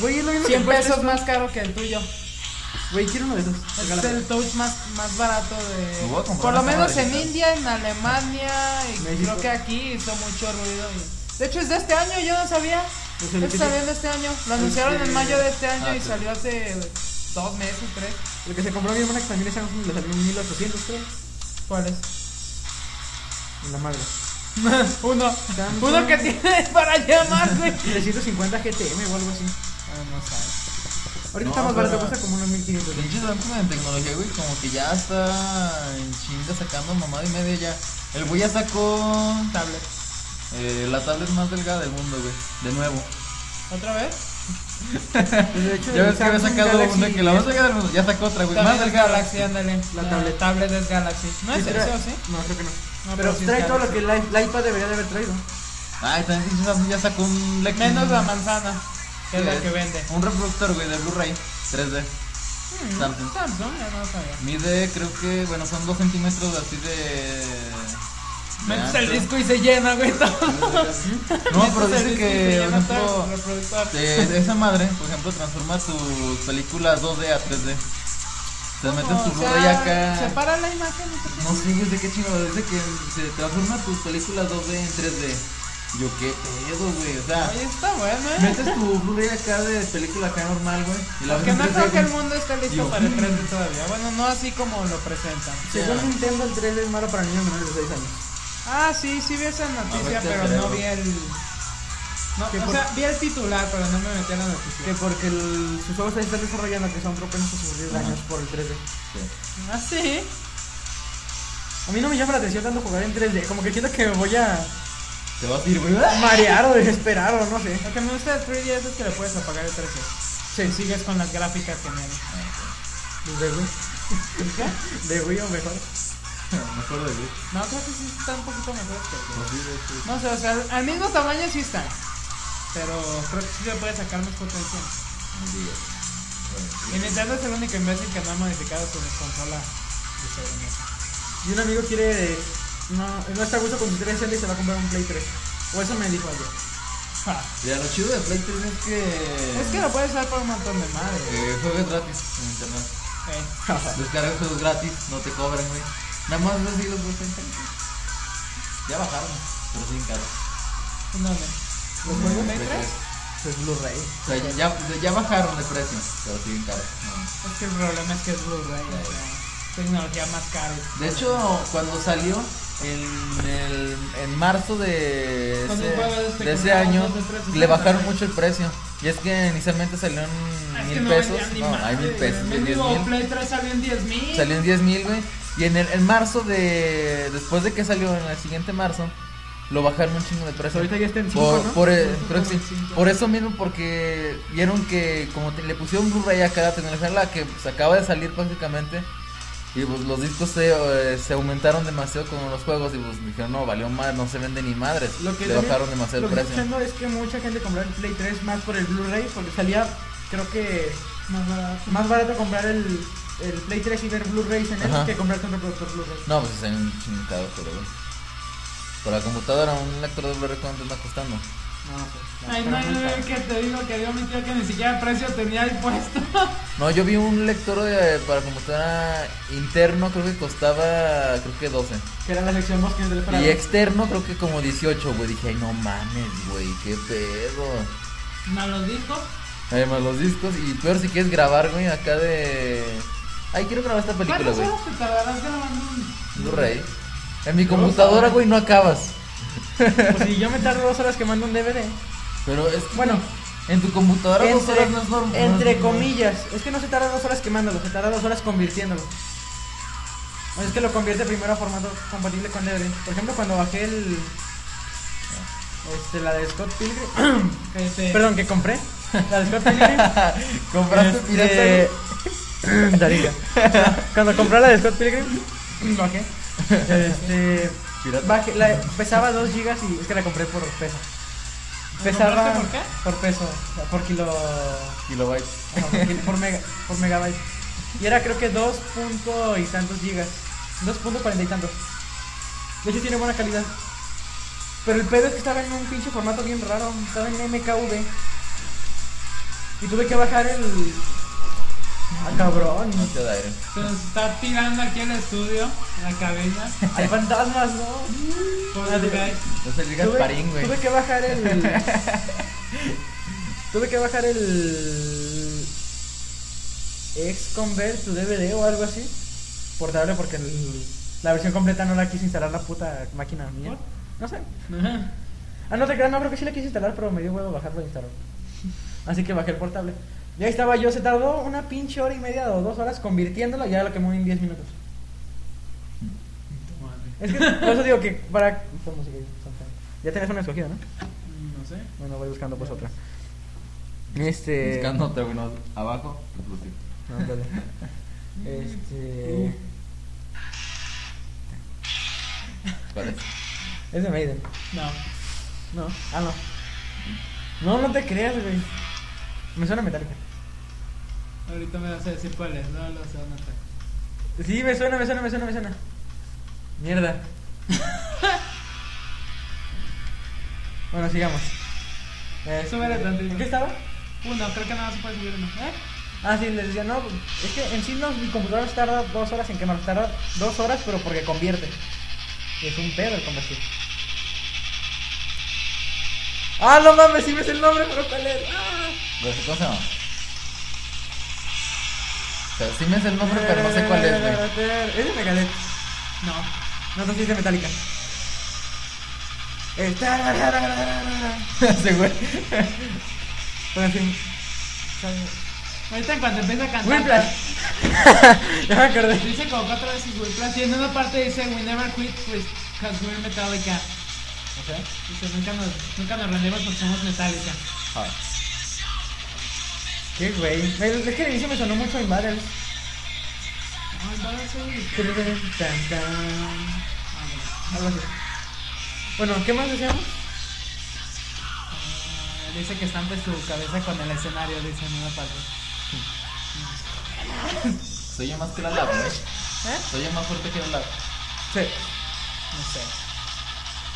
[SPEAKER 2] Güey, es lo mismo
[SPEAKER 1] 100
[SPEAKER 2] que cuesta
[SPEAKER 1] pesos
[SPEAKER 2] esto.
[SPEAKER 1] más caro que el tuyo.
[SPEAKER 2] Güey, quiero uno de esos.
[SPEAKER 1] Este es
[SPEAKER 2] Regálame.
[SPEAKER 1] el touch más, más barato
[SPEAKER 3] Me voy
[SPEAKER 1] de.
[SPEAKER 3] a comprar
[SPEAKER 1] Por lo
[SPEAKER 3] una cámara
[SPEAKER 1] menos en
[SPEAKER 3] digital.
[SPEAKER 1] India, en Alemania y
[SPEAKER 2] México.
[SPEAKER 1] creo que aquí hizo mucho ruido. y- De hecho, es de este año, yo no sabía.
[SPEAKER 2] Pues el
[SPEAKER 1] Es
[SPEAKER 2] que-
[SPEAKER 1] de este año. Lo anunciaron
[SPEAKER 2] Este-
[SPEAKER 1] en mayo de este año
[SPEAKER 3] Ah,
[SPEAKER 1] y
[SPEAKER 3] sí.
[SPEAKER 1] salió hace dos meses, tres.
[SPEAKER 2] El que se compró mi hermana que también es Samsung le salió en 1800, creo.
[SPEAKER 1] ¿Cuál es?
[SPEAKER 2] En la madre.
[SPEAKER 1] Uno.
[SPEAKER 2] Samsung.
[SPEAKER 1] Uno que tienes para llamar, güey.
[SPEAKER 2] 350 GTM o algo así.
[SPEAKER 1] Ah, no sabes.
[SPEAKER 2] Ahorita
[SPEAKER 3] No,
[SPEAKER 2] está más barato,
[SPEAKER 3] pero-
[SPEAKER 2] cuesta como unos 1500. güey.
[SPEAKER 3] Pinche Samsung en tecnología, güey, como que ya está en chinga sacando mamada y media ya. El güey ya sacó
[SPEAKER 1] Tablet.
[SPEAKER 3] eh, la tablet más delgada del mundo, güey. De nuevo.
[SPEAKER 1] ¿Otra vez?
[SPEAKER 2] Pues, de hecho,
[SPEAKER 3] Ya
[SPEAKER 2] el
[SPEAKER 3] ves que había
[SPEAKER 2] Samsung
[SPEAKER 3] sacado
[SPEAKER 2] Galaxy
[SPEAKER 3] una que la más delgada del mundo. Ya sacó otra, güey. Más
[SPEAKER 1] Tablet es
[SPEAKER 3] delgada.
[SPEAKER 1] Galaxy, ándale.
[SPEAKER 2] La
[SPEAKER 1] Ah,
[SPEAKER 2] tablet.
[SPEAKER 1] Tablet es Galaxy. ¿No es
[SPEAKER 2] Sí,
[SPEAKER 1] eso,
[SPEAKER 2] trae-
[SPEAKER 1] sí?
[SPEAKER 3] Mm.
[SPEAKER 2] No, creo que no.
[SPEAKER 1] No,
[SPEAKER 2] pero
[SPEAKER 1] pero sí
[SPEAKER 2] trae
[SPEAKER 1] es
[SPEAKER 2] todo lo
[SPEAKER 1] Galaxy.
[SPEAKER 2] que la, la iPad debería de haber traído.
[SPEAKER 3] Ay, también pinche Samsung ya sacó un Lexus.
[SPEAKER 1] Menos la manzana, que es
[SPEAKER 3] Sí,
[SPEAKER 1] la que vende.
[SPEAKER 3] Un reproductor, güey, de Blu-ray 3D.
[SPEAKER 1] Hmm,
[SPEAKER 3] Samsung.
[SPEAKER 1] Samsung, ya no sabía.
[SPEAKER 3] Mide, creo que, bueno, son 2 centímetros así de. de
[SPEAKER 1] Metes
[SPEAKER 3] ancho.
[SPEAKER 1] el disco y se llena, güey, todo.
[SPEAKER 3] No, pero
[SPEAKER 1] Metes el disco
[SPEAKER 3] dice
[SPEAKER 1] y se
[SPEAKER 3] que, por
[SPEAKER 1] llena todo
[SPEAKER 3] ejemplo,
[SPEAKER 1] el reproductor.
[SPEAKER 3] eh, esa madre, por ejemplo, transforma tus películas 2D a 3D. Te metes tu
[SPEAKER 1] O sea,
[SPEAKER 3] Blu-ray acá.
[SPEAKER 1] Separa la imagen. ¿no?
[SPEAKER 3] No sé, güey, de qué chingado, dice que se transforma tus películas 2D en 3D. Yo qué pedo, güey, o sea.
[SPEAKER 1] Oye, está bueno, ¿eh?
[SPEAKER 3] Metes tu Blu-ray acá de película acá normal, güey. y la ves
[SPEAKER 1] Porque
[SPEAKER 3] en
[SPEAKER 1] no
[SPEAKER 3] 3D,
[SPEAKER 1] creo que el
[SPEAKER 3] güey.
[SPEAKER 1] mundo esté listo
[SPEAKER 3] Digo,
[SPEAKER 1] para el
[SPEAKER 3] mm.
[SPEAKER 1] 3D todavía. Bueno, no así como lo presentan.
[SPEAKER 2] Según
[SPEAKER 3] Ya.
[SPEAKER 2] Nintendo, el 3D es malo para niños menores de 6 años.
[SPEAKER 1] Ah, sí, sí vi esa noticia,
[SPEAKER 3] Ahorita
[SPEAKER 1] pero
[SPEAKER 3] creo.
[SPEAKER 1] no vi el. No,
[SPEAKER 2] Que
[SPEAKER 1] o
[SPEAKER 2] por-
[SPEAKER 1] sea, vi el titular, pero no me metí a la noticia.
[SPEAKER 2] Que porque el- sus juegos se están desarrollando que son propensos a sufrir
[SPEAKER 3] Ajá.
[SPEAKER 2] daños por el 3D.
[SPEAKER 3] Sí.
[SPEAKER 1] Ah, sí.
[SPEAKER 2] A mí no me llama la atención tanto jugar en 3D, como que siento que me voy a
[SPEAKER 3] Te vas a ir, güey. Ah,
[SPEAKER 2] marear o desesperar o no sé.
[SPEAKER 1] Lo que me gusta de 3D es que le puedes apagar el 3D.
[SPEAKER 2] Sí,
[SPEAKER 1] Y sigues con las gráficas geniales.
[SPEAKER 2] de Wii. De Wii o mejor.
[SPEAKER 3] Me acuerdo de güey.
[SPEAKER 1] No, creo que sí están un poquito mejores que el de- No sé, o sea, al mismo tamaño sí están. Pero creo que sí le puedes sacar más potencia. Y Nintendo es el único imbécil que no ha modificado su consola de sobremesa.
[SPEAKER 2] Y un amigo quiere. No, no está a gusto con su 360 y se va a comprar un Play 3. O eso me dijo ayer.
[SPEAKER 1] Ja.
[SPEAKER 3] Mira, lo chido de Play 3 es que.
[SPEAKER 1] Es que lo puedes usar para un montón de madres.
[SPEAKER 3] Eh, juegos gratis en internet.
[SPEAKER 1] Eh,
[SPEAKER 3] Descargas juegos gratis, no te cobran, güey. Nada más ves si los ves en Facebook. Ya bajaron, pero sin caro.
[SPEAKER 1] ¿en ¿Dónde? ¿Los juegos de Play 3?
[SPEAKER 2] Es Blu-ray.
[SPEAKER 3] O sea, ya, ya bajaron de precio, pero siguen caros. No.
[SPEAKER 1] Es que el problema es que es Blu-ray, o sea, tecnología más cara.
[SPEAKER 3] De hecho, cuando salió en, el, en marzo de
[SPEAKER 1] Con
[SPEAKER 3] ese,
[SPEAKER 1] un juego de este
[SPEAKER 3] de ese
[SPEAKER 1] comprado,
[SPEAKER 3] año,
[SPEAKER 1] dos de tres,
[SPEAKER 3] le bajaron
[SPEAKER 1] también.
[SPEAKER 3] mucho el precio. Y es que inicialmente salió en
[SPEAKER 1] Ah, es que
[SPEAKER 3] Mm, mil
[SPEAKER 1] no
[SPEAKER 3] pesos.
[SPEAKER 1] vendían ni
[SPEAKER 3] No, hay
[SPEAKER 1] madre,
[SPEAKER 3] mil pesos,
[SPEAKER 1] güey.
[SPEAKER 3] de diez
[SPEAKER 1] Mendigo
[SPEAKER 3] mil.
[SPEAKER 1] Play 3 salió en 10 mil.
[SPEAKER 3] Salió en 10 mil, güey. Y en, el, en marzo de. Después de que salió, en el siguiente marzo, lo bajaron un chingo de precio.
[SPEAKER 2] Ahorita ya está en
[SPEAKER 3] por,
[SPEAKER 2] cinco, ¿no?
[SPEAKER 3] por, eh,
[SPEAKER 1] Cinco
[SPEAKER 3] creo que sí.
[SPEAKER 1] por cinco.
[SPEAKER 3] Por eso mismo, porque vieron que como te- le pusieron Blu-ray a cada tecnología, la que se acaba de salir prácticamente. Y pues los discos se, eh, se aumentaron demasiado con los juegos. Y pues dijeron, no, valió más, no se vende ni madres.
[SPEAKER 2] Lo que
[SPEAKER 3] le
[SPEAKER 2] también-
[SPEAKER 3] bajaron demasiado
[SPEAKER 2] Lo
[SPEAKER 3] el
[SPEAKER 2] que
[SPEAKER 3] precio.
[SPEAKER 2] entiendo es que mucha gente compró el Play 3 más por el Blu-ray porque salía, creo que
[SPEAKER 1] Más barato.
[SPEAKER 2] más barato comprar el, el Play 3 y ver Blu-rays en él
[SPEAKER 3] Ajá.
[SPEAKER 2] que comprarte un reproductor Blu-ray.
[SPEAKER 3] No, pues es un chingado, pero bueno. Por la computadora, un lector de Blu-ray, ¿cuánto está costando?
[SPEAKER 2] No, pues.
[SPEAKER 1] Ay, no, yo veo que te digo que Dios mintió que ni siquiera precio tenía el puesto.
[SPEAKER 3] No, yo vi un lector de, para computadora interno, creo que costaba, creo que 12.
[SPEAKER 2] Que era la sección Bosque del
[SPEAKER 3] Y externo, creo que como 18, güey. Dije, ay, no mames, güey, qué pedo.
[SPEAKER 1] Nos lo dijo.
[SPEAKER 3] Además, los discos. Y peor si quieres grabar, güey, acá de. Ay, quiero grabar esta película,
[SPEAKER 1] ¿Cuántas
[SPEAKER 3] güey.
[SPEAKER 1] horas te tardarás grabando un
[SPEAKER 3] Blu-ray. En mi computadora, güey, no acabas.
[SPEAKER 2] Pues si yo me tardo dos horas quemando un DVD.
[SPEAKER 3] Pero es que.
[SPEAKER 2] Bueno,
[SPEAKER 3] En tu computadora dos
[SPEAKER 2] entre,
[SPEAKER 3] horas no es normal.
[SPEAKER 2] entre comillas. Es que no se tarda dos horas quemándolo, se tarda dos horas convirtiéndolo. O sea, es que lo convierte primero a formato compatible con DVD. Por ejemplo, cuando bajé el. Este, la de Scott Pilgrim.
[SPEAKER 1] que te-
[SPEAKER 2] Perdón, que compré. La de Scott Pilgrim.
[SPEAKER 3] Compraste
[SPEAKER 2] Este,
[SPEAKER 3] pirata, güey.
[SPEAKER 2] Daringa. Cuando compré la de Scott Pilgrim, bajé. Este.
[SPEAKER 3] Pirata.
[SPEAKER 2] bajé- la- pesaba 2 gigas y es que la compré por peso.
[SPEAKER 1] ¿La
[SPEAKER 2] Pesaba.
[SPEAKER 1] compraste por qué?
[SPEAKER 2] Por peso. o sea, Por kilo.
[SPEAKER 3] Kilobytes.
[SPEAKER 2] no, por, kilo- por mega, por megabyte. Y era creo que 2 punto y tantos gigas. 2.40 y tantos. De hecho tiene buena calidad. Pero el pedo es que estaba en un pinche formato bien raro. Estaba en MKV. Y tuve que bajar el. Ah, cabrón.
[SPEAKER 3] No te da aire.
[SPEAKER 1] Se nos está tirando aquí el estudio, en la cabina.
[SPEAKER 2] Hay fantasmas, ¿no?
[SPEAKER 1] Pobre Guy.
[SPEAKER 3] No se digas parín,
[SPEAKER 2] Tuve,
[SPEAKER 3] güey.
[SPEAKER 2] tuve que bajar el. tuve que bajar el. Ex Convert to DVD o algo así. Portable porque el- la versión completa no la quise instalar la puta máquina mía.
[SPEAKER 1] ¿Por?
[SPEAKER 2] No sé.
[SPEAKER 1] Ajá.
[SPEAKER 2] Ah, no te creas, no creo que sí la quise instalar, pero me dio huevo bajarlo de Instagram. Así que bajé el portable. Y ahí estaba yo, se tardó una pinche hora y media o dos horas convirtiéndola y ya lo quemó en 10 minutos.
[SPEAKER 1] Tu madre.
[SPEAKER 2] Es que por eso digo que para. Pon música ahí, pon música. Ya tenés una escogida, ¿no?
[SPEAKER 1] No sé.
[SPEAKER 2] Bueno, voy buscando pues otra. Este.
[SPEAKER 3] Buscando otra, bueno, abajo, explosivo.
[SPEAKER 2] No, ándale. Este.
[SPEAKER 3] Parece.
[SPEAKER 2] Es de Maiden.
[SPEAKER 1] No.
[SPEAKER 2] No. Ah, no. No, no te creas, güey. Me suena metálica.
[SPEAKER 1] Ahorita me vas a decir cuál es. No lo sé, no sé.
[SPEAKER 2] Sí, me suena, me suena, me suena, me suena. Mierda. bueno, sigamos. Este,
[SPEAKER 1] Súbele tantito.
[SPEAKER 2] ¿En qué estaba?
[SPEAKER 1] Uno, creo que nada más se puede subir uno. ¿Eh?
[SPEAKER 2] Ah, sí, les decía, no, es que en sí no, mi computadora tarda dos horas en quemar, tarda dos horas, pero porque convierte. Y es un pedo el convertir. Ah, no mames, sí me es el nombre, pero cuál es. Ah.
[SPEAKER 3] Pero sí, ¿Cómo se llama? O sea, sí me sé el nombre, pero no sé cuál es, güey.
[SPEAKER 2] Es de Megadeth.
[SPEAKER 1] No.
[SPEAKER 2] No sé si es de Metallica. Eh, tarararararara.
[SPEAKER 3] Ese güey.
[SPEAKER 2] Pero en fin.
[SPEAKER 1] Ahorita en cuanto empieza a cantar.
[SPEAKER 2] Whiplash. ya me acordé.
[SPEAKER 1] Dice como cuatro veces Whiplash. Y en una parte dice We never quit, pues, cause we're Metallica.
[SPEAKER 2] O sea,
[SPEAKER 1] Dice, nunca nos, nunca nos rendimos porque somos Metallica.
[SPEAKER 3] Ah,
[SPEAKER 2] qué güey. Es que el inicio me sonó mucho a Invaders.
[SPEAKER 1] Ay, va a ser-
[SPEAKER 2] Tan, tan.
[SPEAKER 1] Ah, bueno.
[SPEAKER 2] Algo así. Bueno, ¿qué más decíamos?
[SPEAKER 1] Ah, Dice que estampes tu cabeza con el escenario, dice en una parte.
[SPEAKER 3] Se oye más que la lab, güey.
[SPEAKER 2] ¿Eh?
[SPEAKER 3] Se oye más fuerte que la lab.
[SPEAKER 2] Sí.
[SPEAKER 1] No sé.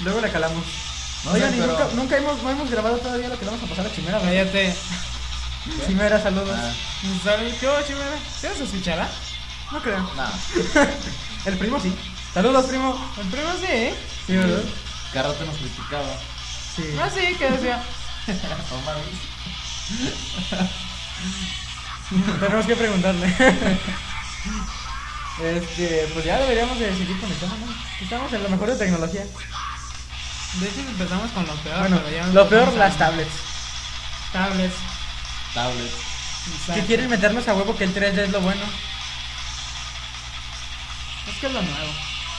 [SPEAKER 2] Luego la calamos.
[SPEAKER 3] No
[SPEAKER 2] Oigan,
[SPEAKER 3] sé,
[SPEAKER 2] y
[SPEAKER 3] pero-
[SPEAKER 2] nunca, nunca hemos, no hemos grabado todavía lo que le vamos a pasar a Chimera, ¿verdad?
[SPEAKER 1] Cállate.
[SPEAKER 2] Chimera, saludos.
[SPEAKER 3] Ah,
[SPEAKER 1] ¿Sabes qué, hubo, Chimera? ¿Sí vas a escuchar, ah?
[SPEAKER 2] No creo.
[SPEAKER 3] nada.
[SPEAKER 2] El primo sí. Saludos, primo.
[SPEAKER 1] El primo sí, ¿eh?
[SPEAKER 2] Sí, ¿verdad?
[SPEAKER 3] Cada rato nos criticaba.
[SPEAKER 2] Sí.
[SPEAKER 1] Ah, sí, que decía.
[SPEAKER 3] No mames.
[SPEAKER 2] Tenemos que preguntarle. este, pues ya deberíamos de seguir con el tema, ¿no? Estamos en lo mejor de tecnología.
[SPEAKER 1] De hecho, empezamos con lo peor.
[SPEAKER 2] bueno,
[SPEAKER 1] Ah, pero ya
[SPEAKER 2] lo peor,
[SPEAKER 1] empezamos
[SPEAKER 2] las
[SPEAKER 1] a-
[SPEAKER 2] tablets.
[SPEAKER 1] Tablets.
[SPEAKER 3] Tablets.
[SPEAKER 2] Que
[SPEAKER 1] Exacto.
[SPEAKER 2] quieren meternos a huevo que el 3D es lo bueno.
[SPEAKER 1] Es que es lo nuevo.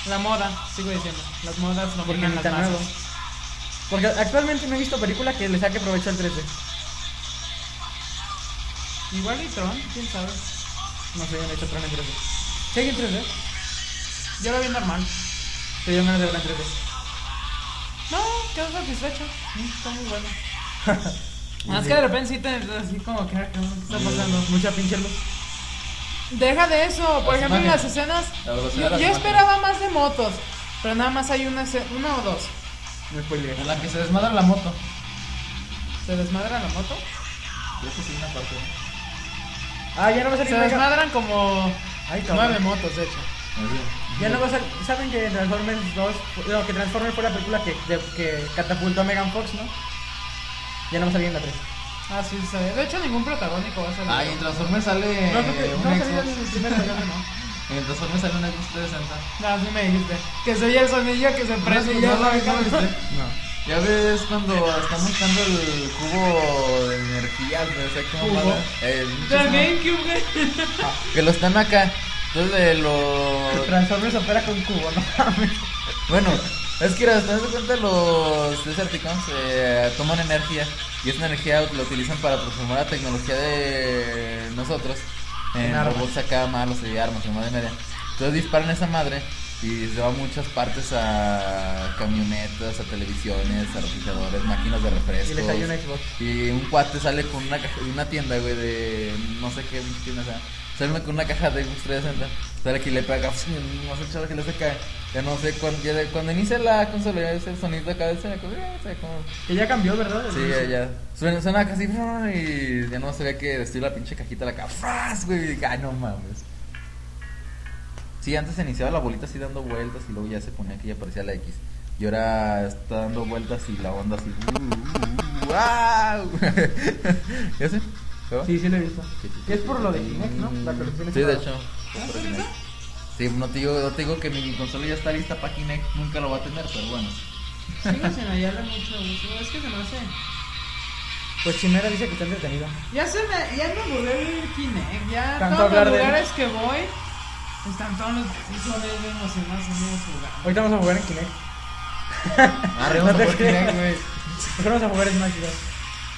[SPEAKER 1] La moda, sigo diciendo. Las modas no
[SPEAKER 2] Porque
[SPEAKER 1] opinan las
[SPEAKER 2] está nuevo.
[SPEAKER 1] masas.
[SPEAKER 2] Porque actualmente no he visto película que le saque provecho al 3D.
[SPEAKER 1] Igual y Tron, quién sabe.
[SPEAKER 2] No sé, yo no he hecho Tron en 3D. ¿Sí hay en 3D?
[SPEAKER 1] Yo lo vi normal.
[SPEAKER 2] Te dio ganas de verla en 3D.
[SPEAKER 1] No, quedo satisfecho. Mm, Está muy bueno. Más que de repente sí te así como que, ah, cabrón, ¿qué está pasando?
[SPEAKER 2] Mucha pinche luz.
[SPEAKER 1] Deja de eso, por
[SPEAKER 3] Las
[SPEAKER 1] ejemplo en las
[SPEAKER 3] imágenes.
[SPEAKER 1] escenas,
[SPEAKER 3] La velocidad
[SPEAKER 1] yo,
[SPEAKER 3] de las
[SPEAKER 1] yo
[SPEAKER 3] imágenes.
[SPEAKER 1] esperaba más de motos, pero nada más hay una, escena- una o dos.
[SPEAKER 2] No spoiler.
[SPEAKER 3] En la que se desmadra la moto.
[SPEAKER 1] ¿Se desmadra la moto?
[SPEAKER 3] Yo que sí, una parte. ¿no?
[SPEAKER 2] Ah, ya no va a salir
[SPEAKER 1] Se
[SPEAKER 2] Mega-
[SPEAKER 1] desmadran como
[SPEAKER 2] Ay, cabrón.
[SPEAKER 1] nueve motos, de hecho.
[SPEAKER 3] Así.
[SPEAKER 2] Ya no va a salir. ¿Saben que Transformers 2? No, que Transformers fue la película que, de- que catapultó a Megan Fox, ¿no? Ya no va a salir en la 3.
[SPEAKER 1] Ah, sí, se De hecho, ningún protagónico va a salir.
[SPEAKER 3] Ah, y en Transformers sale
[SPEAKER 2] no, creo
[SPEAKER 1] Eh,
[SPEAKER 2] que no
[SPEAKER 3] un
[SPEAKER 2] va a salir en el
[SPEAKER 3] Xbox.
[SPEAKER 2] primer juego, ¿no?
[SPEAKER 3] En Transformers sale un Xbox 360.
[SPEAKER 1] No, sí me dijiste. Que se oye el sonido que se prende y
[SPEAKER 3] no,
[SPEAKER 1] ya
[SPEAKER 3] no,
[SPEAKER 1] sabe
[SPEAKER 3] no,
[SPEAKER 1] cómo- ¿eh?
[SPEAKER 3] no, no. Ya ves cuando están buscando el cubo de energía, no sé cómo
[SPEAKER 1] ¿Cubo?
[SPEAKER 3] va, Eh, el pinche
[SPEAKER 1] Del
[SPEAKER 3] suma-
[SPEAKER 1] GameCube, güey.
[SPEAKER 3] Que lo están acá. Entonces eh, lo.
[SPEAKER 2] Transformers opera con cubo, ¿no? mames.
[SPEAKER 3] Bueno, es que mira, te das cuenta los Deserticons eh, toman energía y esa energía la utilizan para transformar la tecnología de nosotros en
[SPEAKER 2] En armas.
[SPEAKER 3] robots acá malos y armas y madre media. Entonces disparan esa madre y se va a muchas partes a camionetas, a televisiones, a refrigeradores, máquinas de refrescos.
[SPEAKER 2] Y les hay un Xbox.
[SPEAKER 3] Y un cuate sale con una caja de una tienda, güey, de no sé qué tienda sea. Sale con una caja de Xbox 360. Sale aquí y le pega, no sé chaval que le saca. Ya no sé, cuando, ya de- cuando inicia la consola, ya ese sonido de cabeza, como, eh, o sea, como-
[SPEAKER 2] Que ya cambió, ¿verdad?
[SPEAKER 3] Sí, ya, ya. Suena, suena casi, y ya no se ve que destruye la pinche cajita de la caja, güey. Y dije, Ay, no mames. Sí, antes se iniciaba la bolita así dando vueltas y luego ya se ponía aquí y aparecía la X. Y ahora está dando vueltas y la onda así. ¡Wow! ¿Ya sé? ¿Se va?
[SPEAKER 2] Sí, sí lo he visto.
[SPEAKER 3] Sí, sí, sí,
[SPEAKER 2] Es
[SPEAKER 3] sí,
[SPEAKER 2] por
[SPEAKER 3] sí,
[SPEAKER 2] lo de
[SPEAKER 3] sí.
[SPEAKER 2] Kinect, ¿no? La colección es
[SPEAKER 3] Sí, de
[SPEAKER 2] para-
[SPEAKER 3] hecho.
[SPEAKER 1] ¿Ah, por eso?
[SPEAKER 3] Sí, no te, digo, no te digo que mi consola ya está lista para Kinect, nunca lo va a tener, pero bueno.
[SPEAKER 1] Sigo sin hallarle mucho uso. Es que se me hace.
[SPEAKER 2] Pues Chimera dice que está entretenido.
[SPEAKER 1] Ya se me. Ya me aburrió el Kinect. Ya
[SPEAKER 2] Tanto
[SPEAKER 1] todos los
[SPEAKER 2] hablar de él.
[SPEAKER 1] lugares que voy. Están todos los. Son bien emocionados amigos jugando.
[SPEAKER 2] Ahorita vamos a jugar en Kinect.
[SPEAKER 3] Arre,
[SPEAKER 2] No
[SPEAKER 3] vamos Ah, a
[SPEAKER 2] te
[SPEAKER 3] jugar Kinect,
[SPEAKER 2] creas.
[SPEAKER 3] güey.
[SPEAKER 2] Mejor vamos a jugar en Smash Bros.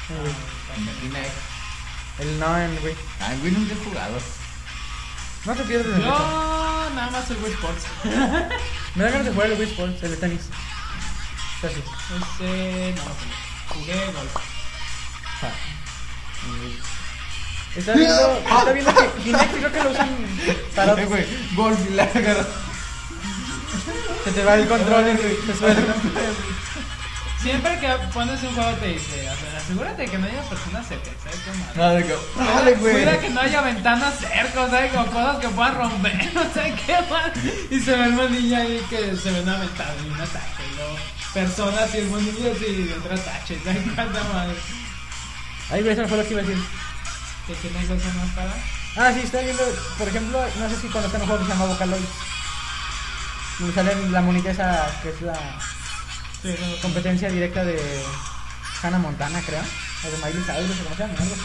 [SPEAKER 2] Sí, güey.
[SPEAKER 3] Kinect.
[SPEAKER 2] El no, en güey.
[SPEAKER 3] Ay, güey, nunca he jugado.
[SPEAKER 2] No te pierdes de mucho.
[SPEAKER 1] Yo nada más el Wii Sports.
[SPEAKER 2] Me da ganas de jugar el Wii Sports, el de tenis. Gracias.
[SPEAKER 1] Este. No, jugué golf.
[SPEAKER 2] Está viendo, está viendo que Kinect creo que lo usan para...
[SPEAKER 3] Eh, güey, golf y la agarró.
[SPEAKER 2] Se te va el control, güey. Se suelta.
[SPEAKER 1] Siempre que pones un juego te dice, o sea, asegúrate que no haya personas cerca, ¿sabes qué madre?
[SPEAKER 3] No, de que. Dale, güey.
[SPEAKER 1] Cuida que no haya ventanas cerca, o sea, con cosas que puedan romper, o sea, qué mal. Y se ve el monillo ahí que se ve una ventana y un ataque, y luego personas y el monillo y otro ataque, ¿sabes cuánta madre?
[SPEAKER 2] Ay, güey, eso no fue lo que iba a decir.
[SPEAKER 1] ¿Que tiene cosas más para?
[SPEAKER 2] Ah, sí, está viendo, por ejemplo, no sé si conocen un juego que se llama Vocaloid. Me sale la monita esa que es la
[SPEAKER 1] Sí, no, como-
[SPEAKER 2] competencia directa de Hannah Montana, creo. O de Miley Cyrus, o como se llama, algo así.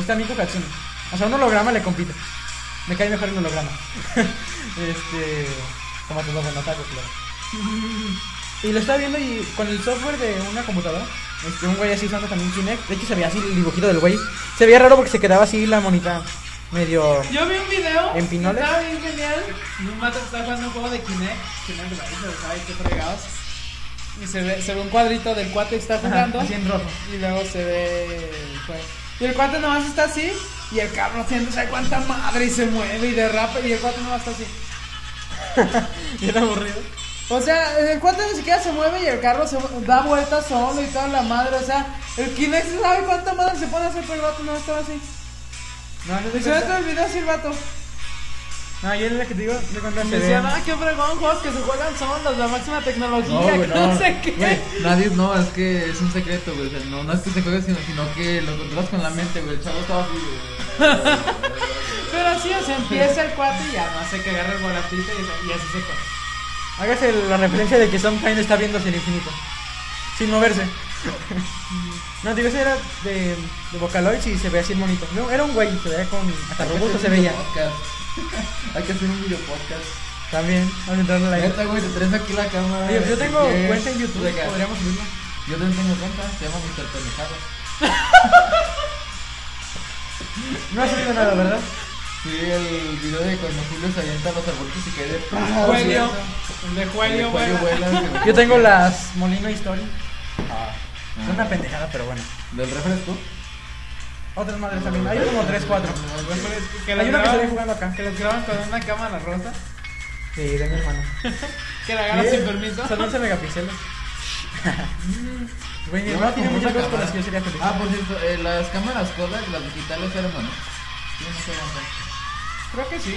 [SPEAKER 2] Está Miku Katsune. O sea, un holograma le compite. Me cae mejor el holograma. este. Como tu lobo, no taco, claro. Y lo estaba viendo y con el software de una computadora. Este, un güey así usando también Kinect. De hecho, se veía así el dibujito del güey. Se veía raro porque se quedaba así la monita medio.
[SPEAKER 1] Yo vi un video,
[SPEAKER 2] ¿En Pinoles?
[SPEAKER 1] estaba bien genial, y un mato que estaba jugando un juego de Kinect, Kinect Racer, ¿sabes qué fregados? Y se ve, se ve un cuadrito del cuate que está jugando.
[SPEAKER 2] Ajá, así en rojo. pues.
[SPEAKER 1] Y luego se ve pues, el juego. Y el cuate nomás está así. Y el cabrón haciendo, ¿sabe cuánta madre? Y se mueve y derrapa. Y el cuate nomás está así.
[SPEAKER 2] Y era aburrido.
[SPEAKER 1] O sea, el cuate ni siquiera se mueve y el carro se mu- da vueltas solo y toda la madre. O sea, el Kinect se sabe cuánta madre se pone a hacer, pero el vato no estaba así.
[SPEAKER 2] No, no
[SPEAKER 1] Y
[SPEAKER 2] te
[SPEAKER 1] se ve
[SPEAKER 2] cuenta.
[SPEAKER 1] todo el video así el vato.
[SPEAKER 2] No, yo era la que te digo, de cuando
[SPEAKER 1] Y
[SPEAKER 2] se
[SPEAKER 1] Me
[SPEAKER 2] ve.
[SPEAKER 1] decían, ah, qué fregón, juegos que se juegan son los de máxima tecnología,
[SPEAKER 3] No,
[SPEAKER 1] que
[SPEAKER 3] güey,
[SPEAKER 1] no,
[SPEAKER 3] no.
[SPEAKER 1] sé qué.
[SPEAKER 3] Güey, nadie, no, es que es un secreto, güey. O sea, no, no es que te juegues, sino, sino que lo controlas con la mente, güey. El chavo estaba así, güey.
[SPEAKER 1] Pero así, o sea, empieza el cuate y ya no sé que agarra el volantito y, dice- y así se corta.
[SPEAKER 2] Hágase la referencia de que Tom Kane está viendo hacia el infinito. Sin moverse. no, digo, ese era de, de Vocaloid y se veía así el monito. No, era un güey, se veía con. Hasta
[SPEAKER 3] Hay que
[SPEAKER 2] robusto
[SPEAKER 3] hacer
[SPEAKER 2] se
[SPEAKER 3] un
[SPEAKER 2] veía.
[SPEAKER 3] videopodcast. Hay que hacer un video podcast.
[SPEAKER 2] También, vamos a entrarle a la
[SPEAKER 3] Neta, güey, te traes aquí la cámara.
[SPEAKER 2] Oye, yo
[SPEAKER 3] si
[SPEAKER 2] tengo
[SPEAKER 3] quieres.
[SPEAKER 2] cuenta en YouTube,
[SPEAKER 3] Venga,
[SPEAKER 2] podríamos subirla.
[SPEAKER 3] Yo también tengo cuenta, se llama Mr. Pendejado.
[SPEAKER 2] No ha subido nada, ¿verdad?
[SPEAKER 3] Sí, el video de cuando Julio se avienta a los arbolitos y cae
[SPEAKER 2] Ah,
[SPEAKER 3] de
[SPEAKER 1] Juelio, el de Juelio,
[SPEAKER 3] Julio
[SPEAKER 1] güey.
[SPEAKER 3] vuela.
[SPEAKER 2] Yo tengo las Molino History.
[SPEAKER 3] Ah,
[SPEAKER 2] Es una pendejada, pero bueno.
[SPEAKER 3] ¿Del refresco?
[SPEAKER 2] Otras madres también. Hay como 3, 4.
[SPEAKER 1] Pues, Que la
[SPEAKER 2] Hay una que se ve
[SPEAKER 1] graban,
[SPEAKER 2] jugando acá.
[SPEAKER 1] que los graban con una cámara rota,
[SPEAKER 2] Sí, de mi hermano.
[SPEAKER 1] que la agarran sin permiso.
[SPEAKER 2] Son 11 megapíxeles. Güey, mi
[SPEAKER 3] Yo
[SPEAKER 2] hermano tiene
[SPEAKER 3] como
[SPEAKER 2] muchas
[SPEAKER 3] una
[SPEAKER 2] cosas con las que yo sería
[SPEAKER 3] cámara.
[SPEAKER 2] feliz.
[SPEAKER 3] Ah, por cierto, eh, las cámaras Kodak, las digitales eran buenas. Sí, no sé, no sé.
[SPEAKER 1] Creo que sí.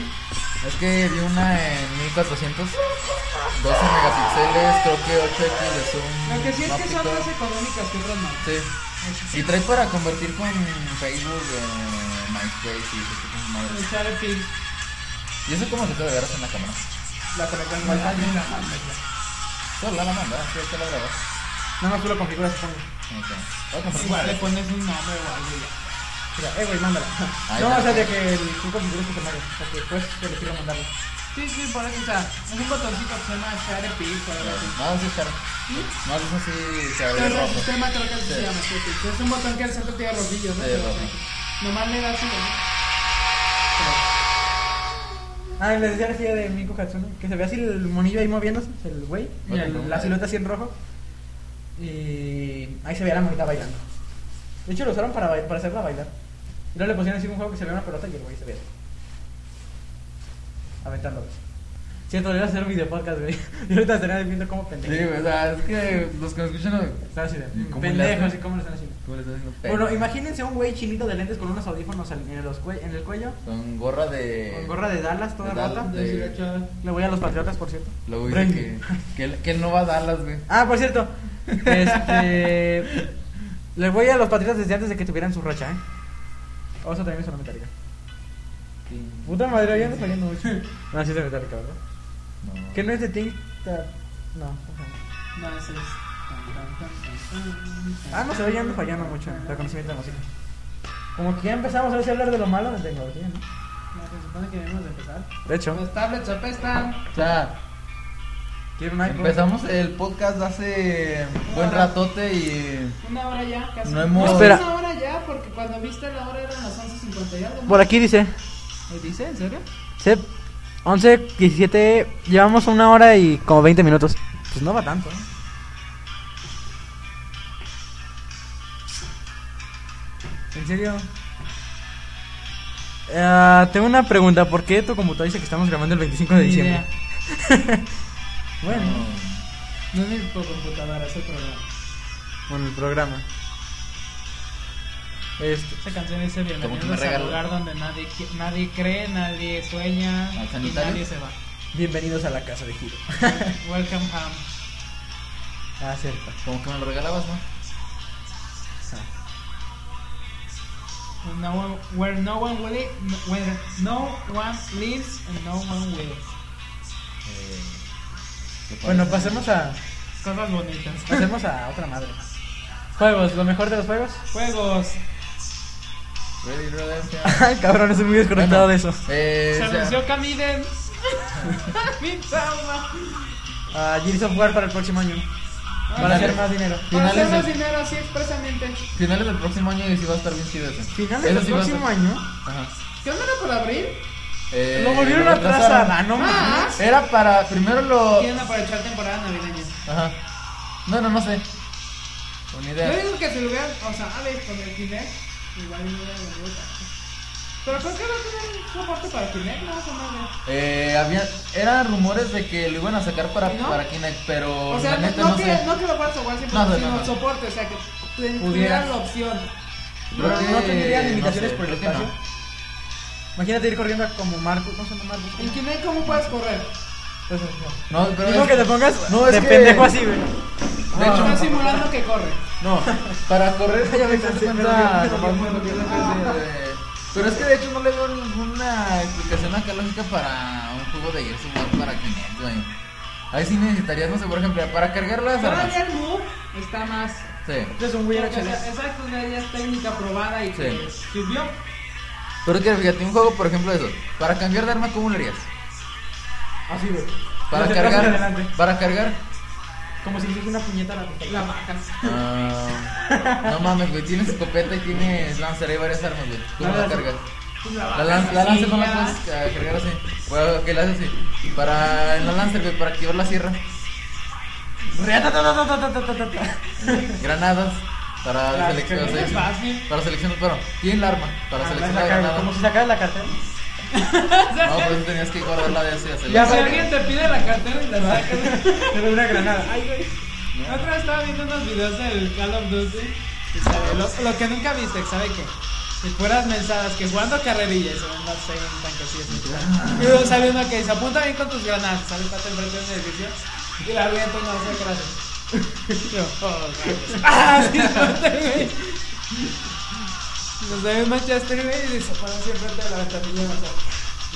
[SPEAKER 3] Es que vi una en 1400, 12 megapíxeles, creo que 8x de zoom.
[SPEAKER 1] Lo que sí es
[SPEAKER 3] no
[SPEAKER 1] que son
[SPEAKER 3] aplicó.
[SPEAKER 1] más económicas que otras más.
[SPEAKER 3] Sí. Y trae para convertir con Facebook, eh, MySpace y ese tipo de madres.
[SPEAKER 1] Echar el pin,
[SPEAKER 3] ¿Y eso cómo se te agarras en la cámara?
[SPEAKER 2] La conexión
[SPEAKER 3] Solo la manda, sí, te la grabas.
[SPEAKER 2] Nada más tú lo configuras, supongo.
[SPEAKER 3] Ok. Voy a comprar
[SPEAKER 1] igual le
[SPEAKER 3] una.
[SPEAKER 1] pones un nombre o algo y ya.
[SPEAKER 2] Mira, eh, güey, mándala.
[SPEAKER 3] Ahí
[SPEAKER 2] No,
[SPEAKER 3] está. pues.
[SPEAKER 2] o sea, de que el- tú configuras tu temario. O que puedes elegir mandarlo.
[SPEAKER 1] Sí, sí, por eso, o sea, es un botoncito que se llama Share Pin o algo así.
[SPEAKER 3] No, sí, claro. No, eso sí se abre
[SPEAKER 1] Pero el
[SPEAKER 3] rojo.
[SPEAKER 1] sistema creo que así se llama, creo que es un botón que al centro tiene rodillos, ¿no?
[SPEAKER 3] Sí, rojo.
[SPEAKER 1] Nomás le das
[SPEAKER 2] Ah, les decía la silla de Miku Hatsune, que se ve así el monillo ahí moviéndose, el güey, y
[SPEAKER 3] Bueno,
[SPEAKER 2] el-
[SPEAKER 3] no,
[SPEAKER 2] la
[SPEAKER 3] ahí.
[SPEAKER 2] silueta así en rojo. Y ahí se veía la monita bailando. De hecho, lo usaron para, ba- para hacerla bailar. Y luego le pusieron así un juego que se veía una pelota y el güey se veía. Aventándolo. Siento, debería hacer un video podcast, güey. Y ahorita estaría viendo cómo
[SPEAKER 3] Sí,
[SPEAKER 2] pendejo.
[SPEAKER 3] güey, o sea, es que los que me escuchan. no-
[SPEAKER 2] Están así de
[SPEAKER 3] ¿Y cómo le
[SPEAKER 2] pendejos
[SPEAKER 3] hacen?
[SPEAKER 2] y cómo lo están haciendo.
[SPEAKER 3] ¿Cómo le estás diciendo?
[SPEAKER 2] Bueno, imagínense un güey chinito de lentes con unos audífonos al- en, los cue- en el cuello,
[SPEAKER 3] Con gorra de.
[SPEAKER 2] con gorra de Dallas toda
[SPEAKER 3] Eh, de Dallas,
[SPEAKER 2] rota.
[SPEAKER 3] de-
[SPEAKER 1] y...
[SPEAKER 2] Le voy a los Patriotas, por cierto.
[SPEAKER 3] Luego dice
[SPEAKER 2] Brand.
[SPEAKER 3] que, que, él- que él no va a Dallas, güey.
[SPEAKER 2] Ah, por cierto. Este. le voy a los Patriotas desde antes de que tuvieran su racha, ¿eh? O eso también es una metálica. Puta madre, ya ando fallando mucho. No, sí es de metálica, ¿verdad?
[SPEAKER 3] No.
[SPEAKER 2] Que no es de Think That- No. ajá.
[SPEAKER 4] No,
[SPEAKER 1] este,
[SPEAKER 4] ese es.
[SPEAKER 2] Ah, no se ve, ya ando fallando mucho en el conocimiento de música. Como que ya empezamos a ver si hablar de lo malo de tecnología, ¿no?
[SPEAKER 4] No, se supone que debemos de empezar.
[SPEAKER 2] De hecho,
[SPEAKER 1] Los tablets apestan.
[SPEAKER 3] O sea,
[SPEAKER 2] quiero un iPhone.
[SPEAKER 3] empezamos el podcast hace buen ratote y.
[SPEAKER 1] Una hora ya, casi.
[SPEAKER 3] No hemos-
[SPEAKER 2] Espera.
[SPEAKER 1] Una hora ya, porque cuando viste la hora eran las 11.50 y algo. ¿no?
[SPEAKER 2] Por aquí dice,
[SPEAKER 1] ¿Me dice? ¿En serio?
[SPEAKER 2] Sep, 11, 17, llevamos una hora y como 20 minutos. Pues no va tanto, ¿eh? ¿En serio? Ah, tengo una pregunta, ¿por qué tu computadora dice que estamos grabando el 25 de
[SPEAKER 1] Ni
[SPEAKER 2] diciembre?
[SPEAKER 1] idea.
[SPEAKER 2] bueno,
[SPEAKER 4] No es mi computadora, es el programa.
[SPEAKER 2] bueno, el programa. Este,
[SPEAKER 1] Esa canción dice
[SPEAKER 3] Como que
[SPEAKER 1] bienvenidos
[SPEAKER 3] me
[SPEAKER 1] al
[SPEAKER 3] regalo.
[SPEAKER 1] lugar donde nadie, qui- nadie cree, nadie sueña
[SPEAKER 3] ¿Al
[SPEAKER 1] y
[SPEAKER 3] sanitario?
[SPEAKER 1] nadie se va.
[SPEAKER 2] bienvenidos a la casa de Giro.
[SPEAKER 1] Welcome um, home.
[SPEAKER 2] ah, cierto.
[SPEAKER 3] Como que me lo regalabas, ¿no?
[SPEAKER 1] And no one- where no one will live, where no one lives and no one will.
[SPEAKER 3] Eh, ¿te parece?
[SPEAKER 2] Bueno, pasemos a,
[SPEAKER 1] Cosas bonitas.
[SPEAKER 2] pasemos a otra madre. Juegos, lo mejor de los juegos.
[SPEAKER 1] Juegos.
[SPEAKER 3] Ready, Redemption.
[SPEAKER 2] Ay, cabrón, estoy muy desconectado de eso.
[SPEAKER 3] Eh,
[SPEAKER 1] Se
[SPEAKER 3] o sea,
[SPEAKER 1] anunció Camiden. Mi trauma.
[SPEAKER 2] Ah, Gears of War para el próximo año. Para
[SPEAKER 3] Ándale.
[SPEAKER 2] hacer más dinero.
[SPEAKER 1] Para hacer
[SPEAKER 3] Finales
[SPEAKER 1] más
[SPEAKER 3] del-
[SPEAKER 1] dinero así expresamente.
[SPEAKER 3] finales del próximo año y sí va a estar bien chido ese.
[SPEAKER 2] Finales
[SPEAKER 3] Eso
[SPEAKER 2] del
[SPEAKER 3] sí va a
[SPEAKER 2] próximo
[SPEAKER 3] estar-
[SPEAKER 2] año.
[SPEAKER 3] Ajá.
[SPEAKER 1] ¿Qué onda por abril?
[SPEAKER 3] Eh,
[SPEAKER 2] Lo volvieron
[SPEAKER 3] lo
[SPEAKER 2] a
[SPEAKER 3] retrasaron.
[SPEAKER 2] atrasar. Ah, no
[SPEAKER 1] Ah.
[SPEAKER 2] mames.
[SPEAKER 3] Era para primero lo.
[SPEAKER 1] Quieren aprovechar temporada navideña.
[SPEAKER 3] Ajá. No, no, no sé. Una
[SPEAKER 1] Yo
[SPEAKER 3] idea.
[SPEAKER 1] digo que si lo hubieran, o sea, a ver, con el Kinect, igual no hubiera venido tanto. Pero creo que va a tener un soporte para Kinect, no, eso no, no.
[SPEAKER 3] Eh, había, eran rumores de que lo iban a sacar para,
[SPEAKER 1] ¿No?
[SPEAKER 3] para Kinect, pero
[SPEAKER 1] O sea,
[SPEAKER 3] Oh, la
[SPEAKER 1] no,
[SPEAKER 3] neta
[SPEAKER 1] no
[SPEAKER 3] no,
[SPEAKER 1] que,
[SPEAKER 3] sé.
[SPEAKER 1] no que lo puedas jugar siempre,
[SPEAKER 3] No, no,
[SPEAKER 1] sino
[SPEAKER 3] no, no.
[SPEAKER 1] soporte, o sea, que tu-
[SPEAKER 2] Pudieras.
[SPEAKER 1] tuvieras la opción.
[SPEAKER 3] Creo
[SPEAKER 2] No,
[SPEAKER 3] que-
[SPEAKER 2] no tendría limitaciones
[SPEAKER 3] sé,
[SPEAKER 2] por el
[SPEAKER 3] creo que no.
[SPEAKER 2] espacio. Imagínate ir corriendo como Marco. ¿Cómo se llama Marco?
[SPEAKER 1] En Kinect, ¿cómo puedes correr?
[SPEAKER 2] Eso,
[SPEAKER 3] No,
[SPEAKER 2] no.
[SPEAKER 3] pero
[SPEAKER 2] Digo
[SPEAKER 3] es-
[SPEAKER 2] que te pongas
[SPEAKER 3] No,
[SPEAKER 2] no,
[SPEAKER 3] es
[SPEAKER 2] de
[SPEAKER 3] que-
[SPEAKER 2] pendejo así, güey.
[SPEAKER 3] De hecho,
[SPEAKER 1] Estás simulando que corre.
[SPEAKER 3] No, para correr
[SPEAKER 2] Ya me
[SPEAKER 3] te das
[SPEAKER 2] cansé,
[SPEAKER 3] cuenta,
[SPEAKER 2] perdón,
[SPEAKER 3] nomás
[SPEAKER 2] perdón,
[SPEAKER 3] cuando
[SPEAKER 2] perdón.
[SPEAKER 3] tienes ese de- Pero es que de hecho no le veo ninguna explicación acá lógica para un juego de Gears of War para Kinect, güey. Ahí sí necesitarías, no sé, por ejemplo, para cargar las armas.
[SPEAKER 1] Todavía el move está más.
[SPEAKER 3] Sí.
[SPEAKER 2] Este es un güey
[SPEAKER 1] porque, o sea,
[SPEAKER 2] HD.
[SPEAKER 1] Exacto, ya ya es técnica probada y que
[SPEAKER 3] Sí.
[SPEAKER 1] subió.
[SPEAKER 3] Pero es que fíjate, un juego, por ejemplo, de eso. Para cambiar de arma, ¿cómo lo harías?
[SPEAKER 2] Así, güey.
[SPEAKER 3] Para
[SPEAKER 2] Los de atrás en
[SPEAKER 3] cargar.
[SPEAKER 2] adelante.
[SPEAKER 3] Para cargar.
[SPEAKER 2] Como si le hiciese una puñeta a la
[SPEAKER 1] La bajas.
[SPEAKER 3] Ah, no mames, güey. Tienes escopeta y tienes lancer. Hay varias armas, güey. ¿Cómo la cargas?
[SPEAKER 1] Pues la
[SPEAKER 3] La,
[SPEAKER 1] bajas.
[SPEAKER 3] lan- la lanza no la
[SPEAKER 1] así, ya.
[SPEAKER 3] puedes eh, cargar así. Bueno, que la haces así. Para en la lancer, güey, para activar la sierra. Granadas. Para
[SPEAKER 2] Claro,
[SPEAKER 3] selección.
[SPEAKER 2] es que
[SPEAKER 1] Eso es
[SPEAKER 3] selección-
[SPEAKER 1] fácil.
[SPEAKER 3] Para selección, pero. ¿Quién el arma? Para seleccionar Ah, la granada.
[SPEAKER 2] Ah, Como si sacaras la cartera.
[SPEAKER 3] No, pues tenías que guardarla de así. hacerla.
[SPEAKER 2] Ya
[SPEAKER 1] si
[SPEAKER 2] sé.
[SPEAKER 1] alguien te pide la cartera y la sacas.
[SPEAKER 2] Pero una granada. Ay, güey.
[SPEAKER 1] La otra vez estaba viendo unos videos del Call of Duty. y sabe, Lo, lo que nunca viste, ¿sabe qué? Si fueras mensadas que jugando carrerillas se ven las seis en tanque así es. Y luego sale uno que dice, apunta bien con tus granadas, sale pata enfrente de un edificio y la avienta una no sé gracias. Yo, oh, gracias. ah, sí, suerte, güey. Nos ve en Manchester, güey, y se pone así enfrente de la ventanilla de la sala.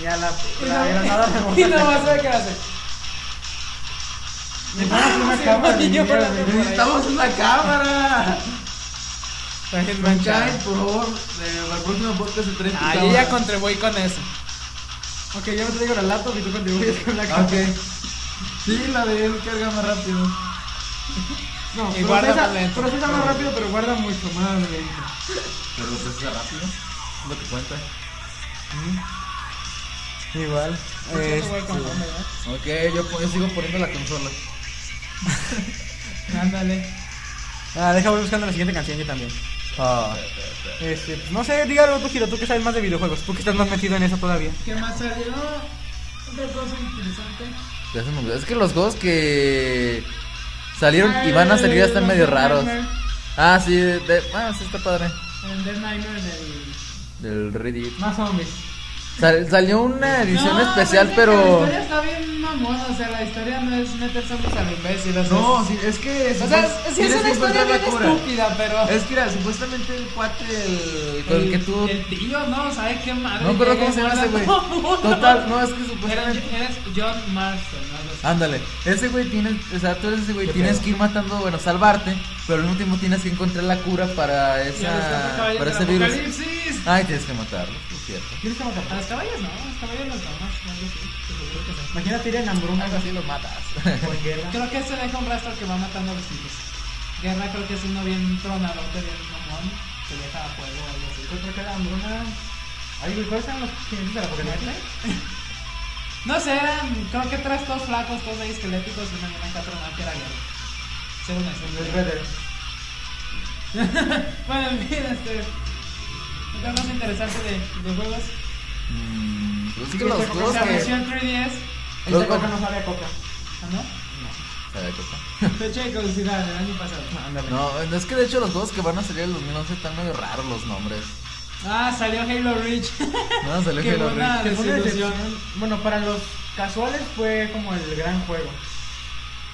[SPEAKER 2] Y a la,
[SPEAKER 1] Y
[SPEAKER 2] la granada
[SPEAKER 1] no-
[SPEAKER 2] remota.
[SPEAKER 1] Y no más sabe qué hace.
[SPEAKER 2] Le pones una
[SPEAKER 1] Ah, Sí,
[SPEAKER 2] cámara de
[SPEAKER 1] y yo
[SPEAKER 2] video,
[SPEAKER 1] volando
[SPEAKER 2] güey.
[SPEAKER 1] por ahí.
[SPEAKER 3] Necesitamos una cámara.
[SPEAKER 1] Traje
[SPEAKER 3] Manchai,
[SPEAKER 1] manchado.
[SPEAKER 3] por favor, eh, para el próximo podcast se trae tu
[SPEAKER 1] Ah, yo
[SPEAKER 3] cámara.
[SPEAKER 1] ya contribuí con eso.
[SPEAKER 2] Ok, yo me traigo la laptop y tú contribuyes con la
[SPEAKER 3] Ah,
[SPEAKER 2] cámara.
[SPEAKER 3] Ok. Sí, la de él carga más rápido.
[SPEAKER 2] No,
[SPEAKER 1] Y guarda
[SPEAKER 2] procesa,
[SPEAKER 1] más lento.
[SPEAKER 2] procesa más rápido, pero guarda mucho más lento.
[SPEAKER 3] Pero lo procesa rápido. Es lo que cuenta.
[SPEAKER 2] Igual. este,
[SPEAKER 3] Este.
[SPEAKER 1] Yo voy con Juan, ¿verdad?
[SPEAKER 3] Ok, yo, po- yo sigo poniendo la consola.
[SPEAKER 1] Ándale.
[SPEAKER 2] Ah, deja voy buscando la siguiente canción yo también. Ah. Este, pues, no sé, dígalo tú, Giro, tú que sabes más de videojuegos, tú que estás más metido en eso todavía.
[SPEAKER 1] ¿Qué más salió? Otra cosa interesante.
[SPEAKER 3] Ya se me olvidó. Es que los juegos que salieron y
[SPEAKER 1] Ah,
[SPEAKER 3] van a salir ya están medio raros. Ah, sí, de, de- ah, sí está padre.
[SPEAKER 1] El Dead Nightmare del.
[SPEAKER 3] Del Reddit.
[SPEAKER 2] Más zombies.
[SPEAKER 3] Sal- salió una edición especial,
[SPEAKER 1] pues es que La
[SPEAKER 3] pero.
[SPEAKER 1] historia está bien mamona. O sea, la historia no es meter zombies a lo imbécil. O sea,
[SPEAKER 3] No,
[SPEAKER 1] es- pues,
[SPEAKER 3] sí, es que.
[SPEAKER 1] O sea, es- sí
[SPEAKER 3] supos-
[SPEAKER 1] es
[SPEAKER 3] tienes que
[SPEAKER 1] una historia
[SPEAKER 3] encontrar la
[SPEAKER 1] bien
[SPEAKER 3] cura.
[SPEAKER 1] estúpida, pero.
[SPEAKER 3] Es que mira, supuestamente el cuate el, con el, que tú.
[SPEAKER 1] El tío, no, ¿sabes qué madre?
[SPEAKER 3] No me acuerdo
[SPEAKER 1] Llega
[SPEAKER 3] cómo
[SPEAKER 1] y
[SPEAKER 3] se llama
[SPEAKER 1] mata
[SPEAKER 3] ese
[SPEAKER 1] a
[SPEAKER 3] güey.
[SPEAKER 1] todo mundo. Pues,
[SPEAKER 3] Total, no, es Ah, que
[SPEAKER 1] Era-
[SPEAKER 3] supuestamente.
[SPEAKER 1] Eres John Marston, algo así.
[SPEAKER 3] Ándale, ese güey tienes, o sea, tú eres ese güey, tienes que ir matando, bueno, salvarte, pero al mismo tiempo tienes que encontrar la cura para
[SPEAKER 1] Y a los cuatro
[SPEAKER 3] esa,
[SPEAKER 1] caballos
[SPEAKER 3] para
[SPEAKER 1] del
[SPEAKER 3] ese virus.
[SPEAKER 1] apocalipsis.
[SPEAKER 3] Ay, tienes que matarlo, es cierto.
[SPEAKER 2] ¿Quieres que
[SPEAKER 1] A
[SPEAKER 2] matar?
[SPEAKER 1] los caballos no, a los caballos los tomas. algo así, seguro que no.
[SPEAKER 2] Imagínate ir en hambruna
[SPEAKER 3] Algo así lo matas.
[SPEAKER 2] por guerra.
[SPEAKER 1] Creo que este deja un rastro que va matando a los tipos. Guerra creo que es uno bien tronadote, bien mamón, que deja a fuego o algo así.
[SPEAKER 2] Yo creo que era hambruna. Ay, güey, ¿cuáles eran los jinetes de la Pokémon?
[SPEAKER 1] No sé, eran, creo que tres todos flacos, todos ahí esqueléticos, y una llena acá tronada que era guerra. Según eso.
[SPEAKER 2] El Red Dead.
[SPEAKER 1] bueno, en fin, este. Lo más interesante de, de juegos. Este,
[SPEAKER 3] Mm, pues es que
[SPEAKER 2] Sí,
[SPEAKER 3] los
[SPEAKER 2] te
[SPEAKER 3] juegos
[SPEAKER 1] La
[SPEAKER 2] que-
[SPEAKER 1] versión 3DS.
[SPEAKER 2] El
[SPEAKER 3] Los-
[SPEAKER 2] Este Coca no sabe a Coca.
[SPEAKER 1] ¿Ah, no?
[SPEAKER 3] ¿Sabe qué cosa?
[SPEAKER 1] Fecha de caducidad del año pasado.
[SPEAKER 2] Ándale.
[SPEAKER 3] No, es que de hecho los juegos que van a salir en el 2011 están medio raros los nombres.
[SPEAKER 1] Ah, salió Halo Reach.
[SPEAKER 3] No, salió
[SPEAKER 1] Qué
[SPEAKER 3] Halo
[SPEAKER 1] buena
[SPEAKER 3] Reach.
[SPEAKER 2] Que fue una
[SPEAKER 1] desilusión.
[SPEAKER 2] decepción. Bueno, para los casuales fue como el gran juego.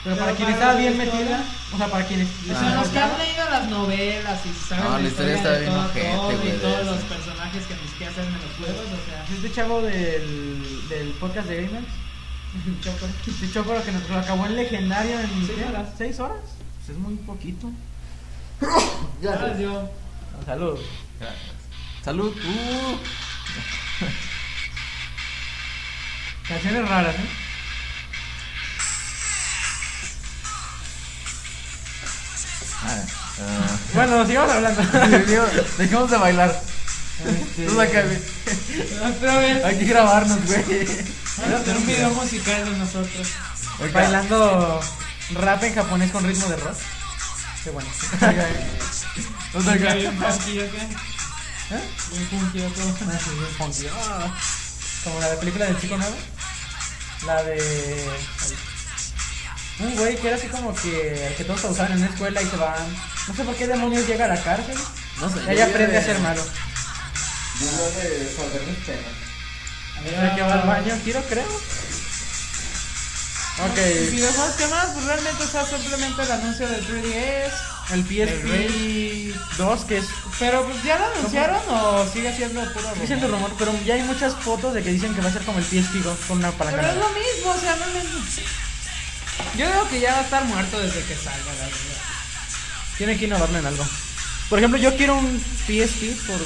[SPEAKER 2] Pero,
[SPEAKER 1] Pero
[SPEAKER 2] para quien
[SPEAKER 1] para
[SPEAKER 2] estaba
[SPEAKER 1] los
[SPEAKER 2] bien
[SPEAKER 1] de historia-
[SPEAKER 2] metida, o sea, para quienes.
[SPEAKER 1] O sea, los que han leído las novelas y saben
[SPEAKER 3] No, la historia está
[SPEAKER 1] de
[SPEAKER 3] bien
[SPEAKER 1] todo
[SPEAKER 3] ojete,
[SPEAKER 1] Thor
[SPEAKER 3] güey,
[SPEAKER 1] y
[SPEAKER 3] de
[SPEAKER 1] todos
[SPEAKER 3] eso.
[SPEAKER 1] los personajes que mis que hacen en los juegos, o sea,
[SPEAKER 2] Este chavo del, del podcast de Gamers,
[SPEAKER 1] choco.
[SPEAKER 2] este chocolo que nos lo acabó en legendario en
[SPEAKER 1] Seis
[SPEAKER 2] ¿qué?
[SPEAKER 1] horas.
[SPEAKER 2] ¿Seis horas? Pues es muy poquito.
[SPEAKER 1] Ahora yo,
[SPEAKER 2] Salud.
[SPEAKER 3] Gracias. Salud. Uh.
[SPEAKER 2] Canciones raras, ¿eh?
[SPEAKER 3] Ah, ah.
[SPEAKER 2] Bueno, sigamos hablando.
[SPEAKER 3] eh,
[SPEAKER 2] Este,
[SPEAKER 3] Digo, dejemos de bailar. Tú la cagué.
[SPEAKER 1] Otra vez.
[SPEAKER 3] Hay que grabarnos, güey.
[SPEAKER 1] Vamos a hacer un video musical de nosotros.
[SPEAKER 3] Oiga,
[SPEAKER 2] Bailando rap en japonés con ritmo de rock. Qué bueno.
[SPEAKER 3] no te
[SPEAKER 1] Oiga,
[SPEAKER 3] hagas.
[SPEAKER 1] bien funky, ¿o qué?
[SPEAKER 2] ¿Eh?
[SPEAKER 1] Bien funky, ¿o qué?
[SPEAKER 2] Ah, sí, bien funky. Ah, Como la de película del chico nuevo. La de. Un güey que era así como que. al que todos usaban en una escuela y se van. No sé por qué demonios llega a la cárcel.
[SPEAKER 3] No sé.
[SPEAKER 2] Y ahí aprende a ser malo.
[SPEAKER 3] Yo de salvar mis penas.
[SPEAKER 2] El que va al baño, giro, creo.
[SPEAKER 1] Y
[SPEAKER 2] Ok.
[SPEAKER 1] videojuegos, ¿qué más? Pues realmente está simplemente el anuncio del 3DS.
[SPEAKER 2] El PSP 2, que es.
[SPEAKER 1] Pero pues ya lo anunciaron o sigue siendo puro
[SPEAKER 2] Dicen tu
[SPEAKER 1] rumor?
[SPEAKER 2] rumor, pero ya hay muchas fotos de que dicen que va a ser como el PSP 2 con una
[SPEAKER 1] Pero es
[SPEAKER 2] palanca.
[SPEAKER 1] lo mismo, o sea, no me- Yo digo que ya va a estar muerto desde que salga la verdad.
[SPEAKER 2] Tienen que innovarme en algo. Por ejemplo, yo quiero un PSP por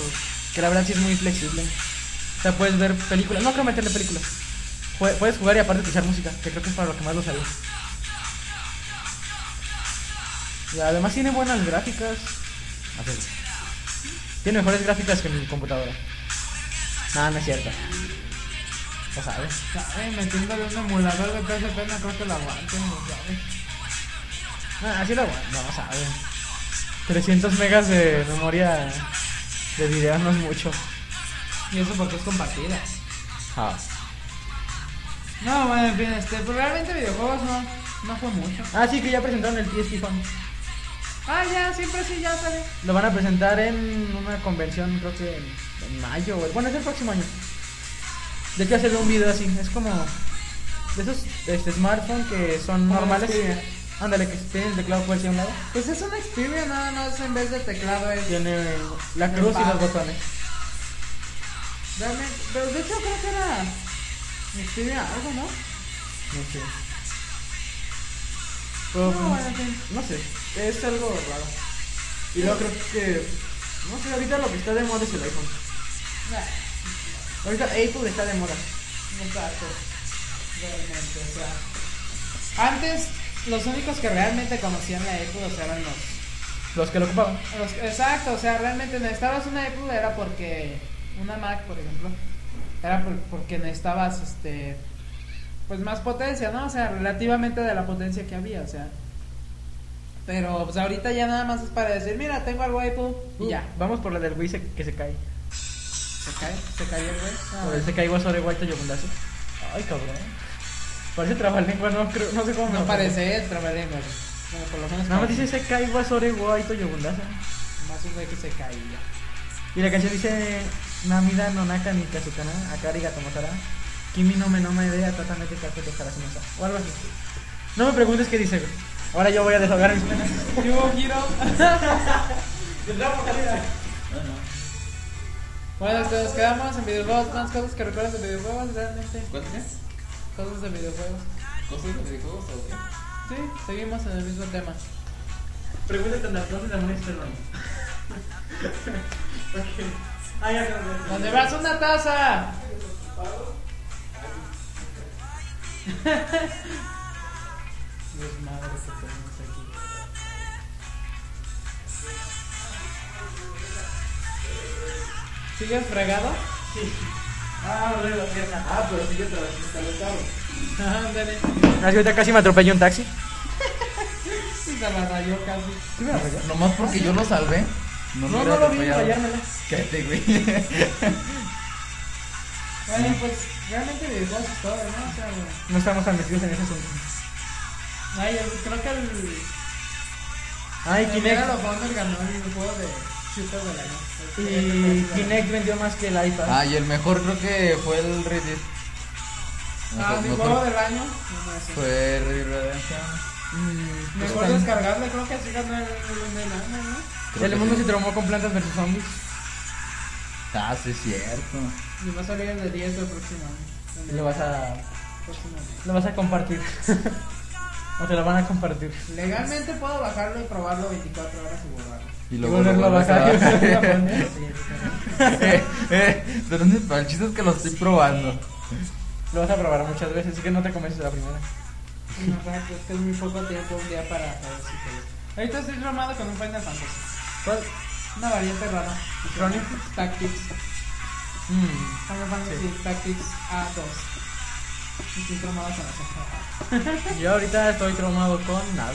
[SPEAKER 2] que la verdad sí es muy flexible. O sea, puedes ver películas. No creo meterle películas. Jue- Puedes jugar y aparte escuchar música, que creo que es para lo que más lo salió. Y además tiene buenas gráficas. A ver. Tiene mejores gráficas que mi computadora. No, no es cierto. Lo sabes.
[SPEAKER 1] Sabe, metiéndole un emulador de PSP no creo que lo aguanten, no sabe.
[SPEAKER 2] No, Ah, así lo aguanto. No, sabes. 300 megas de memoria de video no es mucho.
[SPEAKER 1] Y eso porque es compartida.
[SPEAKER 3] Ah.
[SPEAKER 1] No, bueno, en fin, este, pues realmente videojuegos no, no fue mucho.
[SPEAKER 2] Ah, sí, que ya presentaron el PSP Fan.
[SPEAKER 1] Ah, ya, siempre sí, ya sale.
[SPEAKER 2] Lo van a presentar en una convención, creo que en, en mayo. o- Bueno, es el próximo año. De hecho, hacerle un video así. Es como de esos este, smartphones que son
[SPEAKER 1] Como
[SPEAKER 2] normales.
[SPEAKER 1] Xperia.
[SPEAKER 2] Ándale, que tienen el teclado puesto a un lado.
[SPEAKER 1] Pues es una Xperia nada más en vez de teclado es.
[SPEAKER 2] Tiene la cruz y
[SPEAKER 1] pad.
[SPEAKER 2] los botones.
[SPEAKER 1] Realmente, pero de hecho creo que era Xperia algo, ¿no?
[SPEAKER 2] No sé. Pues, Pero,
[SPEAKER 1] No, bueno, en fin.
[SPEAKER 2] no sé. Es algo raro. Y luego creo que. No sé, ahorita lo que está de moda es el iPhone.
[SPEAKER 1] Nah,
[SPEAKER 2] Ahorita Apple está de moda.
[SPEAKER 1] Exacto. Realmente, o sea. Antes, los únicos que realmente conocían la Apple, o sea, eran los,
[SPEAKER 2] Los que lo ocupaban.
[SPEAKER 1] los- Pues, Exacto, o sea, realmente necesitabas una Apple era porque. Una Mac, por ejemplo. Era por- porque necesitabas, este. Pues más potencia, ¿no? O sea, relativamente de la potencia que había, o sea. Pero, pues ahorita ya nada más es para decir, mira, tengo algo Apple y ya.
[SPEAKER 2] Vamos por la del Wii se- que se cae.
[SPEAKER 1] Se cae, se cayó el güey. Ah,
[SPEAKER 2] Por ese caigo sobre Guaita Yokundazo. Ay, cabrón. Parece trabalengua, no creo, no sé cómo me
[SPEAKER 1] no
[SPEAKER 2] lo-
[SPEAKER 1] parece el trabalenguas. Bueno, por lo menos.
[SPEAKER 2] Nada más
[SPEAKER 1] para mí.
[SPEAKER 2] dice ese caigo sobre Guaita Yokundazo.
[SPEAKER 1] Más un güey que se caía.
[SPEAKER 2] Y la canción dice Namida no naka ni kazukana, akari ga tomotara. Kimi no me no me de atatamente kate de harashimasa. O algo así. No me preguntes qué dice. güey. Ahora yo voy a desahogar mis penas.
[SPEAKER 1] Yo giro. Bueno, este, nos quedamos en videojuegos, más cosas que recuerdas de videojuegos, realmente.
[SPEAKER 3] ¿Cuánto es?
[SPEAKER 1] Cosas de videojuegos.
[SPEAKER 3] ¿Cosas de videojuegos o
[SPEAKER 2] Sí,
[SPEAKER 3] qué?
[SPEAKER 2] seguimos en el mismo tema. Pregúntate en la clase de Amor
[SPEAKER 5] Ah, ya acabo.
[SPEAKER 1] ¿Dónde vas una taza?
[SPEAKER 2] Dios madre que tenemos aquí. ¿Sigues fregado?
[SPEAKER 5] Ah, doble la pierna. Ah, pero sigue trabajando hasta los cabos.
[SPEAKER 1] Ándale.
[SPEAKER 2] Así ahorita casi me atropelló un taxi.
[SPEAKER 1] Se la rayó casi.
[SPEAKER 2] ¿Sí me atropelló?
[SPEAKER 3] Nomás porque yo lo salvé.
[SPEAKER 2] No,
[SPEAKER 3] me
[SPEAKER 2] no,
[SPEAKER 3] hubiera
[SPEAKER 2] lo vi
[SPEAKER 3] atropellado.
[SPEAKER 2] rayármela.
[SPEAKER 3] Cállate, güey.
[SPEAKER 1] Bueno, pues realmente videojuegos es todo, ¿no? O sea,
[SPEAKER 2] No estamos tan metidos en ese asunto.
[SPEAKER 1] ay, yo creo que el.
[SPEAKER 2] Ay,
[SPEAKER 1] el
[SPEAKER 2] Kinect.
[SPEAKER 1] Medal of Honor ganó el juego de shooter de la Este
[SPEAKER 2] Y
[SPEAKER 1] noche.
[SPEAKER 2] Kinect vendió más que el iPad.
[SPEAKER 3] Ah, y el mejor creo que fue el Red Dead.
[SPEAKER 2] Pues,
[SPEAKER 1] Ah, mi
[SPEAKER 3] Mejor-
[SPEAKER 1] juego
[SPEAKER 3] mejor
[SPEAKER 1] del año. no me sé.
[SPEAKER 3] Fue Red Dead Redemption.
[SPEAKER 2] Mm, pues
[SPEAKER 1] Mejor
[SPEAKER 2] también.
[SPEAKER 1] descargarle, creo que así ganó el el del año, ¿no?
[SPEAKER 3] Creo
[SPEAKER 2] El
[SPEAKER 3] que
[SPEAKER 2] mundo
[SPEAKER 3] sí.
[SPEAKER 2] se tromó con plantas versus zombies.
[SPEAKER 3] Ah, sí, es cierto.
[SPEAKER 1] Y va a salir el de 10 del próximo año.
[SPEAKER 2] Lo vas a.
[SPEAKER 1] Próximo año.
[SPEAKER 2] Lo vas a compartir. o te lo van a compartir.
[SPEAKER 1] Legalmente puedo bajarlo y probarlo 24 horas y borrarlo.
[SPEAKER 3] Y
[SPEAKER 2] volverlo a
[SPEAKER 3] vuelves
[SPEAKER 2] bajar.
[SPEAKER 1] Sí,
[SPEAKER 3] bajar.
[SPEAKER 1] sí,
[SPEAKER 3] eh, eh, pero no es- el chiste es que lo estoy probando.
[SPEAKER 2] Lo vas a probar muchas veces, así que no te comes la primera.
[SPEAKER 1] sí. No, o sea, que es que es muy poco tiempo un día para saber si te gusta. Ahorita estoy armado con un Final Fantasy.
[SPEAKER 2] ¿Cuál?
[SPEAKER 1] Una variante rara.
[SPEAKER 2] ¿Chronicle?
[SPEAKER 1] Tactics.
[SPEAKER 2] Mm,
[SPEAKER 1] Final Fantasy Tactics A2. Y Estoy armado con eso.
[SPEAKER 2] Yo ahorita estoy traumado con nada.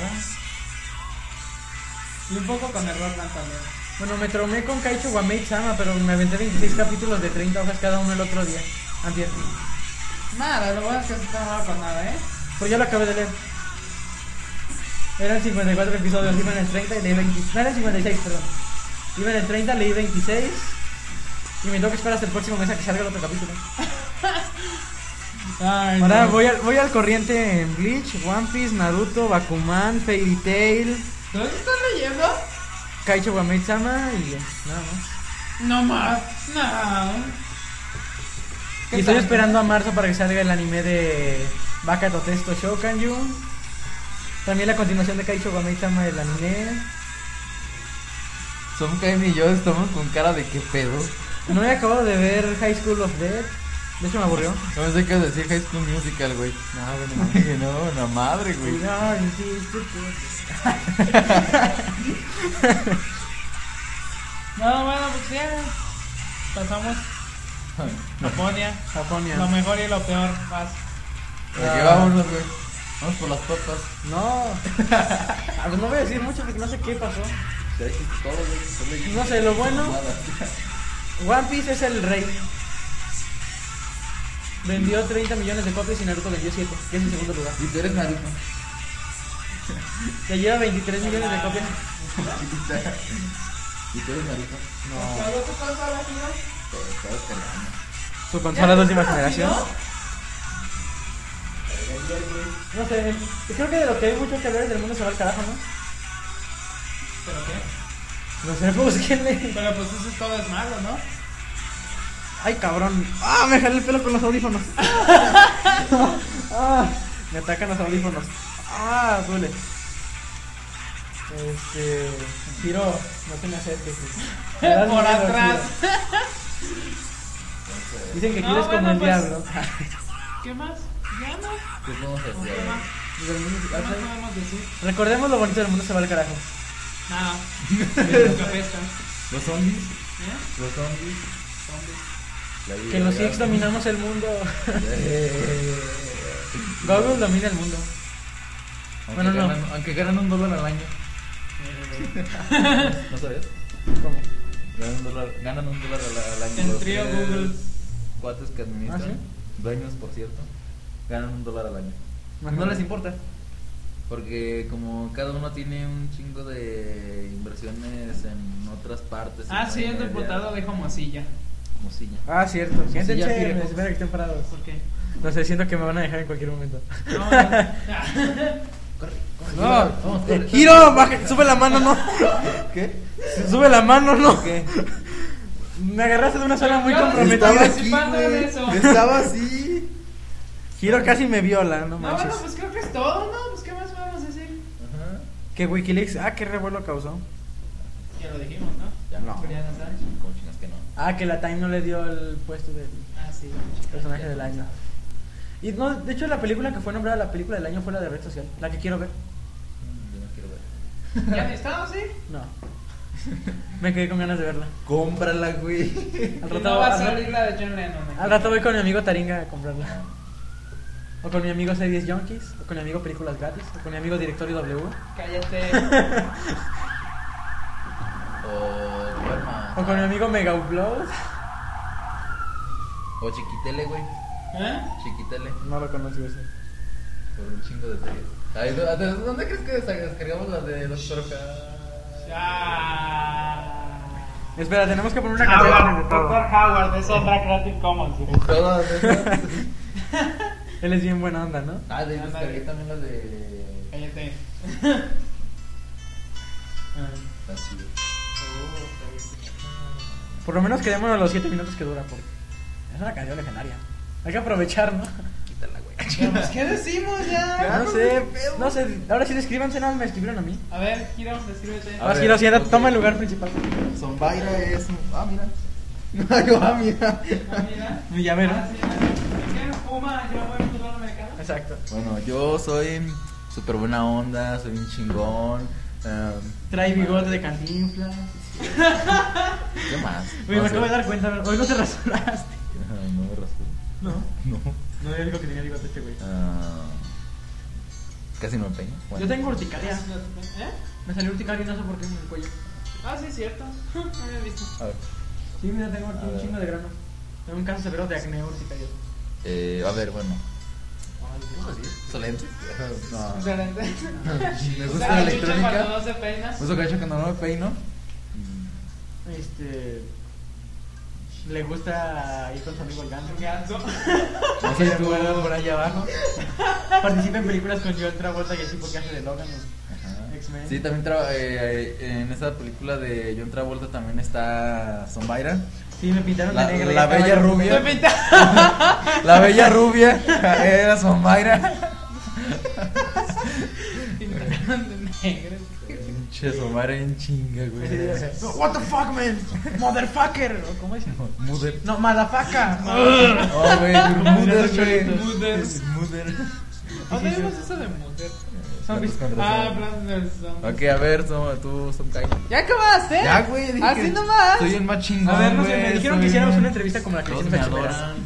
[SPEAKER 1] Y un poco con el Rockland también.
[SPEAKER 2] Bueno, me traumé con Kaicho Wamei Sama, pero me aventé 26 capítulos de 30 hojas cada uno el otro día. Antier.
[SPEAKER 1] Nada, lo bueno es que no estoy armado con nada, ¿eh?
[SPEAKER 2] Pero Pues ya lo acabé de leer. Eran 54 episodios, iban en el 30 y leí 26. No, eran 56, perdón. Iban en el 30, leí 26. Y me tengo que esperar hasta el próximo mes a que salga el otro capítulo.
[SPEAKER 1] Ay,
[SPEAKER 2] Ahora voy al, voy al corriente en Bleach, One Piece, Naruto, Bakuman, Fairy Tail,
[SPEAKER 1] ¿Dónde estás leyendo?
[SPEAKER 2] Kaicho Wamei Sama y ya, nada más.
[SPEAKER 1] No más. No. ¿Qué
[SPEAKER 2] Y estoy
[SPEAKER 1] tal?
[SPEAKER 2] esperando a marzo para que salga el anime de Baka Totesto Shokanju. También la continuación de Kaicho Wamei Sama el anime.
[SPEAKER 3] Son Jaime y yo estamos con cara de qué pedo.
[SPEAKER 2] No he acabado de ver High School of Death. De hecho me aburrió.
[SPEAKER 3] No pensé que ibas a decir High School Musical, güey.
[SPEAKER 2] No,
[SPEAKER 3] Dije, no, la madre, güey.
[SPEAKER 2] Cuidado, insiste, pues.
[SPEAKER 1] No, bueno, pues ya. Pasamos Japonia.
[SPEAKER 2] Japonia.
[SPEAKER 1] Lo mejor y lo peor. Vas.
[SPEAKER 3] Porque vámonos, güey. Vamos por las papas.
[SPEAKER 2] No. Ah, pues no voy a decir mucho porque no sé qué pasó.
[SPEAKER 3] Ya dijiste todo, güey. Solo dijiste
[SPEAKER 2] No sé, lo bueno.
[SPEAKER 3] mamadas.
[SPEAKER 2] One Piece es el rey. Vendió 30 millones de copias y Naruto vendió 7, que es el segundo lugar.
[SPEAKER 3] Y tú eres Naruto.
[SPEAKER 2] Ya lleva 23 millones de copias.
[SPEAKER 3] Chiquita. Y tú eres Naruto.
[SPEAKER 2] No.
[SPEAKER 1] ¿Luego tú cuánto hablas, no?
[SPEAKER 3] Te estabas peleando.
[SPEAKER 2] Su consola de última
[SPEAKER 1] ¿Ya te
[SPEAKER 2] generación.
[SPEAKER 1] nació?
[SPEAKER 2] No sé, el- creo que de lo que hay mucho que hablar del mundo se va al carajo, ¿no?
[SPEAKER 1] ¿Pero qué?
[SPEAKER 2] No sé, búsquenle.
[SPEAKER 1] Pero pues eso todo es malo, ¿no?
[SPEAKER 2] Ay, cabrón. Ah, me jalé el pelo con los audífonos. Ah, me atacan los audífonos. Ah, duele. Este. Giro, no te me acerques. Me das
[SPEAKER 1] Por
[SPEAKER 2] miedo,
[SPEAKER 1] atrás.
[SPEAKER 2] Ciro. Dicen que
[SPEAKER 1] No,
[SPEAKER 2] quieres como el
[SPEAKER 1] bueno, pues-
[SPEAKER 2] diablo.
[SPEAKER 1] ¿Qué más? ¿Ya no?
[SPEAKER 3] ¿Qué podemos hacer,
[SPEAKER 1] ¿Qué
[SPEAKER 3] güey?
[SPEAKER 1] más? ¿Qué más podemos decir?
[SPEAKER 2] Recordemos lo bonito del mundo se va al carajo.
[SPEAKER 1] Nada. Nunca pesca.
[SPEAKER 3] Los zombies.
[SPEAKER 1] ¿Eh?
[SPEAKER 3] Los zombies. La
[SPEAKER 2] Que los
[SPEAKER 3] idea.
[SPEAKER 2] Six dominamos el mundo.
[SPEAKER 3] Eh.
[SPEAKER 2] Google domina el mundo.
[SPEAKER 3] Aunque
[SPEAKER 2] Bueno, no.
[SPEAKER 3] ganan- Aunque ganan un dólar al año. ¿No sabías?
[SPEAKER 2] ¿Cómo?
[SPEAKER 3] Ganan un dólar, ganan un dólar al, al año.
[SPEAKER 1] El
[SPEAKER 3] los
[SPEAKER 1] trío
[SPEAKER 3] tres
[SPEAKER 1] Google.
[SPEAKER 3] Cuates que administran,
[SPEAKER 2] ¿Ah, sí?
[SPEAKER 3] dueños por cierto, ganan un dólar al año.
[SPEAKER 2] Ajá.
[SPEAKER 3] No les importa. Porque como cada uno tiene un chingo de inversiones en otras partes.
[SPEAKER 1] Ah, sí, el diputado dijo Mosilla.
[SPEAKER 3] Mosilla.
[SPEAKER 2] Ah, cierto.
[SPEAKER 3] Sí,
[SPEAKER 2] Siéntense,
[SPEAKER 3] ya
[SPEAKER 2] me
[SPEAKER 3] giremos.
[SPEAKER 2] espera que estén parados.
[SPEAKER 1] ¿Por qué?
[SPEAKER 2] No sé, siento que me van a dejar en cualquier momento.
[SPEAKER 1] No, no.
[SPEAKER 2] No,
[SPEAKER 3] Corre, corre. Giro, vamos,
[SPEAKER 2] eh,
[SPEAKER 3] corre.
[SPEAKER 2] Giro, baja- sube la mano, no.
[SPEAKER 3] ¿Qué?
[SPEAKER 2] Sube la mano, no.
[SPEAKER 3] ¿Qué?
[SPEAKER 2] Me agarraste de una sola muy
[SPEAKER 1] Yo-
[SPEAKER 2] comprometida.
[SPEAKER 1] Estaba aquí, güey.
[SPEAKER 3] Estaba así.
[SPEAKER 2] Hiro casi me viola, no
[SPEAKER 1] No, bueno,
[SPEAKER 2] manches.
[SPEAKER 1] pues creo que es todo, ¿no? Pues qué más podemos decir.
[SPEAKER 3] Ajá.
[SPEAKER 2] Que Wikileaks, ah, qué revuelo causó.
[SPEAKER 1] Ya lo dijimos, ¿no?
[SPEAKER 3] Ya
[SPEAKER 2] No.
[SPEAKER 1] Juliana Sánchez.
[SPEAKER 3] Como chingas que no.
[SPEAKER 2] Ah, que la Time no le dio el puesto del
[SPEAKER 1] Ah, sí.
[SPEAKER 2] personaje del año. Y no, de hecho la película que fue nombrada la película del año fue la de red social, la que quiero ver.
[SPEAKER 3] Mm, Yo no quiero ver.
[SPEAKER 1] ¿Ya han estado, sí?
[SPEAKER 2] No. Me quedé con ganas de verla.
[SPEAKER 3] Cómprala, güey.
[SPEAKER 2] Al
[SPEAKER 1] Y
[SPEAKER 2] rato,
[SPEAKER 1] no va a
[SPEAKER 2] al rato-
[SPEAKER 1] salir la de John Lennon. ¿eh?
[SPEAKER 2] al rato voy con mi amigo Taringa a comprarla. O con mi amigo Series Junkies, o con mi amigo Películas Gratis, o con mi amigo Directorio W.
[SPEAKER 1] Cállate.
[SPEAKER 3] O duerma.
[SPEAKER 2] O con mi amigo Mega Upload.
[SPEAKER 3] O chiquitele, güey.
[SPEAKER 1] ¿Eh?
[SPEAKER 3] Chiquitele.
[SPEAKER 2] No lo conozco ese.
[SPEAKER 3] Por un chingo de series. Ay, ¿dó- ¿de ¿Dónde crees que descargamos la de los
[SPEAKER 1] Ya.
[SPEAKER 2] Espera, tenemos que poner
[SPEAKER 1] Ah,
[SPEAKER 2] una
[SPEAKER 1] Howard,
[SPEAKER 2] canción.
[SPEAKER 1] Dr. Howard es otra Creative Commons. güey.
[SPEAKER 3] Todas esas.
[SPEAKER 2] Él es bien buena onda, ¿no?
[SPEAKER 3] Ah, de ahí descargué también la de.
[SPEAKER 1] Cállate.
[SPEAKER 3] Así.
[SPEAKER 1] oh,
[SPEAKER 2] Por lo menos quedémonos los 7 minutos que dura, porque es una canción legendaria. Hay que aprovechar, ¿no?
[SPEAKER 3] Quítala, güey.
[SPEAKER 1] Pero, pues, ¿Qué decimos ya?
[SPEAKER 2] No sé, no sé. Ahora sí descríbanse, nada, más me escribieron a mí.
[SPEAKER 1] A ver, Kiro, descríbete.
[SPEAKER 3] A
[SPEAKER 2] Ahora sí,
[SPEAKER 3] ver,
[SPEAKER 2] ahora sí, ahora
[SPEAKER 3] ok.
[SPEAKER 2] toma el lugar principal.
[SPEAKER 3] Zombaira es. Ah, mira. Mario, ah, mira.
[SPEAKER 1] Ah, mira.
[SPEAKER 2] Mi llavero.
[SPEAKER 1] Ah, sí, ah, ¿Qué fuma? Yo voy a un dólar americano.
[SPEAKER 2] Exacto.
[SPEAKER 3] Bueno, yo soy súper buena onda, soy un chingón. em,
[SPEAKER 2] Trae bigote de cantinflas.
[SPEAKER 3] ¿Qué más?
[SPEAKER 2] Uy,
[SPEAKER 3] No
[SPEAKER 2] me
[SPEAKER 3] sé.
[SPEAKER 2] acabo de dar cuenta, hoy no te rasuraste.
[SPEAKER 3] Ajá, No me rasuré.
[SPEAKER 2] No.
[SPEAKER 3] No.
[SPEAKER 2] No era el único que tenía bigote este güey.
[SPEAKER 3] Ah, casi no me peino. Bueno.
[SPEAKER 2] Yo tengo urticaria.
[SPEAKER 1] ¿Eh?
[SPEAKER 2] Me salió urticaria y no sé por qué en el cuello.
[SPEAKER 1] Ah, sí, cierto. No había visto.
[SPEAKER 3] A ver.
[SPEAKER 2] Sí, mira, tengo aquí
[SPEAKER 3] A
[SPEAKER 2] un
[SPEAKER 3] ver.
[SPEAKER 2] chingo de grano. Tengo un caso severo de acné urticaria.
[SPEAKER 3] Eh, a ver, bueno. Solente. No. Pues
[SPEAKER 1] Excelente.
[SPEAKER 3] Me
[SPEAKER 1] O
[SPEAKER 3] Ah. gusta
[SPEAKER 1] sea,
[SPEAKER 3] la
[SPEAKER 1] chucha cuando
[SPEAKER 3] electrónica.
[SPEAKER 1] no se peinas.
[SPEAKER 3] Me gusta cacho cuando no me peino. Mm.
[SPEAKER 2] Este. Le gusta ir con su amigo el ganso.
[SPEAKER 1] Ganso.
[SPEAKER 3] No sé tú por allá abajo.
[SPEAKER 2] Participa en películas con John Travolta y el tipo que hace de Logan. ¿no?
[SPEAKER 3] Ajá.
[SPEAKER 2] X-Men.
[SPEAKER 3] Sí, también tra- eh, eh, en esa película de John Travolta también está Zombaira.
[SPEAKER 2] Sí, me pintaron
[SPEAKER 3] La-
[SPEAKER 2] de negro.
[SPEAKER 3] la
[SPEAKER 2] y estaba
[SPEAKER 3] bella
[SPEAKER 2] yo-
[SPEAKER 3] rubia.
[SPEAKER 1] Me pinta-
[SPEAKER 3] La bella rubia era Zombaira.
[SPEAKER 1] Pintaron de negro.
[SPEAKER 3] Pinche Zombaira en chinga, güey.
[SPEAKER 2] No, What the fuck, man? Motherfucker. ¿o ¿Cómo es?
[SPEAKER 3] Mother.
[SPEAKER 2] No, madafaca.
[SPEAKER 3] Oh, güey, Mother, güey.
[SPEAKER 1] Mothers.
[SPEAKER 3] Mother.
[SPEAKER 1] ¿Dónde vimos eso de mujer?
[SPEAKER 2] Zombies.
[SPEAKER 3] Con razón.
[SPEAKER 1] Ah, hablando del zombie.
[SPEAKER 3] Ok, a ver, Som- tú, Somkai.
[SPEAKER 1] ¡Ya acabaste!
[SPEAKER 3] Ya, güey, dije
[SPEAKER 1] Así
[SPEAKER 3] que
[SPEAKER 1] nomás.
[SPEAKER 3] Soy el más chingón.
[SPEAKER 2] A ver, no sé,
[SPEAKER 3] güey,
[SPEAKER 2] me dijeron
[SPEAKER 3] soy
[SPEAKER 2] que hiciéramos
[SPEAKER 3] el-
[SPEAKER 2] una entrevista como la que le
[SPEAKER 3] Todos
[SPEAKER 2] hicimos
[SPEAKER 3] me
[SPEAKER 2] a Chimeras.
[SPEAKER 3] adoran.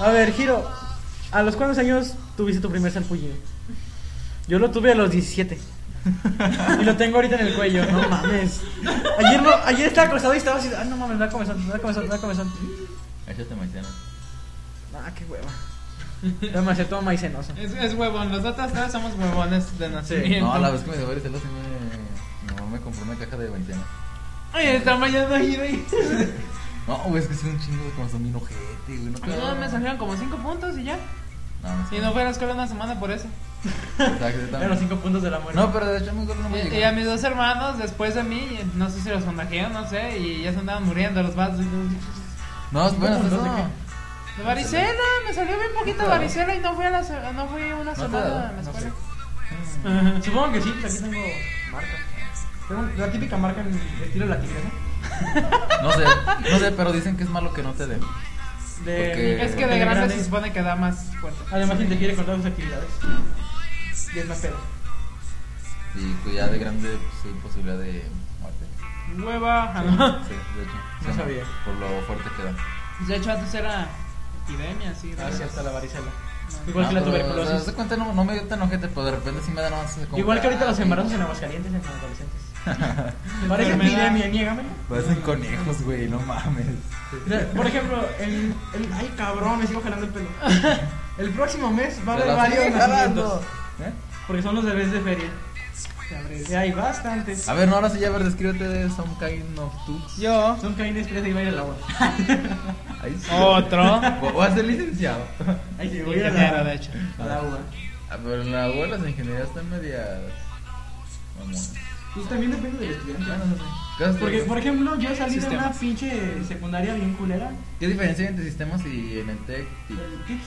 [SPEAKER 2] A ver, Giro, ¿a los cuántos años tuviste tu primer sarpullido? Yo lo tuve a los 17. y lo tengo ahorita en el cuello, no mames. Ayer, lo- ayer estaba acostado y estaba así, ah, no mames, me da comezón, me da comezón, me da comezón.
[SPEAKER 3] Échate maicena.
[SPEAKER 2] Ah, qué hueva. Ya me hacía todo maicenoso.
[SPEAKER 1] Es, es huevón, los otros tres somos huevones de nacimiento.
[SPEAKER 3] No, la vez que me dejó de celos, sí me. Mi mamá me compró una caja de maicena.
[SPEAKER 1] Ay, está mañana giro y.
[SPEAKER 3] No, güey, es que soy un chingo de corazón bien ojete, güey. No, te-
[SPEAKER 1] No, me salieron como 5 puntos y ya.
[SPEAKER 3] No, no sé.
[SPEAKER 1] Y no fui a la escuela una semana por eso.
[SPEAKER 2] Eran los
[SPEAKER 3] Exactamente.
[SPEAKER 2] 5 puntos de la muerte.
[SPEAKER 3] No, pero de hecho, mi gorro no me
[SPEAKER 1] Y,
[SPEAKER 3] llegó.
[SPEAKER 1] y a mis dos hermanos, después de mí, no sé si los contagiaron, no sé, y ya se andaban muriendo los vatos.
[SPEAKER 3] No, bueno,
[SPEAKER 2] ¿Cómo?
[SPEAKER 3] eso
[SPEAKER 2] ¿De
[SPEAKER 3] no.
[SPEAKER 1] De varicela, me salió bien poquito varicela y no fui, a la, se- no fui una
[SPEAKER 3] te
[SPEAKER 1] semana
[SPEAKER 3] da,
[SPEAKER 1] a la
[SPEAKER 3] no
[SPEAKER 1] escuela.
[SPEAKER 2] Supongo que sí, pues aquí tengo marca. Tengo la típica marca en estilo la tigresa.
[SPEAKER 3] No sé, no sé, pero dicen que es malo que no te den.
[SPEAKER 2] De-
[SPEAKER 3] Porque-
[SPEAKER 1] Es que de grande se supone que da más fuerte.
[SPEAKER 2] Además, si te quiere contar sus actividades. Y es más pedo.
[SPEAKER 3] Y pues ya de grande, pues hay posibilidad de muerte.
[SPEAKER 1] Hueva, ah, no.
[SPEAKER 3] Sí, de hecho.
[SPEAKER 2] No
[SPEAKER 3] Sí,
[SPEAKER 2] sabía.
[SPEAKER 3] Por lo fuerte que da.
[SPEAKER 1] De hecho, antes era epidemia, sí. de-
[SPEAKER 2] Gracias hasta la varicela.
[SPEAKER 1] No.
[SPEAKER 2] Igual que la
[SPEAKER 3] No, pero,
[SPEAKER 2] tuberculosis.
[SPEAKER 3] o sea, ¿se pues, cuenta? No, no me dio tan ojete, pero de repente sí me dan más. como
[SPEAKER 2] Igual que ahorita los
[SPEAKER 3] ay,
[SPEAKER 2] embarazos en Aguascalientes en los adolescentes. Parece
[SPEAKER 1] Enfermedad.
[SPEAKER 2] epidemia, niégamelo.
[SPEAKER 3] Parecen Pues conejos, güey, no mames.
[SPEAKER 2] O sea, Por ejemplo, el, el. Ay, cabrón, me sigo jalando el pelo. El próximo mes va a haber
[SPEAKER 3] Pero
[SPEAKER 2] varios
[SPEAKER 3] sí,
[SPEAKER 2] nacimientos.
[SPEAKER 3] jalando. ¿Eh?
[SPEAKER 2] Porque son los bebés de feria. Y hay bastantes.
[SPEAKER 3] A ver, no, ahora sí, ya, a ver, descríbete de Some Kind of Tux.
[SPEAKER 1] Yo,
[SPEAKER 2] Son Caín Express y va a ir al agua.
[SPEAKER 3] Ahí sí.
[SPEAKER 1] otro.
[SPEAKER 3] Vo- Voy a ser licenciado.
[SPEAKER 2] Ahí sí, voy a ir
[SPEAKER 1] Ingeniero,
[SPEAKER 2] al
[SPEAKER 1] de
[SPEAKER 2] agua.
[SPEAKER 1] hecho.
[SPEAKER 2] Al agua.
[SPEAKER 3] Ah, pero en la web las ingenierías están medias. Vamos.
[SPEAKER 2] Pues también depende del estudiante.
[SPEAKER 3] ¿Qué, haces?
[SPEAKER 2] Porque, por ejemplo, yo salí de una
[SPEAKER 1] Sistemas.
[SPEAKER 2] pinche secundaria bien culera.
[SPEAKER 3] ¿Qué diferencia hay entre sistemas y en el tech?
[SPEAKER 2] el tips,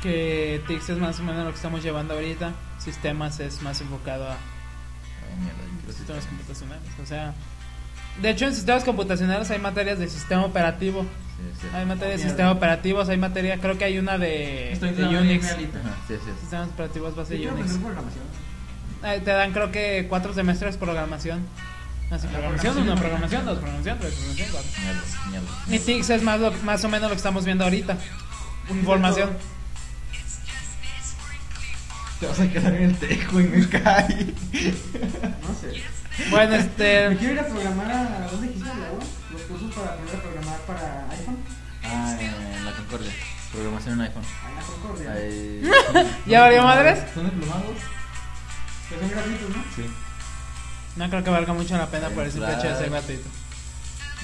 [SPEAKER 1] que Tix es más o menos lo que estamos llevando ahorita. Sistemas es más enfocado a
[SPEAKER 3] Ay, Ah, mierda, yo creo que
[SPEAKER 1] sistemas
[SPEAKER 3] sí.
[SPEAKER 1] computacionales. O sea, de hecho en sistemas computacionales hay materias de sistema operativo.
[SPEAKER 3] Sí, sí.
[SPEAKER 1] Hay materias de
[SPEAKER 2] Mierda.
[SPEAKER 1] sistemas operativos, hay materia, creo que hay una de,
[SPEAKER 2] Estoy
[SPEAKER 1] de
[SPEAKER 2] trabajando en
[SPEAKER 1] Unix.
[SPEAKER 2] realita.
[SPEAKER 3] Ajá, sí, sí, sí.
[SPEAKER 1] Sistemas operativos
[SPEAKER 2] Sí,
[SPEAKER 1] base
[SPEAKER 2] quiero
[SPEAKER 1] Unix.
[SPEAKER 2] aprender programación.
[SPEAKER 1] Eh, te dan creo que cuatro semestres programación. Así,
[SPEAKER 2] Ah,
[SPEAKER 1] programación,
[SPEAKER 2] programación.
[SPEAKER 1] una programación, dos programación, tres programación, cuatro.
[SPEAKER 3] Mierda, mierda.
[SPEAKER 1] Y TICS es más, lo- más o menos lo que estamos viendo ahorita. Información.
[SPEAKER 3] Te vas a quedar en el tejo y me cae.
[SPEAKER 2] No sé.
[SPEAKER 1] Bueno,
[SPEAKER 2] Me
[SPEAKER 1] este...
[SPEAKER 2] quiero ir a programar a. ¿Dónde dijiste el agua? Los cursos para aprender a programar para iPhone.
[SPEAKER 3] Ah, en la Concordia. Programación en iPhone.
[SPEAKER 2] Ahí en la Concordia.
[SPEAKER 3] Ahí-
[SPEAKER 1] ¿Ya valió madres?
[SPEAKER 3] ¿Son diplomados?
[SPEAKER 2] Pero Pues son gratuitos, ¿no?
[SPEAKER 3] Sí.
[SPEAKER 1] No creo que valga mucho la pena por el simple hecho de ser gratuito.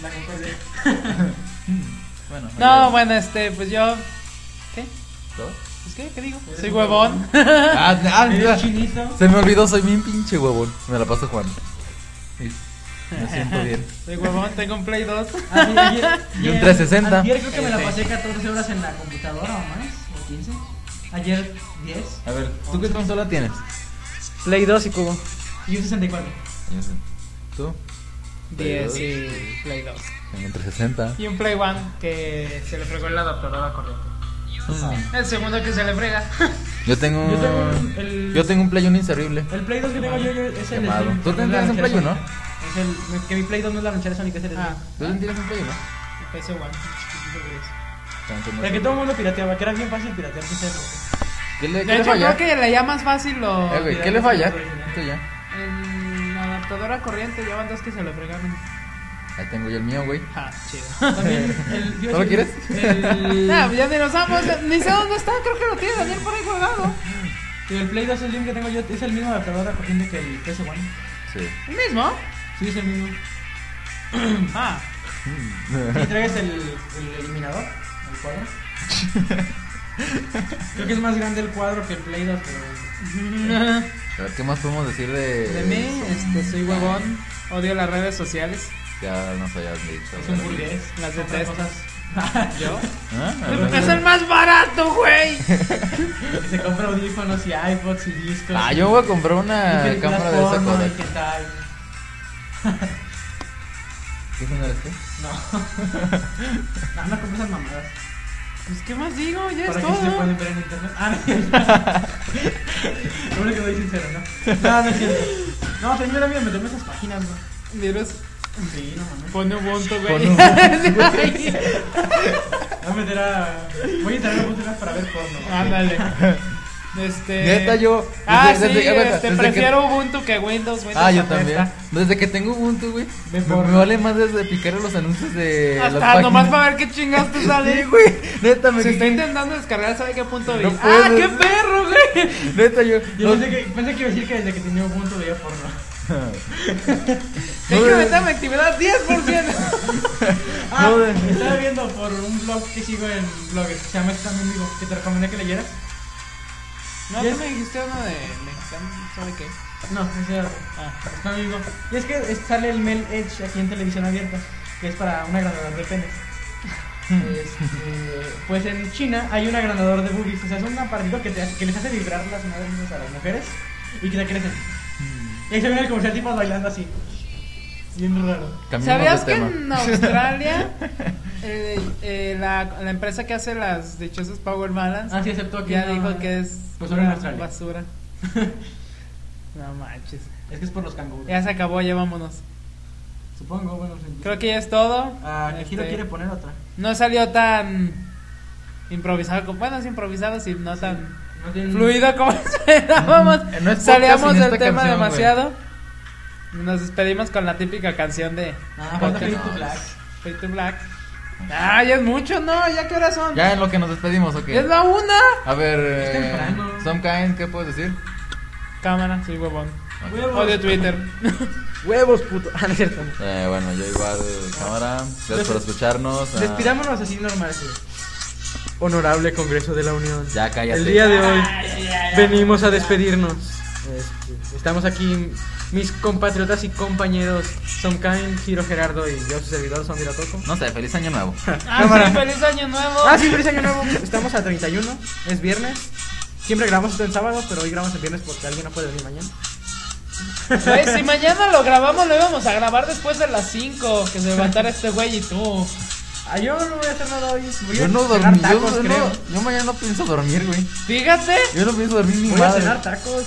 [SPEAKER 2] La Concordia.
[SPEAKER 3] Bueno.
[SPEAKER 1] No,
[SPEAKER 3] ahorita-
[SPEAKER 1] bueno, este, pues yo... ¿Qué?
[SPEAKER 3] ¿Todo?
[SPEAKER 1] Pues, ¿qué? ¿Qué digo? Soy huevón.
[SPEAKER 3] Ah, ah, mira.
[SPEAKER 2] El chinito.
[SPEAKER 3] Se me olvidó, soy bien pinche huevón. Me la paso Juan. Me siento bien.
[SPEAKER 1] Soy huevón, tengo un Play 2.
[SPEAKER 2] Ah,
[SPEAKER 3] Y un 360.
[SPEAKER 2] Ayer creo que me la pasé 14 horas en la computadora o más, o 15. Ayer 10
[SPEAKER 3] A ver, ¿tú qué consola tienes?
[SPEAKER 4] Play 2 y cubo.
[SPEAKER 2] y un 64.
[SPEAKER 3] ¿Tú?
[SPEAKER 1] 10 y Play 2.
[SPEAKER 3] Tengo un 360.
[SPEAKER 1] Y un Play 1 que se le fregó el adaptador a la corriente.
[SPEAKER 3] Mm.
[SPEAKER 1] El segundo que se le frega.
[SPEAKER 3] Yo tengo
[SPEAKER 2] Yo tengo
[SPEAKER 3] un.
[SPEAKER 2] un- el-
[SPEAKER 3] Yo tengo un Play Uno inservible.
[SPEAKER 2] El Play 2 que tengo yo, yo es el.
[SPEAKER 3] Quemado.
[SPEAKER 2] Slim,
[SPEAKER 3] Tú
[SPEAKER 2] no es la
[SPEAKER 3] tendrías un
[SPEAKER 2] lonchera
[SPEAKER 3] Play uno,
[SPEAKER 2] Sonic. Es el. Que mi Play 2 no es la lonchera Sonic, es el.
[SPEAKER 1] Ah,
[SPEAKER 2] Slim.
[SPEAKER 3] ¿Tú también tienes un Play Uno?
[SPEAKER 1] el PS 1.
[SPEAKER 3] Tanto no
[SPEAKER 2] La que
[SPEAKER 3] sé.
[SPEAKER 2] todo el mundo pirateaba, que era bien fácil piratear sin serlo.
[SPEAKER 1] De
[SPEAKER 3] ¿Qué le, qué le
[SPEAKER 1] hecho, creo
[SPEAKER 3] falla?
[SPEAKER 1] que le llama más fácil lo...
[SPEAKER 3] Eh, güey, ¿qué le falla? Esto ya.
[SPEAKER 1] El adaptador a corriente, llevan dos que se le fregaron.
[SPEAKER 3] Ahí tengo yo el mío, güey.
[SPEAKER 1] Ah, chido.
[SPEAKER 2] También el. yo
[SPEAKER 3] ¿No lo
[SPEAKER 2] sí-
[SPEAKER 3] quieres?
[SPEAKER 2] El,
[SPEAKER 1] Nah, ya ni los amo, ni sé dónde está, creo que lo tiene Daniel por ahí colgado.
[SPEAKER 2] el Play 2 Slim que tengo yo es el mismo adaptador a corriente que el PS1.
[SPEAKER 3] Sí.
[SPEAKER 1] ¿El mismo?
[SPEAKER 2] Sí, es el mismo.
[SPEAKER 1] Ah,
[SPEAKER 2] Si traes el, el eliminador, el cuadro. Creo que es más grande el cuadro que el Play 2, pero.
[SPEAKER 3] A ver, ¿qué más podemos decir de.
[SPEAKER 1] de mí, este, soy huevón, odio las redes sociales,
[SPEAKER 3] Ya nos hayas dicho.
[SPEAKER 2] Es un burgués.
[SPEAKER 1] Las
[SPEAKER 2] compra
[SPEAKER 1] detesto.
[SPEAKER 2] cosas. Yo.
[SPEAKER 3] ¿Ah? a ver.
[SPEAKER 1] porque es el más barato, güey.
[SPEAKER 2] que se compra audífonos y iPods y discos.
[SPEAKER 3] Ah, yo voy a comprar una
[SPEAKER 2] Y películas
[SPEAKER 3] cámara de esa
[SPEAKER 2] porno,
[SPEAKER 3] cosa.
[SPEAKER 2] ¿y ¿Qué tal?
[SPEAKER 3] ¿Qué este? son eres tú?
[SPEAKER 2] No. no, no compras esas mamadas.
[SPEAKER 1] Pues, ¿qué más digo? Ya es
[SPEAKER 2] Para que se
[SPEAKER 1] todo.
[SPEAKER 2] pueden ver en internet. Ah, no. Hombre, que soy sincero, ¿no? No, no es cierto. No, tengo miedo a meterme a esas páginas, güey.
[SPEAKER 1] Miros,
[SPEAKER 2] Sí, no mames.
[SPEAKER 1] pone Ubuntu, güey.
[SPEAKER 3] Pone
[SPEAKER 2] Voy a meter a. Voy a entrar a búsquedas para ver porno.
[SPEAKER 1] Ándale. Este...
[SPEAKER 3] Neta, yo.
[SPEAKER 1] Ah,
[SPEAKER 3] desde-
[SPEAKER 1] sí,
[SPEAKER 3] desde- aguanta,
[SPEAKER 1] este,
[SPEAKER 3] desde que-
[SPEAKER 1] prefiero Ubuntu que Windows, Windows
[SPEAKER 3] Ah, yo
[SPEAKER 1] apesta.
[SPEAKER 3] también. Desde que tengo Ubuntu, güey.
[SPEAKER 2] Ve
[SPEAKER 3] Me,
[SPEAKER 2] porno.
[SPEAKER 3] me vale más desde picar a Eh, los anuncios de las
[SPEAKER 1] Hasta
[SPEAKER 3] páginas.
[SPEAKER 1] nomás para ver qué chingas te sale,
[SPEAKER 3] Sí, güey. Neta, me
[SPEAKER 1] Se está intentando descargar, ¿sabe qué punto vi?
[SPEAKER 3] No
[SPEAKER 1] ¡Ah,
[SPEAKER 3] puedes.
[SPEAKER 1] qué perro, güey!
[SPEAKER 3] Neta, yo.
[SPEAKER 2] Yo
[SPEAKER 3] no-
[SPEAKER 2] pensé que, pensé que iba a decir que desde que tenía un punto veía porno.
[SPEAKER 1] Hay que aumentar mi actividad 10%.
[SPEAKER 2] Ah,
[SPEAKER 3] No, de-
[SPEAKER 2] estaba viendo por un blog que sigo en bloggers que se llama Está mi amigo, que te recomendé que leyeras.
[SPEAKER 1] No,
[SPEAKER 2] Ya
[SPEAKER 1] tú
[SPEAKER 2] sé.
[SPEAKER 1] me dijiste uno de mexicano, ¿sabe qué?
[SPEAKER 2] No, es cierto.
[SPEAKER 1] Ah,
[SPEAKER 2] Está mi amigo. Y es que es- sale el Mel Edge aquí en televisión abierta, que es para un agrandador de penes. Este, pues en China hay un agrandador de boobies, o sea, es un aparatito que, te hace- que les hace vibrar las madres a las mujeres y que te crecen. Y ahí se ven el comercial tipo bailando así. Bien raro.
[SPEAKER 3] Cambiamos
[SPEAKER 1] ¿Sabías
[SPEAKER 3] de
[SPEAKER 1] que
[SPEAKER 3] tema.
[SPEAKER 1] en Australia eh, eh, la, la empresa que hace las dichosas Power Balance
[SPEAKER 2] Ah, sí, aceptó que
[SPEAKER 1] ya
[SPEAKER 2] no-
[SPEAKER 1] dijo que es
[SPEAKER 2] Pues ahora en
[SPEAKER 1] una
[SPEAKER 2] Australia.
[SPEAKER 1] basura? No manches.
[SPEAKER 2] Es que es por los canguros.
[SPEAKER 1] Ya se acabó, ya vámonos.
[SPEAKER 2] Supongo, bueno.
[SPEAKER 1] Creo que ya es todo.
[SPEAKER 2] Ah, que Hiro
[SPEAKER 1] Este,
[SPEAKER 2] quiere poner otra.
[SPEAKER 1] No salió tan improvisado, como- bueno, es improvisado, sí, no tan...
[SPEAKER 2] No tiene-
[SPEAKER 1] fluido como esperábamos.
[SPEAKER 3] Mm, no es podcast
[SPEAKER 1] Salíamos
[SPEAKER 3] sin
[SPEAKER 1] del
[SPEAKER 3] esta
[SPEAKER 1] tema
[SPEAKER 3] canción,
[SPEAKER 1] demasiado. Nos despedimos con la típica canción de
[SPEAKER 2] Ah, falta
[SPEAKER 3] Porque
[SPEAKER 2] Fade to
[SPEAKER 3] no.
[SPEAKER 2] Black.
[SPEAKER 1] Fade to Black. Ah, ya es mucho, ¿no? ¿Ya qué horas son?
[SPEAKER 3] Ya en lo que nos despedimos, ok.
[SPEAKER 1] ¡Ya es la una.
[SPEAKER 3] A ver, eh,
[SPEAKER 2] temprano.
[SPEAKER 3] Some Kind, ¿qué puedes decir?
[SPEAKER 1] Cámara, soy huevón.
[SPEAKER 3] Ok.
[SPEAKER 2] Huevos.
[SPEAKER 1] Odio Twitter.
[SPEAKER 4] Huevos, puto. Ah, no es cierto.
[SPEAKER 3] Eh, bueno, yo igual, cámara. Gracias por escucharnos. ah,
[SPEAKER 2] Despidámonos así normal. sí.
[SPEAKER 4] Honorable Congreso de la Unión.
[SPEAKER 3] Ya cállate.
[SPEAKER 4] El día de hoy venimos a despedirnos. Este, estamos aquí
[SPEAKER 2] Mis compatriotas y compañeros son Kain, Giro Gerardo y yo, su servidor, Son Toco.
[SPEAKER 3] No sé, feliz año nuevo.
[SPEAKER 1] Ah,
[SPEAKER 2] Cámara.
[SPEAKER 1] sí, feliz año nuevo.
[SPEAKER 2] Ah, sí, feliz año nuevo. Estamos a 31, es viernes. Siempre grabamos esto en sábado, pero hoy grabamos el viernes porque alguien no puede venir mañana.
[SPEAKER 1] Güey, si mañana lo grabamos, lo íbamos a grabar después de las 5. Que se levantara este güey y tú.
[SPEAKER 2] Ah, yo no voy a hacer nada hoy. Voy
[SPEAKER 3] Yo
[SPEAKER 2] a
[SPEAKER 3] no
[SPEAKER 2] cenar
[SPEAKER 3] dormí, yo,
[SPEAKER 2] tacos,
[SPEAKER 3] yo no-
[SPEAKER 2] creo.
[SPEAKER 3] yo mañana no pienso dormir, güey.
[SPEAKER 1] Fíjate.
[SPEAKER 3] Yo no pienso dormir ni
[SPEAKER 2] Voy a
[SPEAKER 3] madre.
[SPEAKER 2] cenar tacos.